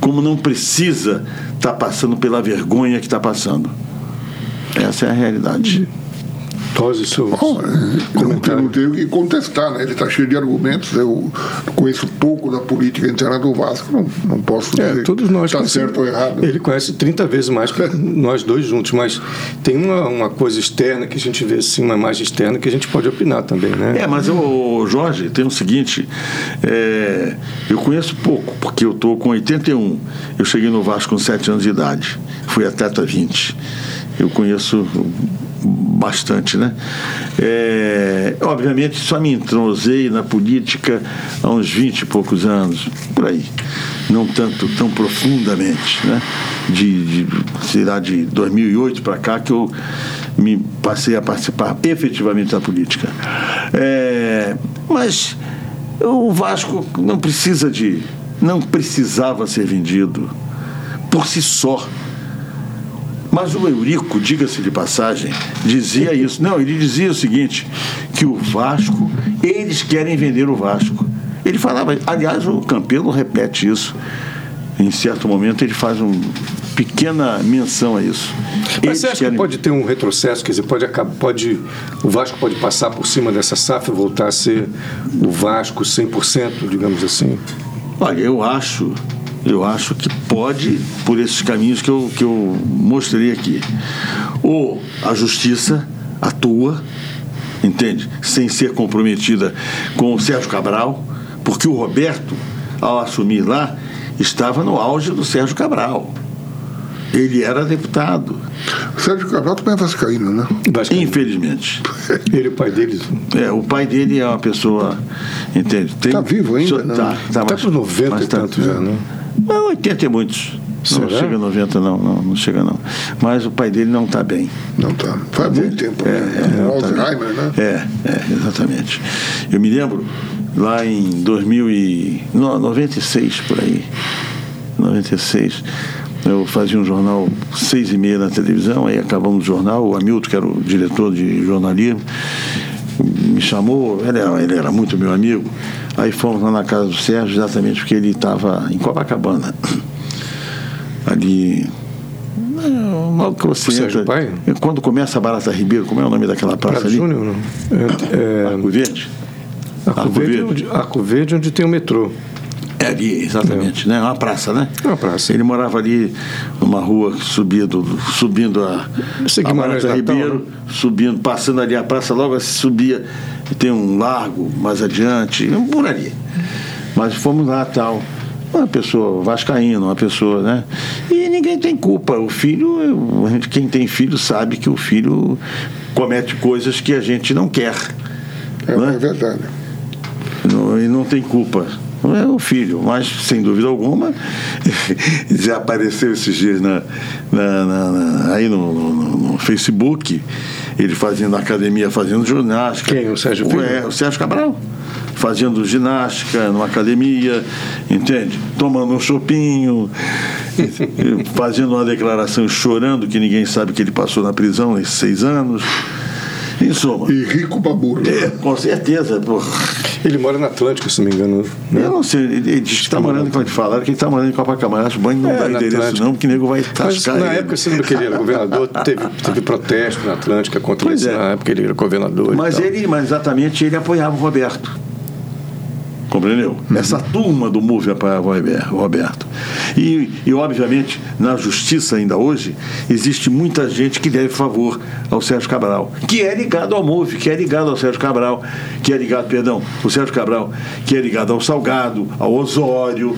C: como não precisa estar passando pela vergonha que está passando. Essa é a realidade.
A: Tose, seu
B: Bom, é, eu não tenho- não
A: comentário.
B: tenho o que contestar, né? Ele está cheio de argumentos. Eu conheço pouco da política interna do Vasco, não, não posso dizer
A: É, todos nós
B: está
A: conhecemos. É.
B: tá certo ou errado.
A: Ele conhece 30 vezes mais que nós dois juntos, mas tem uma, uma coisa externa que a gente vê, assim, uma imagem externa que a gente pode opinar também, né?
C: É, mas o Jorge tem o seguinte: é, eu conheço pouco, porque eu estou com 81. Eu cheguei no Vasco com 7 anos de idade, fui atleta 20. Eu conheço bastante, né? É, obviamente, só me entrosei na política há uns 20 e poucos anos, por aí. Não tanto, tão profundamente, né? De, de sei lá, de 2008 para cá que eu me passei a participar efetivamente da política. É, mas o Vasco não precisa de. não precisava ser vendido por si só. Mas o Eurico, diga-se de passagem, dizia isso. Não, ele dizia o seguinte: que o Vasco, eles querem vender o Vasco. Ele falava, aliás, o Campelo repete isso. Em certo momento ele faz uma pequena menção a isso.
A: Mas
C: Eles
A: você acha que
C: querem-
A: pode ter um retrocesso? Quer dizer, pode, acab- pode, o Vasco pode passar por cima dessa SAF e voltar a ser o Vasco 100%, digamos assim?
C: Olha, eu acho, eu acho que pode, por esses caminhos que eu, que eu mostrei aqui. Ou a justiça atua, entende? Sem ser comprometida com o Sérgio Cabral, porque o Roberto, ao assumir lá, estava no auge do Sérgio Cabral. Ele era deputado,
B: Sérgio Cabral também é vascaíno, né?
A: Vasco,
C: infelizmente.
A: ele e o pai dele
C: É, o pai dele é uma pessoa, entende? Tem-
B: Tá vivo ainda,
C: Só-
B: né?
C: Tá, tá,
A: está
C: mas-
A: para 90
C: mas
A: e
C: tá-
A: tanto já, né?
C: Não, 80 É, e muitos. Não
A: Será?
C: chega a 90, não, não, não chega não. Mas o pai dele não está bem.
B: Não tá. Faz muito
A: É,
B: tempo, né?
C: não tá
B: Alzheimer,
C: bem.
B: né?
C: É, é, exatamente. Eu me lembro lá em 2000 e, no- 96, por aí. 96. Eu fazia um jornal seis e meia na televisão, aí acabamos o jornal, o Hamilton, que era o diretor de jornalismo, me chamou, ele era, ele era muito meu amigo, aí fomos lá na casa do Sérgio, exatamente porque ele estava em Copacabana. Ali. Não, logo que você
A: Sérgio
C: entra.
A: Paes?
C: Quando começa a Barata Ribeiro, como é o nome daquela praça
A: Prado
C: ali?
A: Júnior, não? É,
C: Arco Verde?
A: é, Arco,
C: Arco
A: Verde, é
C: Verde.
A: onde, Arco Verde é onde tem o metrô.
C: É ali, exatamente, né? Uma praça, né?
A: É uma praça.
C: Ele morava ali numa rua que subia do- subindo a,
A: Esse
C: a
A: Guimarães
C: Barata
A: Natal,
C: Ribeiro, subindo, passando ali a praça, logo se subia, tem um largo mais adiante, por ali. Mas fomos lá tal. Uma pessoa vascaína, uma pessoa, né? E ninguém tem culpa. O filho, eu- a gente- quem tem filho sabe que o filho comete coisas que a gente não quer.
B: É,
C: né?
B: é verdade.
C: Não- e não tem culpa. Não é o filho, mas sem dúvida alguma [laughs] já apareceu esses dias na, na- na- na- aí no, no- no- no Facebook, ele fazendo academia, fazendo ginástica.
A: Quem? O Sérgio Filho?
C: É, o Sérgio Cabral. Fazendo ginástica numa academia, entende? Tomando um chopinho, [laughs] fazendo uma declaração chorando que ninguém sabe que ele passou na prisão esses seis anos. Em suma,
B: E rico pra burro.
C: é, com certeza, porra.
A: Ele mora no Atlântico, se não me engano. né?
C: Eu não sei, ele, ele diz que está morando, como ele falaram, que ele está morando em Copacabana. Acho bom que não
A: É,
C: dá
A: na
C: endereço,
A: Atlântica.
C: não, porque o nego vai
A: Mas
C: tascar.
A: na
C: ele.
A: época, se ele não queria
C: [laughs]
A: era governador, teve, teve protesto na Atlântica contra
C: Pois
A: isso.
C: é.
A: Na época ele era governador. e
C: Mas
A: tal.
C: ele, mas exatamente, ele apoiava o Roberto. Compreendeu?
A: Uhum.
C: Essa turma do MUV apoiava o Rober- o Roberto. E, e, obviamente, na justiça ainda hoje, existe muita gente que deve favor ao Sérgio Cabral, que é ligado ao MUV, que é ligado ao Sérgio Cabral, que é ligado, perdão, o Sérgio Cabral, que é ligado ao Salgado, ao Osório,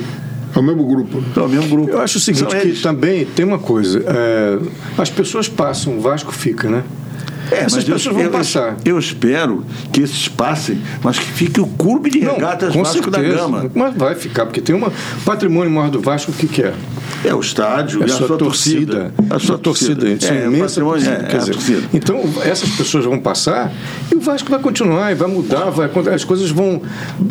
B: É o mesmo grupo.
C: é o mesmo grupo.
A: Eu acho o seguinte,
C: São
A: que
C: eles.
A: também tem uma coisa. é, as pessoas passam, o Vasco fica, né?
C: É,
A: Essas
C: mas
A: pessoas
C: eu,
A: vão
C: eu-
A: passar.
C: Eu espero que esses passem, mas que fique o clube de regatas Vasco da Gama.
A: Mas vai ficar, porque tem um patrimônio maior do Vasco, o que, que é?
C: É o estádio,
A: É
C: e a sua torcida.
A: A sua torcida. isso É,
C: É, o
A: imensa
C: patrimônio,
A: torcida,
C: é,
A: quer
C: é a
A: dizer,
C: torcida.
A: Então, essas pessoas vão passar e o Vasco vai continuar e vai mudar, vai, acon- as coisas vão.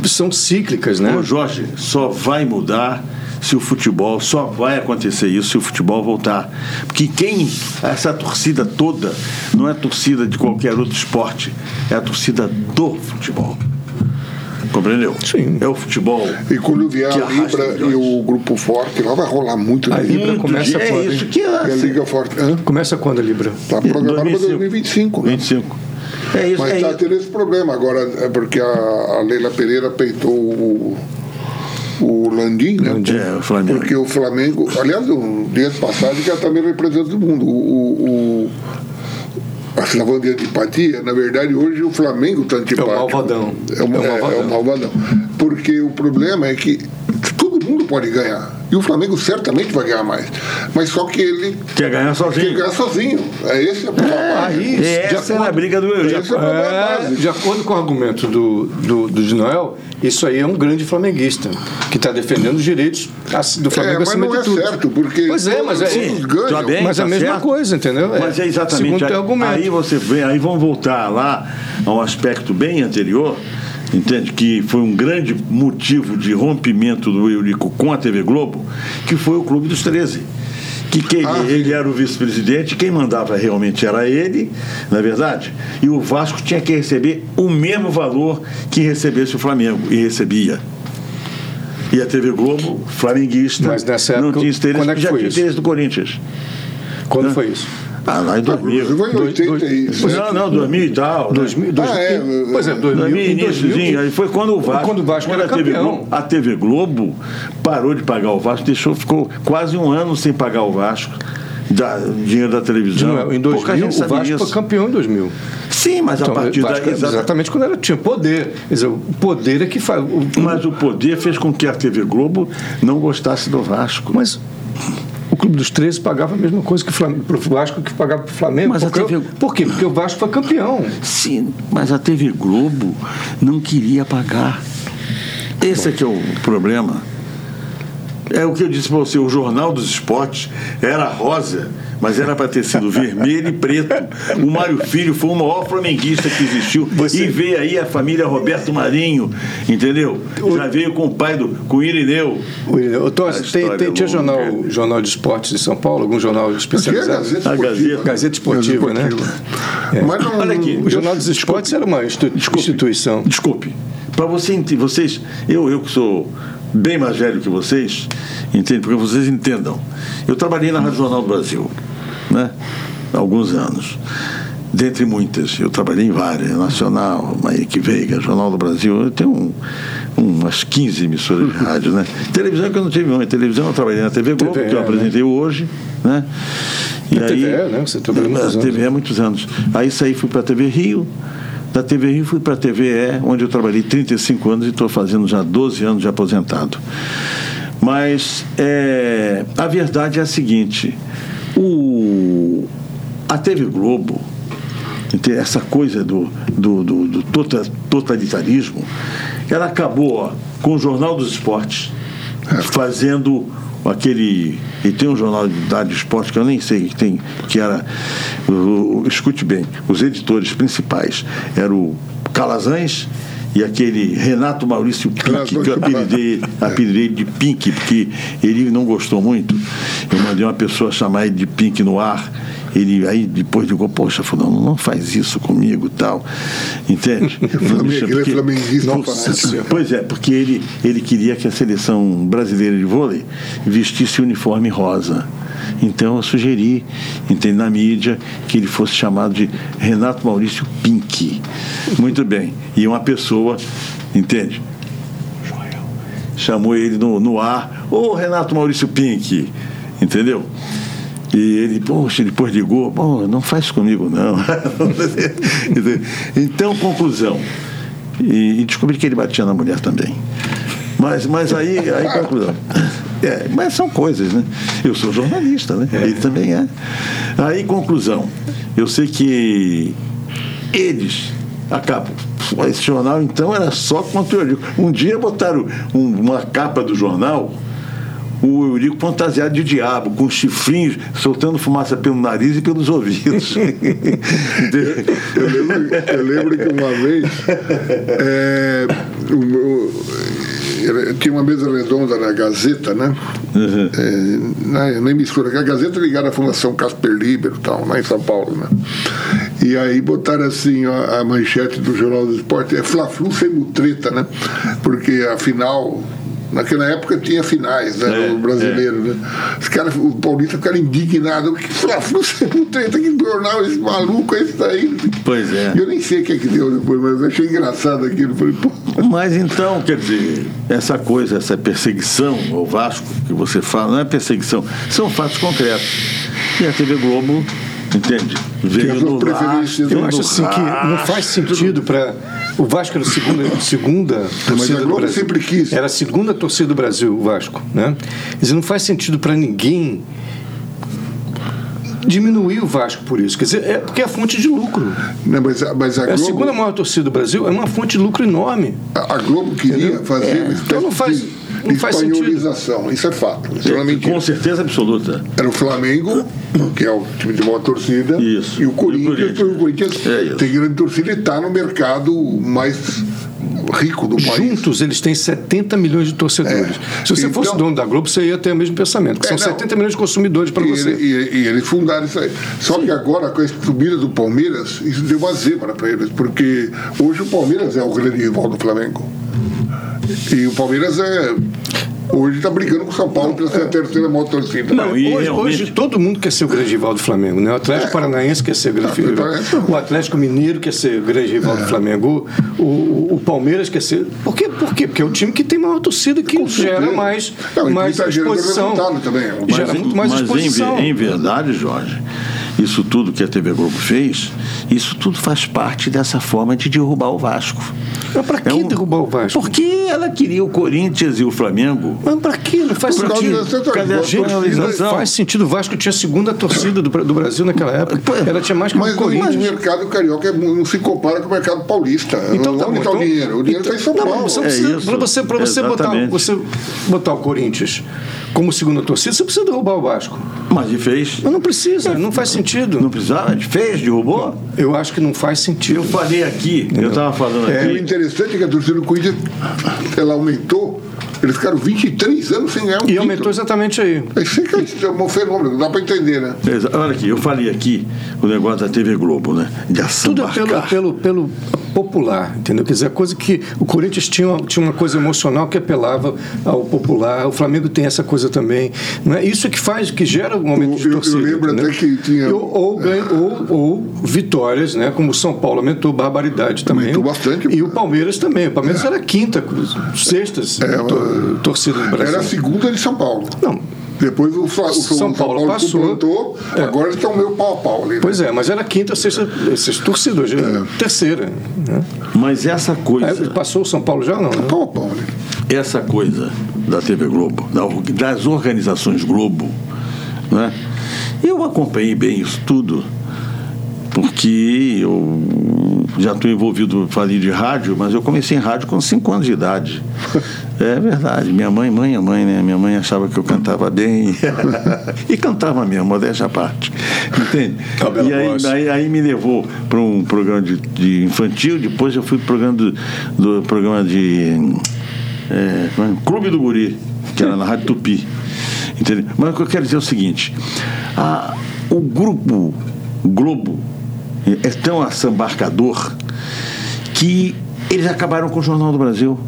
A: são cíclicas, né?
C: Ô Jorge, só vai mudar se o futebol, só vai acontecer isso se o futebol voltar. Porque quem, essa torcida toda, não é torcida de qualquer outro esporte, é a torcida do futebol. Compreendeu?
A: Sim.
C: É o futebol.
B: E quando vier
C: Que
B: a
C: arrasta
B: Libra e
C: milhões.
B: o grupo forte, lá vai rolar muito.
A: A
B: né?
A: Libra começa
C: é
A: quando?
C: isso
A: hein?
C: que é.
B: E a Liga Forte. Tá Hã?
A: Começa quando a Libra?
B: Está programado para
C: 2025.
B: 2025.
C: 25. É isso,
B: né? Mas
C: é
B: está
C: isso.
B: tendo esse problema agora, é porque a, a Leila Pereira peitou o, o Landim, né?
C: Landim, é, o Flamengo.
B: Porque o Flamengo, aliás, um dia passado que ela também representa o mundo. O, o, o, a de antipatia, na verdade, hoje o Flamengo está antipático.
A: É malvadão.
B: É
A: É o
B: o, é,
A: malvadão.
B: é o malvadão. Porque o problema é que todo mundo pode ganhar. E o Flamengo certamente vai ganhar mais. Mas só que ele
C: Quer ganhar
B: tem que
C: sozinho.
B: ganhar sozinho. É esse o problema.
A: Aí,
C: E Essa era a briga do
B: Esse é
C: Eurico.
B: o problema
A: É,
B: básico.
A: de acordo com o argumento do, do, do de Noel, isso aí é um grande flamenguista que está defendendo os direitos assim, do Flamengo
B: É, mas
A: acima
B: não
A: de
B: é
A: tudo.
B: certo, porque
A: Pois é, mas é-
B: todos
A: Sim,
B: ganham.
C: tá bem.
A: Mas é a
C: tá
A: mesma
C: certo.
A: coisa, entendeu?
C: Mas é exatamente.
A: Segundo teu argumento.
C: Aí você vê, aí vão voltar lá a um aspecto bem anterior, entende? Que foi um grande motivo de rompimento do Eurico com a TV Globo, que foi o Clube dos 13. Que quem,
B: Ah.
C: ele era o vice-presidente, quem mandava realmente era ele, na verdade, e o Vasco tinha que receber o mesmo valor que recebesse o Flamengo, e recebia. E a TV Globo, flamenguista,
A: Mas nessa
C: não
A: época,
C: tinha interesse,
A: quando é que
C: já
A: foi
C: tinha
A: isso?
C: interesse do Corinthians.
A: Quando foi isso?
C: Ah, lá em
B: Eu
C: 2000.
B: vou em 80 aí.
C: Não, não, 2000 e tal.
A: 2000,
B: Ah, é,
A: pois é, 2000,
C: 2000,
A: em 2000,
C: iníciozinho, aí foi quando o Vasco,
A: Quando o Vasco
C: quando
A: era
C: a TV
A: campeão.
C: Globo, a TV Globo parou de pagar o Vasco, deixou, ficou quase um ano sem pagar o Vasco. Da, dinheiro da televisão.
A: Não, em
C: Pouca
A: 2000,
C: gente
A: o
C: sabia
A: Vasco foi
C: isso.
A: campeão em 2000.
C: Sim, mas
A: Então,
C: a partir
A: o Vasco
C: da.
A: era
C: exata-
A: exatamente quando ela tinha poder. Quer dizer, o poder é que faz. o-
C: Mas o poder fez com que a TV Globo não gostasse do Vasco.
A: Mas o Clube dos 13 pagava a mesma coisa que o Flamengo, pro Vasco que pagava para o Flamengo.
C: Mas a
A: porque,
C: TV
A: Por quê? Porque o Vasco foi campeão.
C: Sim, mas a TV Globo não queria pagar. Esse é que é o problema. É o que eu disse para você, o Jornal dos Esportes era rosa, mas era para ter sido vermelho e preto. O Mário Filho foi o maior flamenguista que existiu.
A: Você-
C: E veio aí a família Roberto Marinho, entendeu? Já veio com o pai do com o Irineu.
A: William, eu tô-
C: A
A: tem,
C: história
A: tem, tinha
C: longa.
A: jornal, jornal de esportes de São Paulo, algum jornal
B: Porque é a
A: especializado?
B: Gazeta
C: A
B: Esportiva.
A: Gazeta Esportiva, né? É.
B: Mas não,
A: Olha aqui, o Jornal dos Esportes era uma institu- instituição.
C: Desculpe. Para você, ent- vocês, eu, eu que sou bem mais velho que vocês, entende? Porque vocês entendam. Eu trabalhei na Rádio Jornal do Brasil, né? Há alguns anos. Dentre muitas, eu trabalhei em várias, Nacional, Maique Veiga, Jornal do Brasil, eu tenho um- umas 15 emissoras de
A: [laughs]
C: rádio, né? televisão que eu não tive uma, televisão eu trabalhei na TV Globo,
A: TVE,
C: que eu
A: né?
C: apresentei hoje, né? E
A: Na TVE, né? Você trabalhou muitos
C: Na
A: anos.
C: TV há muitos anos. Aí saí, fui para a TV Rio. Da TV Rio fui para a TVE, onde eu trabalhei 35 anos e estou fazendo já 12 anos de aposentado. Mas é, a verdade é a seguinte: o, a TV Globo Entende? Essa coisa do, do, do, do tota- totalitarismo, ela acabou ó, com o Jornal dos Esportes, fazendo aquele. E tem um jornal de idade de esporte que eu nem sei que tem, que era. o- o- escute bem, os editores principais eram o Calazans e aquele Renato Maurício Pink, que eu apelidei,
B: É.
C: apelidei de Pink, porque ele não gostou muito. Eu mandei uma pessoa chamar ele de Pink no ar. Ele aí depois ligou, poxa, fulano, não faz isso comigo tal. Entende? Não me
B: Flamengo, [laughs]
C: chama,
B: ele é
C: porque-
B: flamenguista,
C: Não,
B: rapaz.
C: Senhora. Pois é, porque ele, ele queria que a seleção brasileira de vôlei vestisse uniforme rosa. Então eu sugeri, entende, na mídia, que ele fosse chamado de Renato Maurício Pink. Muito bem. E uma pessoa, entende? Joel. Chamou ele no, no ar, ô Renato Maurício Pink, entendeu? E ele, poxa, depois ligou, pô, não faz comigo não. [laughs] então, conclusão. E, e descobri que ele batia na mulher também. Mas, mas aí, aí conclusão. É, mas são coisas, né? Eu sou jornalista, né? Ele também é. Aí, conclusão. Eu sei que eles acabam. Esse jornal, então, era só contra o Eurico. Um dia botaram um- uma capa do jornal, o Eurico fantasiado de diabo, com chifrinhos, soltando fumaça pelo nariz e
A: [laughs]
C: pelos ouvidos.
B: Eu lembro, eu lembro que uma vez é, o meu- era- tinha uma mesa redonda na Gazeta, né? É, na, na emissora, que a Gazeta ligada à Fundação Casper Libero e tal, lá em São Paulo, né? E aí botaram assim a, a manchete do Jornal do Esporte, é Fla-Flu sem mutreta, né? Porque a final. Naquela época tinha finais, né?
C: É,
B: o brasileiro, né? Os caras, o paulista ficaram indignados. Que Fla-Flu sem mutreta, que jornal esse maluco, é esse daí.
C: Pois é.
B: E Eu nem sei o que é que deu depois, mas eu achei engraçado aquilo. Falei, pô,
C: Mas então, quer dizer, essa coisa, essa perseguição ao Vasco que você fala, não é perseguição, são fatos concretos. E a TV Globo, entende?
A: é um
C: Veio
B: Tem as
C: no
B: preferências,
C: lastro,
B: né?
A: Eu acho
C: no
A: assim que não faz
C: rastro.
A: sentido para. O Vasco era a segunda, segunda torcida do
B: Globo
A: Brasil. É.
B: sempre quis.
A: Era a segunda torcida do Brasil, o Vasco. Né? Quer dizer, não faz sentido para ninguém diminuir o Vasco por isso. Quer dizer, é porque é a fonte de lucro.
B: não, mas, a- mas a
A: É a
B: Globo,
A: segunda maior torcida do Brasil, é uma fonte de lucro enorme.
B: a, a Globo queria fazer
A: É.
B: uma espécie
A: Então não faz-
B: de
A: não faz sentido.
B: espanholização. Isso é fato.
A: Então
B: Isso não é mentira.
C: Com certeza absoluta.
B: Era o Flamengo, que é o time de maior torcida,
C: Isso.
B: e o Corinthians.
C: E o
B: O Corinthians,
C: É isso.
B: tem grande torcida e está no mercado mais rico do país.
A: Juntos, eles têm 70 milhões de torcedores.
B: É.
A: Se você
B: Então-
A: fosse dono da Globo, você ia ter o mesmo pensamento. que
B: É,
A: são
B: não.
A: 70 milhões de consumidores para
B: E,
A: você.
B: ele- e- e eles fundaram isso aí. Só que agora, com a subida do Palmeiras, isso deu uma zebra para eles, porque hoje o Palmeiras é o grande rival do Flamengo. E o Palmeiras é. Hoje está brigando com o São Paulo pela ser a terceira maior torcida. né?
C: Não, e
A: hoje,
C: realmente-
A: hoje todo mundo quer ser o grande rival do Flamengo, né? O Atlético
B: É.
A: Paranaense quer ser o grande rival.
B: então
A: O Atlético Mineiro quer ser o grande rival
B: É.
A: do Flamengo. O, o- o Palmeiras quer ser. Por quê? Por quê? Porque é o time que tem maior torcida que gera
B: certeza.
A: mais,
B: Não, e
A: mais
B: tá gerando
A: exposição.
B: resultado também, é uma
A: E gera muito mais
C: mas em ver-
A: exposição.
C: Em, verdade, Jorge, isso tudo que a TV Globo fez, isso tudo faz parte dessa forma de derrubar o Vasco.
A: Mas Então, pra que
C: É um-
A: derrubar o Vasco?
C: Porque ela queria o Corinthians e o Flamengo.
A: Mas pra que? Não faz
B: Por causa
A: sentido.
B: das torcidas.
A: Cadê a
B: Boa
A: gente?
C: torcida.
A: Não Faz sentido. O Vasco tinha a segunda torcida do, do Brasil naquela
C: Pô,
A: época. Ela tinha é mais que
B: Mas
A: o
B: o
A: Corinthians.
B: mercado carioca é mu- não se compara com o mercado paulista.
A: Então tá
B: Onde
A: bom.
B: está o
A: então-
B: é dinheiro? O dinheiro
A: então-
B: está em São
A: não,
B: Paulo.
A: mas você
C: É
A: precisa-
C: isso.
A: pra você, pra você, botar,
C: Exatamente.
A: você botar o Corinthians como segunda torcida, você precisa derrubar o Vasco.
C: Mas e fez.
A: Mas não precisa, não faz sentido.
C: Não precisava, fez, derrubou.
A: Eu acho que não faz sentido.
C: Eu falei aqui, eu estava falando
B: É, o
C: aqui.
B: interessante é que a torcida do Corinthians ela aumentou. Eles ficaram 23 anos sem ganhar um
A: E
B: título.
A: aumentou exatamente aí.
B: Isso que é um fenômeno, não dá para entender, né?
C: Exa- Olha aqui, eu falei aqui o negócio da TV Globo, né? De ação
A: Tudo é pelo,
C: barcar.
A: pelo, pelo popular, entendeu? Quer dizer, a coisa que. O Corinthians tinha uma, tinha uma coisa emocional que apelava ao popular, o Flamengo tem essa coisa também. não é? Isso é que faz, que gera um aumento de
B: Eu- eu
A: torcida.
B: lembro
A: entendeu?
B: até que tinha- É.
A: Eu- ou, ganho- ou, ou vitórias, né? como o São Paulo aumentou barbaridade também.
B: Aumentou bastante. É.
A: E o Palmeiras também. O Palmeiras era a quinta, cruz- sexta to- torcida do Brasil.
B: Era assim. a segunda de São Paulo.
A: Não,
B: Depois o, Fla- o
A: São
B: São
A: Paulo
B: Paulo,
A: passou.
B: suplantou,
A: É.
B: agora eles estão meio pau a pau ali. né?
A: pois é, mas era a quinta, sexta, sexta torcida, hoje é a terceira. né?
C: Mas essa
A: Aí
C: coisa,
A: Passou o São Paulo já? Não. né?
B: Pau a pau, né?
C: essa coisa da TV Globo, da or- das organizações Globo, né? Eu acompanhei bem isso tudo. porque eu já estou envolvido, falei de rádio, mas eu comecei em rádio com 5 anos
A: [laughs]
C: de idade. É verdade. Minha mãe, mãe, a mãe, né? Minha mãe achava que eu
A: [laughs]
C: cantava bem. e cantava mesmo, modéstia à parte. Entende?
A: Cabelo
C: e aí,
A: grosso.
C: aí, aí me levou para um programa de, de infantil, depois eu fui pro programa do, do programa de. é, como é? Clube do Guri, que era na Rádio Tupi. [laughs] Entendeu? Mas o que eu quero dizer é o seguinte: a- o grupo Globo é tão assambarcador que eles acabaram com o Jornal do Brasil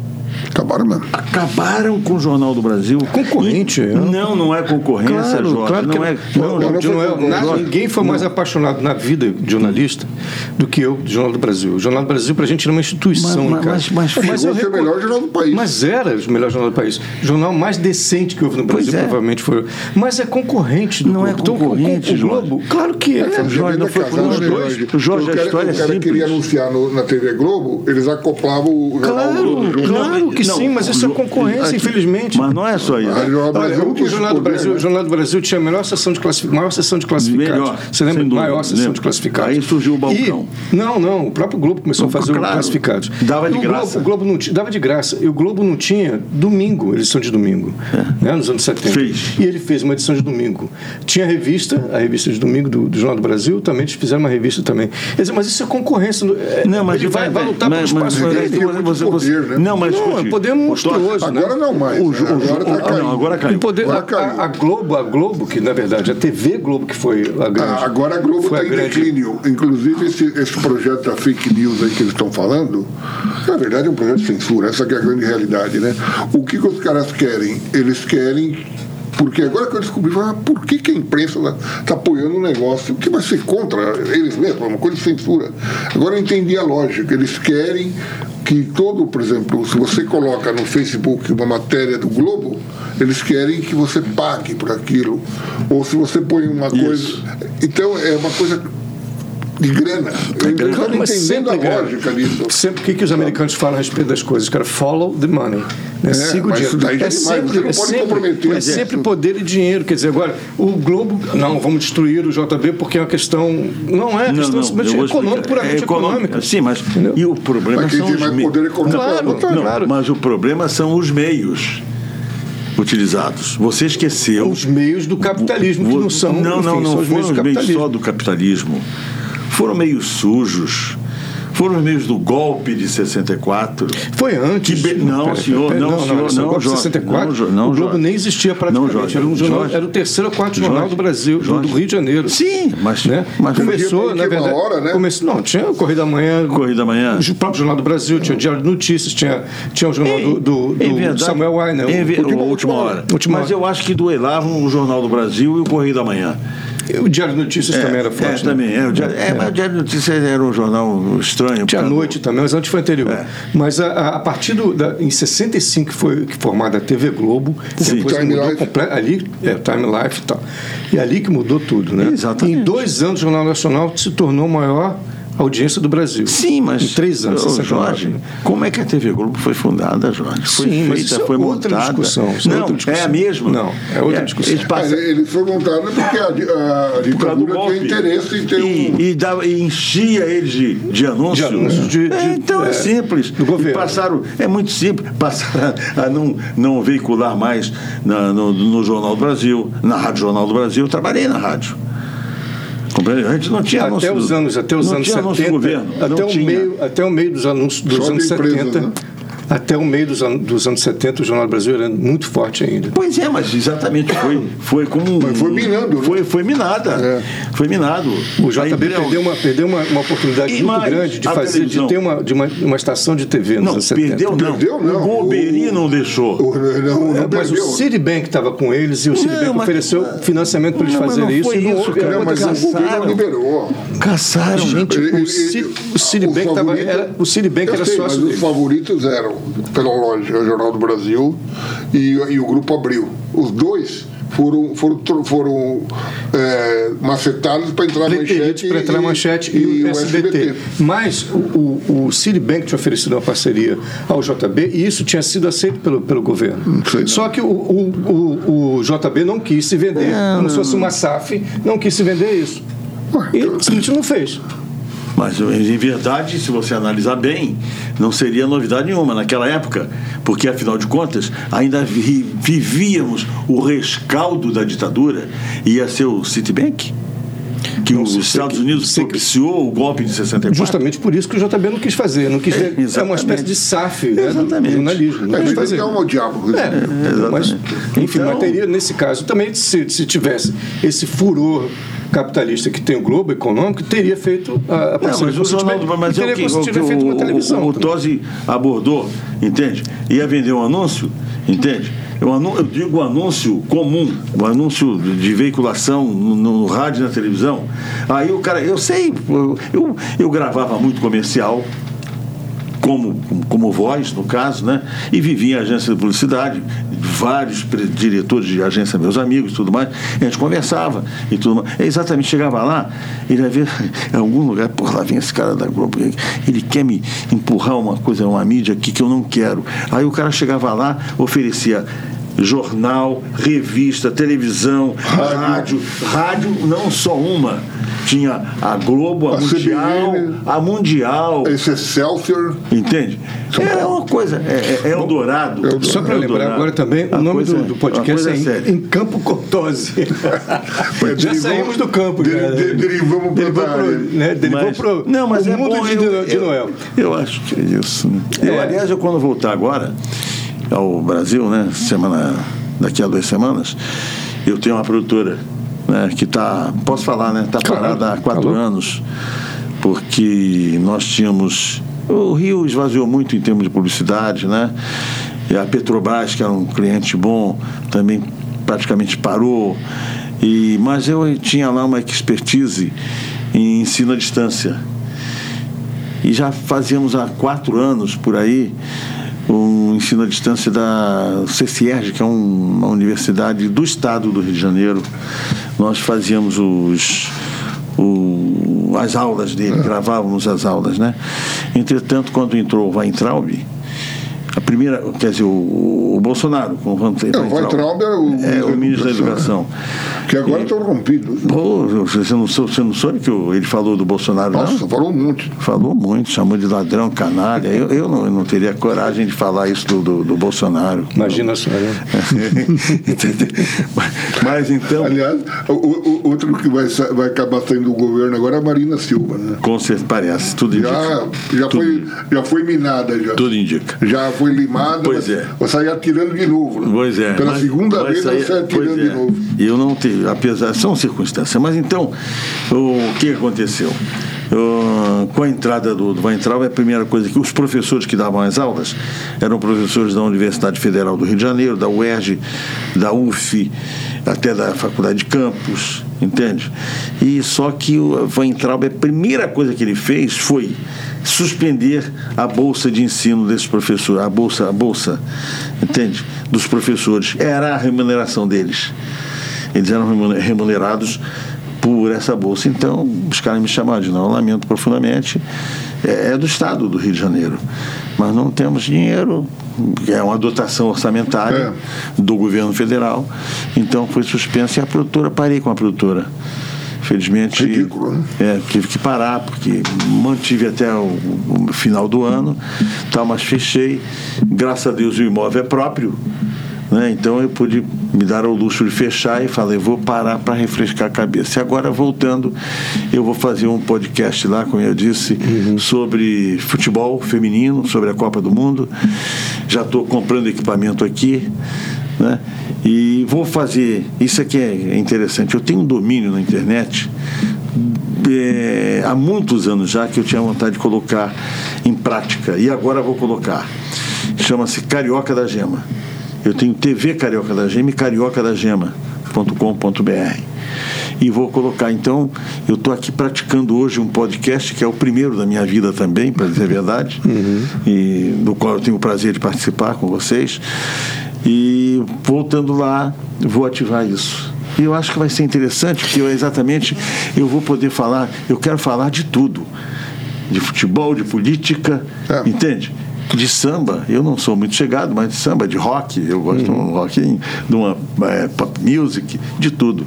B: Acabaram mesmo.
C: acabaram com o Jornal do Brasil.
A: Concorrente,
C: E-
A: é.
C: Não, não é concorrência,
A: Claro,
C: Jorge.
A: claro que
C: não é.
A: é.
C: Não,
A: Não,
C: não,
A: não é-
C: não,
A: nada-
C: Jorge.
A: ninguém foi mais apaixonado na vida de jornalista do que eu do Jornal do Brasil. O Jornal do Brasil, pra gente, era uma instituição,
C: Mas-
A: cara.
C: mas- mas- mas
B: Chegou
A: eu
B: a ser é o
A: recor-
B: melhor jornal do país.
A: Mas era o melhor jornal do país. O jornal mais decente que houve no
C: Pois
A: Brasil,
C: é.
A: provavelmente foi. Mas é concorrente do
C: Não
A: Globo.
C: é concorrente,
A: então, o Globo- o Globo. Claro que é.
B: Essa
A: cara.
C: Jorge, não
B: bebida
C: foi
B: casada,
C: com os
B: né,
C: dois? Jorge,
B: o
C: a
B: cara,
C: história
B: o cara
C: é simples.
B: queria anunciar no- na TV Globo, eles acoplavam o jornal
A: Claro,
B: todo junto.
A: claro que
C: Não,
A: sim, mas isso é
C: Glo-
A: concorrência,
C: aqui-
A: infelizmente.
C: Mas não é só isso.
B: Aí o jornal do
A: Olha,
B: Brasil
A: o,
B: tinha
A: o
B: esse
A: Jornal do
B: poder,
A: Brasil,
B: né?
A: o Jornal do Brasil tinha a melhor sessão de classific... maior sessão de classificados.
C: Melhor,
A: Você lembra?
C: sem dúvida,
A: maior sessão
C: lembro.
A: de classificados.
C: Aí surgiu o balcão.
A: E- não, não. O próprio Globo começou a fazer
C: Claro.
A: o classificados.
C: Dava
A: E
C: de
A: o Globo,
C: graça.
A: o Globo não ti- dava de graça. E o Globo não tinha domingo, edição de domingo, né, nos anos 70.
C: É. Fez.
A: E ele fez uma edição de domingo. Tinha a revista, a revista de domingo do, do Jornal do Brasil, também eles fizeram uma revista também. Quer dizer, mas isso é concorrência. é-
C: Não, mas
A: ele vai, vai lutar
C: mas,
A: pelo
C: mas, é,
A: espaço
C: mas,
A: dele.
B: tem muito
C: você-
B: poder,
C: você-
B: né?
C: Não, mas
A: Não,
C: escute,
A: é poder monstruoso. né?
B: Agora não mais.
C: O, jo- o, jo-
B: agora tá
C: ah,
B: caindo.
C: não, agora
A: O
C: caiu.
A: poder,
B: Agora
A: a,
B: caiu.
A: a- a Globo, a Globo, que na verdade a TV Globo que foi a grande.
B: Ah, agora a Globo
A: foi
B: está em declínio. Inclusive, esse, esse projeto da fake news aí que eles estão falando, na verdade é um projeto de censura, essa que é a grande realidade, né? O que, que os caras querem? Eles querem. Porque agora que eu descobri, eu falei, ah, por que, que a imprensa está apoiando um negócio que vai ser contra eles mesmos, é uma coisa de censura. Agora eu entendi a lógica. Eles querem que todo, por exemplo, se você coloca no Facebook uma matéria do Globo, eles querem que você pague por aquilo. Ou se você põe uma
C: Isso.
B: coisa. Então é uma coisa de grana. Eu
A: Claro,
B: estava
A: Tá mas
B: entendendo a
A: sempre grana.
B: lógica disso.
A: Sempre o que, que os americanos falam a respeito das coisas, cara, follow the money. Né? Siga o
B: mas
A: dinheiro.
B: isso daí já é demais, você não
A: é,
B: pode comprometer,
A: sempre, é
B: né?
A: sempre poder e dinheiro. Quer dizer, agora, o Globo. Não, vamos destruir o JB porque é uma questão. Não é, é questão
C: Não, não, eu
A: simplesmente
C: vou
A: econômica,
C: explicar.
A: puramente
C: É econômico,
A: econômica.
C: Sim, mas e o problema
B: Mas quem
C: são
B: tem
C: os
B: mais
C: meios.
B: poder econômico é o
A: Claro,
B: outro.
A: claro.
C: Não, mas o problema são os meios utilizados. Você esqueceu
A: Os meios do capitalismo, que
C: Vo-
A: não são.
C: Não,
A: enfim,
C: não, não.
A: são os
C: foram
A: meios do
C: os meios
A: capitalismo.
C: só do capitalismo. Foram meios sujos. Foram os meios do golpe de 64.
A: Foi antes.
C: Que be- não,
A: Pera,
C: senhor,
A: pera,
C: não,
A: pera,
C: senhor,
A: esse
C: não,
A: negócio de
C: Jorge,
A: 64,
C: não, Jorge, não,
A: o Globo
C: Jorge.
A: nem existia praticamente.
C: Não, Jorge,
A: era, um jornal,
C: Jorge.
A: era o terceiro ou quarto jornal
C: Jorge,
A: do Brasil, do-
C: Jorge.
A: do Rio de Janeiro.
C: Sim, mas-
A: Né?
C: mas-
B: Podia
A: começou,
B: ter
A: na
B: uma
A: verdade.
B: hora, né?
A: começou, não, tinha o Correio da Manhã.
C: Correio da Manhã.
A: O próprio Jornal do Brasil, tinha o Diário de Notícias, tinha, tinha o jornal do, do-
C: Em
A: do
C: verdade-
A: Samuel Weiner.
C: em ve-
A: o,
C: o Última Hora.
A: Última
C: Mas
A: Hora.
C: eu acho que duelavam o Jornal do Brasil e o Correio da Manhã.
A: o Diário de Notícias também era
C: É,
A: forte. né?
C: também. É, o Diário, é, mas o Diário de Notícias era um jornal estranho.
A: Tinha à
C: pra-
A: noite também, mas antes foi anterior.
C: É.
A: Mas a, a- a partir do, da, em 65 que foi que formada a TV Globo,
C: Sim.
A: depois
B: Time
A: mudou
B: Life.
A: comple- ali, é, Time Life e tal. E é ali que mudou tudo, né?
C: Exatamente.
A: Em dois anos o Jornal Nacional se tornou a maior audiência do Brasil.
C: Sim, mas.
A: Em três anos,
C: Ô,
A: 69.
C: Jorge, como é que a TV Globo foi fundada, Jorge? Foi
A: Sim, mas
C: feita,
A: isso é
C: foi
A: outra
C: montada.
A: discussão, isso é
C: Não,
A: outra discussão.
C: é a mesma.
A: Não, é outra discussão.
C: Eles
B: Mas
C: passam-
B: Eles foram montados porque a, di- a
C: Por causa do
B: ditadura
C: golpe.
B: tem interesse em ter
C: e,
B: um.
C: e dava- e enchia eles de, de anúncios.
A: De anúncios, de-
C: É,
A: de-
C: então é,
A: é,
C: simples.
A: do
C: E
A: governo.
C: passaram, é muito simples. Passaram a não, não veicular mais na- no, no Jornal do Brasil, na Rádio Jornal do Brasil. Eu trabalhei na rádio. Compreende? A gente não tinha
A: Até
C: anúncio
A: os
C: do-
A: anos, até os
C: não
A: anos
C: tinha
A: 70,
C: anúncio do governo.
A: até
C: não
A: o
C: tinha.
A: meio, até o meio dos anúncios dos
B: Só
A: anos
B: de empresas,
A: 70.
B: né?
A: Até o meio dos, an- dos anos 70 o Jornal do Brasil era muito forte ainda.
C: Pois é, mas exatamente foi, foi como.
B: Mas foi minando, né?
C: Foi, foi minada.
B: É.
C: Foi minado.
A: O
C: A
A: JB
C: Imperial-
A: perdeu uma, perdeu uma, uma oportunidade
C: E
A: muito
C: mais,
A: grande de
C: a
A: fazer,
C: televisão.
A: de ter uma, de uma, uma estação de TV nos
C: Não,
A: anos 70.
C: perdeu não.
B: Perdeu, não.
C: O Golbery
B: O-
C: não deixou.
B: o- Não, não
A: É, mas o
B: perdeu.
A: Citibank estava com eles e o Citibank
C: mas-
A: ofereceu financiamento para eles
C: Não, mas
A: fazerem
C: não
A: isso
C: foi
A: e não
C: isso,
A: houve.
C: cara.
A: era
B: Não,
A: uma
B: mas o
A: desgraça.
B: governo
C: caçaram.
B: liberou.
C: Caçaram.
A: Gente,
B: Ele-
A: tipo, o,
B: ele-
A: Ci- o Citibank
B: o
A: tava,
B: favorito-
A: era, o Citibank
B: Eu
A: era
B: sei,
A: sócio
B: mas os
A: deles.
B: favoritos eram, pela lógica, o Jornal do Brasil e, e o Grupo Abril. Os dois foram, foram, tro- foram é, macetados para entrar na manchete.
A: Leterites para entrar na manchete e, o SBT. Mas o, o, o Citibank tinha oferecido uma parceria ao JB e isso tinha sido aceito pelo, pelo governo.
B: sei, não.
A: Só que o, o, o, o JB não quis se vender, como se fosse uma SAF, não quis se vender isso.
C: então
A: E simplesmente não fez.
C: Mas em verdade, se você analisar bem, não seria novidade nenhuma naquela época, porque afinal de contas ainda vi- vivíamos o rescaldo da ditadura, ia ser o Citibank, que
A: Não,
C: os
A: sei
C: Estados
A: que-
C: Unidos
A: sei que-
C: propiciou o golpe de 64.
A: Justamente por isso que o JB não quis fazer. Não quis ter- é uma
C: Exatamente.
A: espécie de SAF né, do- do
C: Exatamente.
A: jornalismo. Não
B: É,
A: quis
B: mas
A: fazer.
B: é um diabo.
A: É, mas, enfim,
C: Então-
A: mas teria, nesse caso, também se, se tivesse esse furor capitalista que tem o Globo econômico, teria feito a, a
C: Não, mas o jornal do mas é o
A: teria
C: que,
A: se
C: o, que
A: tiver feito uma
C: o-
A: televisão.
C: o, o
A: também.
C: Tosi abordou, entende? Ia vender um anúncio, entende? Eu, anu- eu digo anúncio comum, o anúncio de de veiculação no, no rádio e na televisão. Aí o cara, eu sei, eu, eu, eu gravava muito comercial, como, como voz, no caso, né? E vivia em agência de publicidade, vários pre- diretores de agência, meus amigos e tudo mais. E a gente conversava e tudo mais. É exatamente, chegava lá, ele ia ver em algum lugar, por lá vem esse cara da Globo, ele- ele quer me empurrar uma coisa, uma mídia aqui que eu não quero. Aí o cara chegava lá, oferecia jornal, revista, televisão, rádio, rádio, não só uma. Tinha a Globo, a,
B: A
C: Mundial,
B: CBN.
C: a Mundial,
B: Esse é Celsior.
C: Entende? É uma coisa, é, é, é o dourado.
A: Só para lembrar agora também, o nome do, do podcast é em, em Campo Cortose.
C: [laughs]
A: Já
B: Derivamos-
A: saímos do campo.
B: deri-
A: já, né?
B: é de- derivamos para
A: Derivou
B: outra
A: pro,
B: área.
A: né? Derivou pro
C: não, mas
A: o
C: é
A: mundo
C: bom,
A: de,
C: eu,
A: de
C: eu-
A: Noel.
C: Eu acho que é isso. Né? Eu,
A: É.
C: aliás, eu quando voltar agora ao Brasil, né, semana daqui a duas semanas, eu tenho uma produtora né, que tá, posso falar, né, tá
A: Claro,
C: parada há quatro
A: falou.
C: anos, porque nós tínhamos o Rio esvaziou muito em termos de publicidade, né? E a Petrobras, que era um cliente bom, também praticamente parou. E mas eu tinha lá uma expertise em ensino à distância. E já fazíamos há quatro anos por aí o ensino à distância da CCERG, que é um- uma universidade do estado do Rio de Janeiro. Nós fazíamos os, o- as aulas dele,
B: É.
C: gravávamos as aulas, né? Entretanto, quando entrou o Weintraub, a primeira, quer dizer, o, o Bolsonaro com o Van- Weintraub.
B: É, Weintraub era o
C: é, o ministro da
B: Educação,
C: Educação.
B: Que agora
C: É.
B: estão rompidos.
C: Pô, você não, sou- você não soube que o- ele falou do Bolsonaro, não?
B: Nossa, falou um monte.
C: Falou muito, chamou de ladrão, canalha. Eu, eu, não, eu não teria coragem de falar isso do, do, do Bolsonaro.
A: Imagina só, né?
C: [laughs] Entendeu? Mas- Mas então,
B: Aliás, o, o- outro que vai, sa- vai acabar saindo do governo agora é a Marina Silva, né?
C: com certeza parece, tudo indica.
B: Já, já,
C: tudo,
B: foi, já foi minada, já.
C: tudo indica.
B: Já foi limada,
C: Pois
B: mas
C: é.
B: vai sair atirando de novo. Né?
C: Pois é.
B: Pela
C: mas-
B: segunda
C: mas
B: vez
C: isso
B: vai
C: aí-
B: sair atirando
C: pois
B: de
C: é.
B: novo.
C: E eu não tenho, apesar, são circunstâncias. Mas então, o que aconteceu? Eu, com a entrada do, do Weintraub, a primeira coisa que os professores que davam as aulas eram professores da Universidade Federal do Rio de Janeiro, da UERJ, da UF, até da Faculdade de Campos, entende? E só que o Weintraub, a primeira coisa que ele fez foi suspender a bolsa de ensino desses professores, a bolsa, a bolsa, entende? Dos professores. Era a remuneração deles. Eles eram remune- remunerados por essa bolsa. Então, os caras me chamaram de não, eu lamento profundamente. É, é do Estado do Rio de Janeiro. Mas não temos dinheiro, é uma dotação orçamentária do governo federal. Então foi suspensa e a produtora, parei com a produtora. Felizmente.
B: Ridículo, né?
C: É, tive que parar, porque mantive até o, o final do ano, tal, mas fechei. Graças a Deus o imóvel é próprio. Né? Então eu pude me dar ao luxo de fechar e falei, vou parar para refrescar a cabeça. E agora, voltando, eu vou fazer um podcast lá, como eu disse, sobre futebol feminino, sobre a Copa do Mundo. Já estou comprando equipamento aqui. Né? E vou fazer. Isso aqui é interessante. Eu tenho um domínio na internet é, há muitos anos já que eu tinha vontade de colocar em prática e agora vou colocar. Chama-se Carioca da Gema. Eu tenho TV Carioca da Gema e carioca da gema.com.br. E vou colocar, então, eu estou aqui praticando hoje um podcast que é o primeiro da minha vida também, para dizer a verdade, e do qual eu tenho o prazer de participar com vocês. E voltando lá, vou ativar isso. E eu acho que vai ser interessante, porque eu exatamente eu vou poder falar, eu quero falar de tudo. De futebol, de política,
B: É.
C: entende? De samba, eu não sou muito chegado, mas de samba,
B: Uhum.
C: é, de rock, eu gosto de um rock, de uma eh, pop music, de tudo.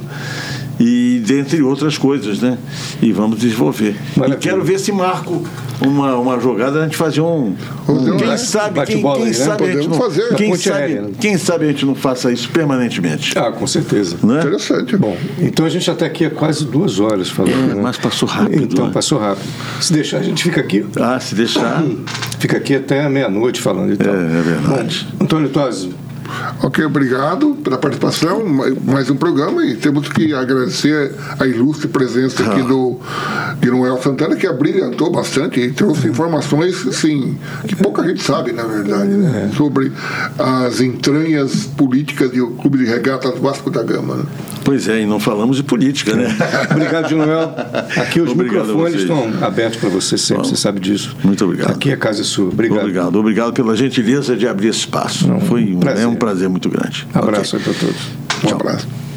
C: e dentre outras coisas, né? E vamos desenvolver. e quero ver se marco uma, uma jogada, a gente fazer um. um
B: Podemos,
C: quem
B: né?
C: sabe, quem,
A: Bate-bola
C: quem
A: aí, né?
C: sabe a gente
B: Podemos
C: não,
B: fazer.
C: Quem
A: Ponte aérea,
C: sabe,
A: né?
C: quem sabe a gente não faça isso permanentemente.
A: Ah, com certeza.
C: Né?
B: Interessante, é bom.
A: Então a gente até aqui é quase duas horas falando.
C: É,
A: né?
C: mas passou rápido,
A: Então
C: né?
A: passou rápido. Se deixar, a gente fica aqui.
C: Ah, se deixar.
A: Fica aqui até a meia-noite falando.
C: É,
A: Então.
C: é verdade.
A: Antônio Tosi,
B: Ok, obrigado pela participação, ma- mais um programa e temos que agradecer a ilustre presença aqui do de Noel Santana, que abrilhantou bastante e trouxe informações, sim, que pouca gente sabe, na verdade, né? sobre as entranhas políticas do Clube de Regatas Vasco da Gama. né?
C: Pois é, e não falamos de política, né?
A: obrigado de novo. Aqui os
C: Obrigado a
A: microfones
C: vocês.
A: estão abertos para você sempre, você sabe disso.
C: muito obrigado.
A: Aqui a casa é sua. Obrigado.
C: Obrigado, obrigado pela gentileza de abrir esse espaço. Foi um,
A: prazer.
C: é um prazer muito grande.
A: Abraço
C: Ok.
A: aí para todos.
B: Um abraço.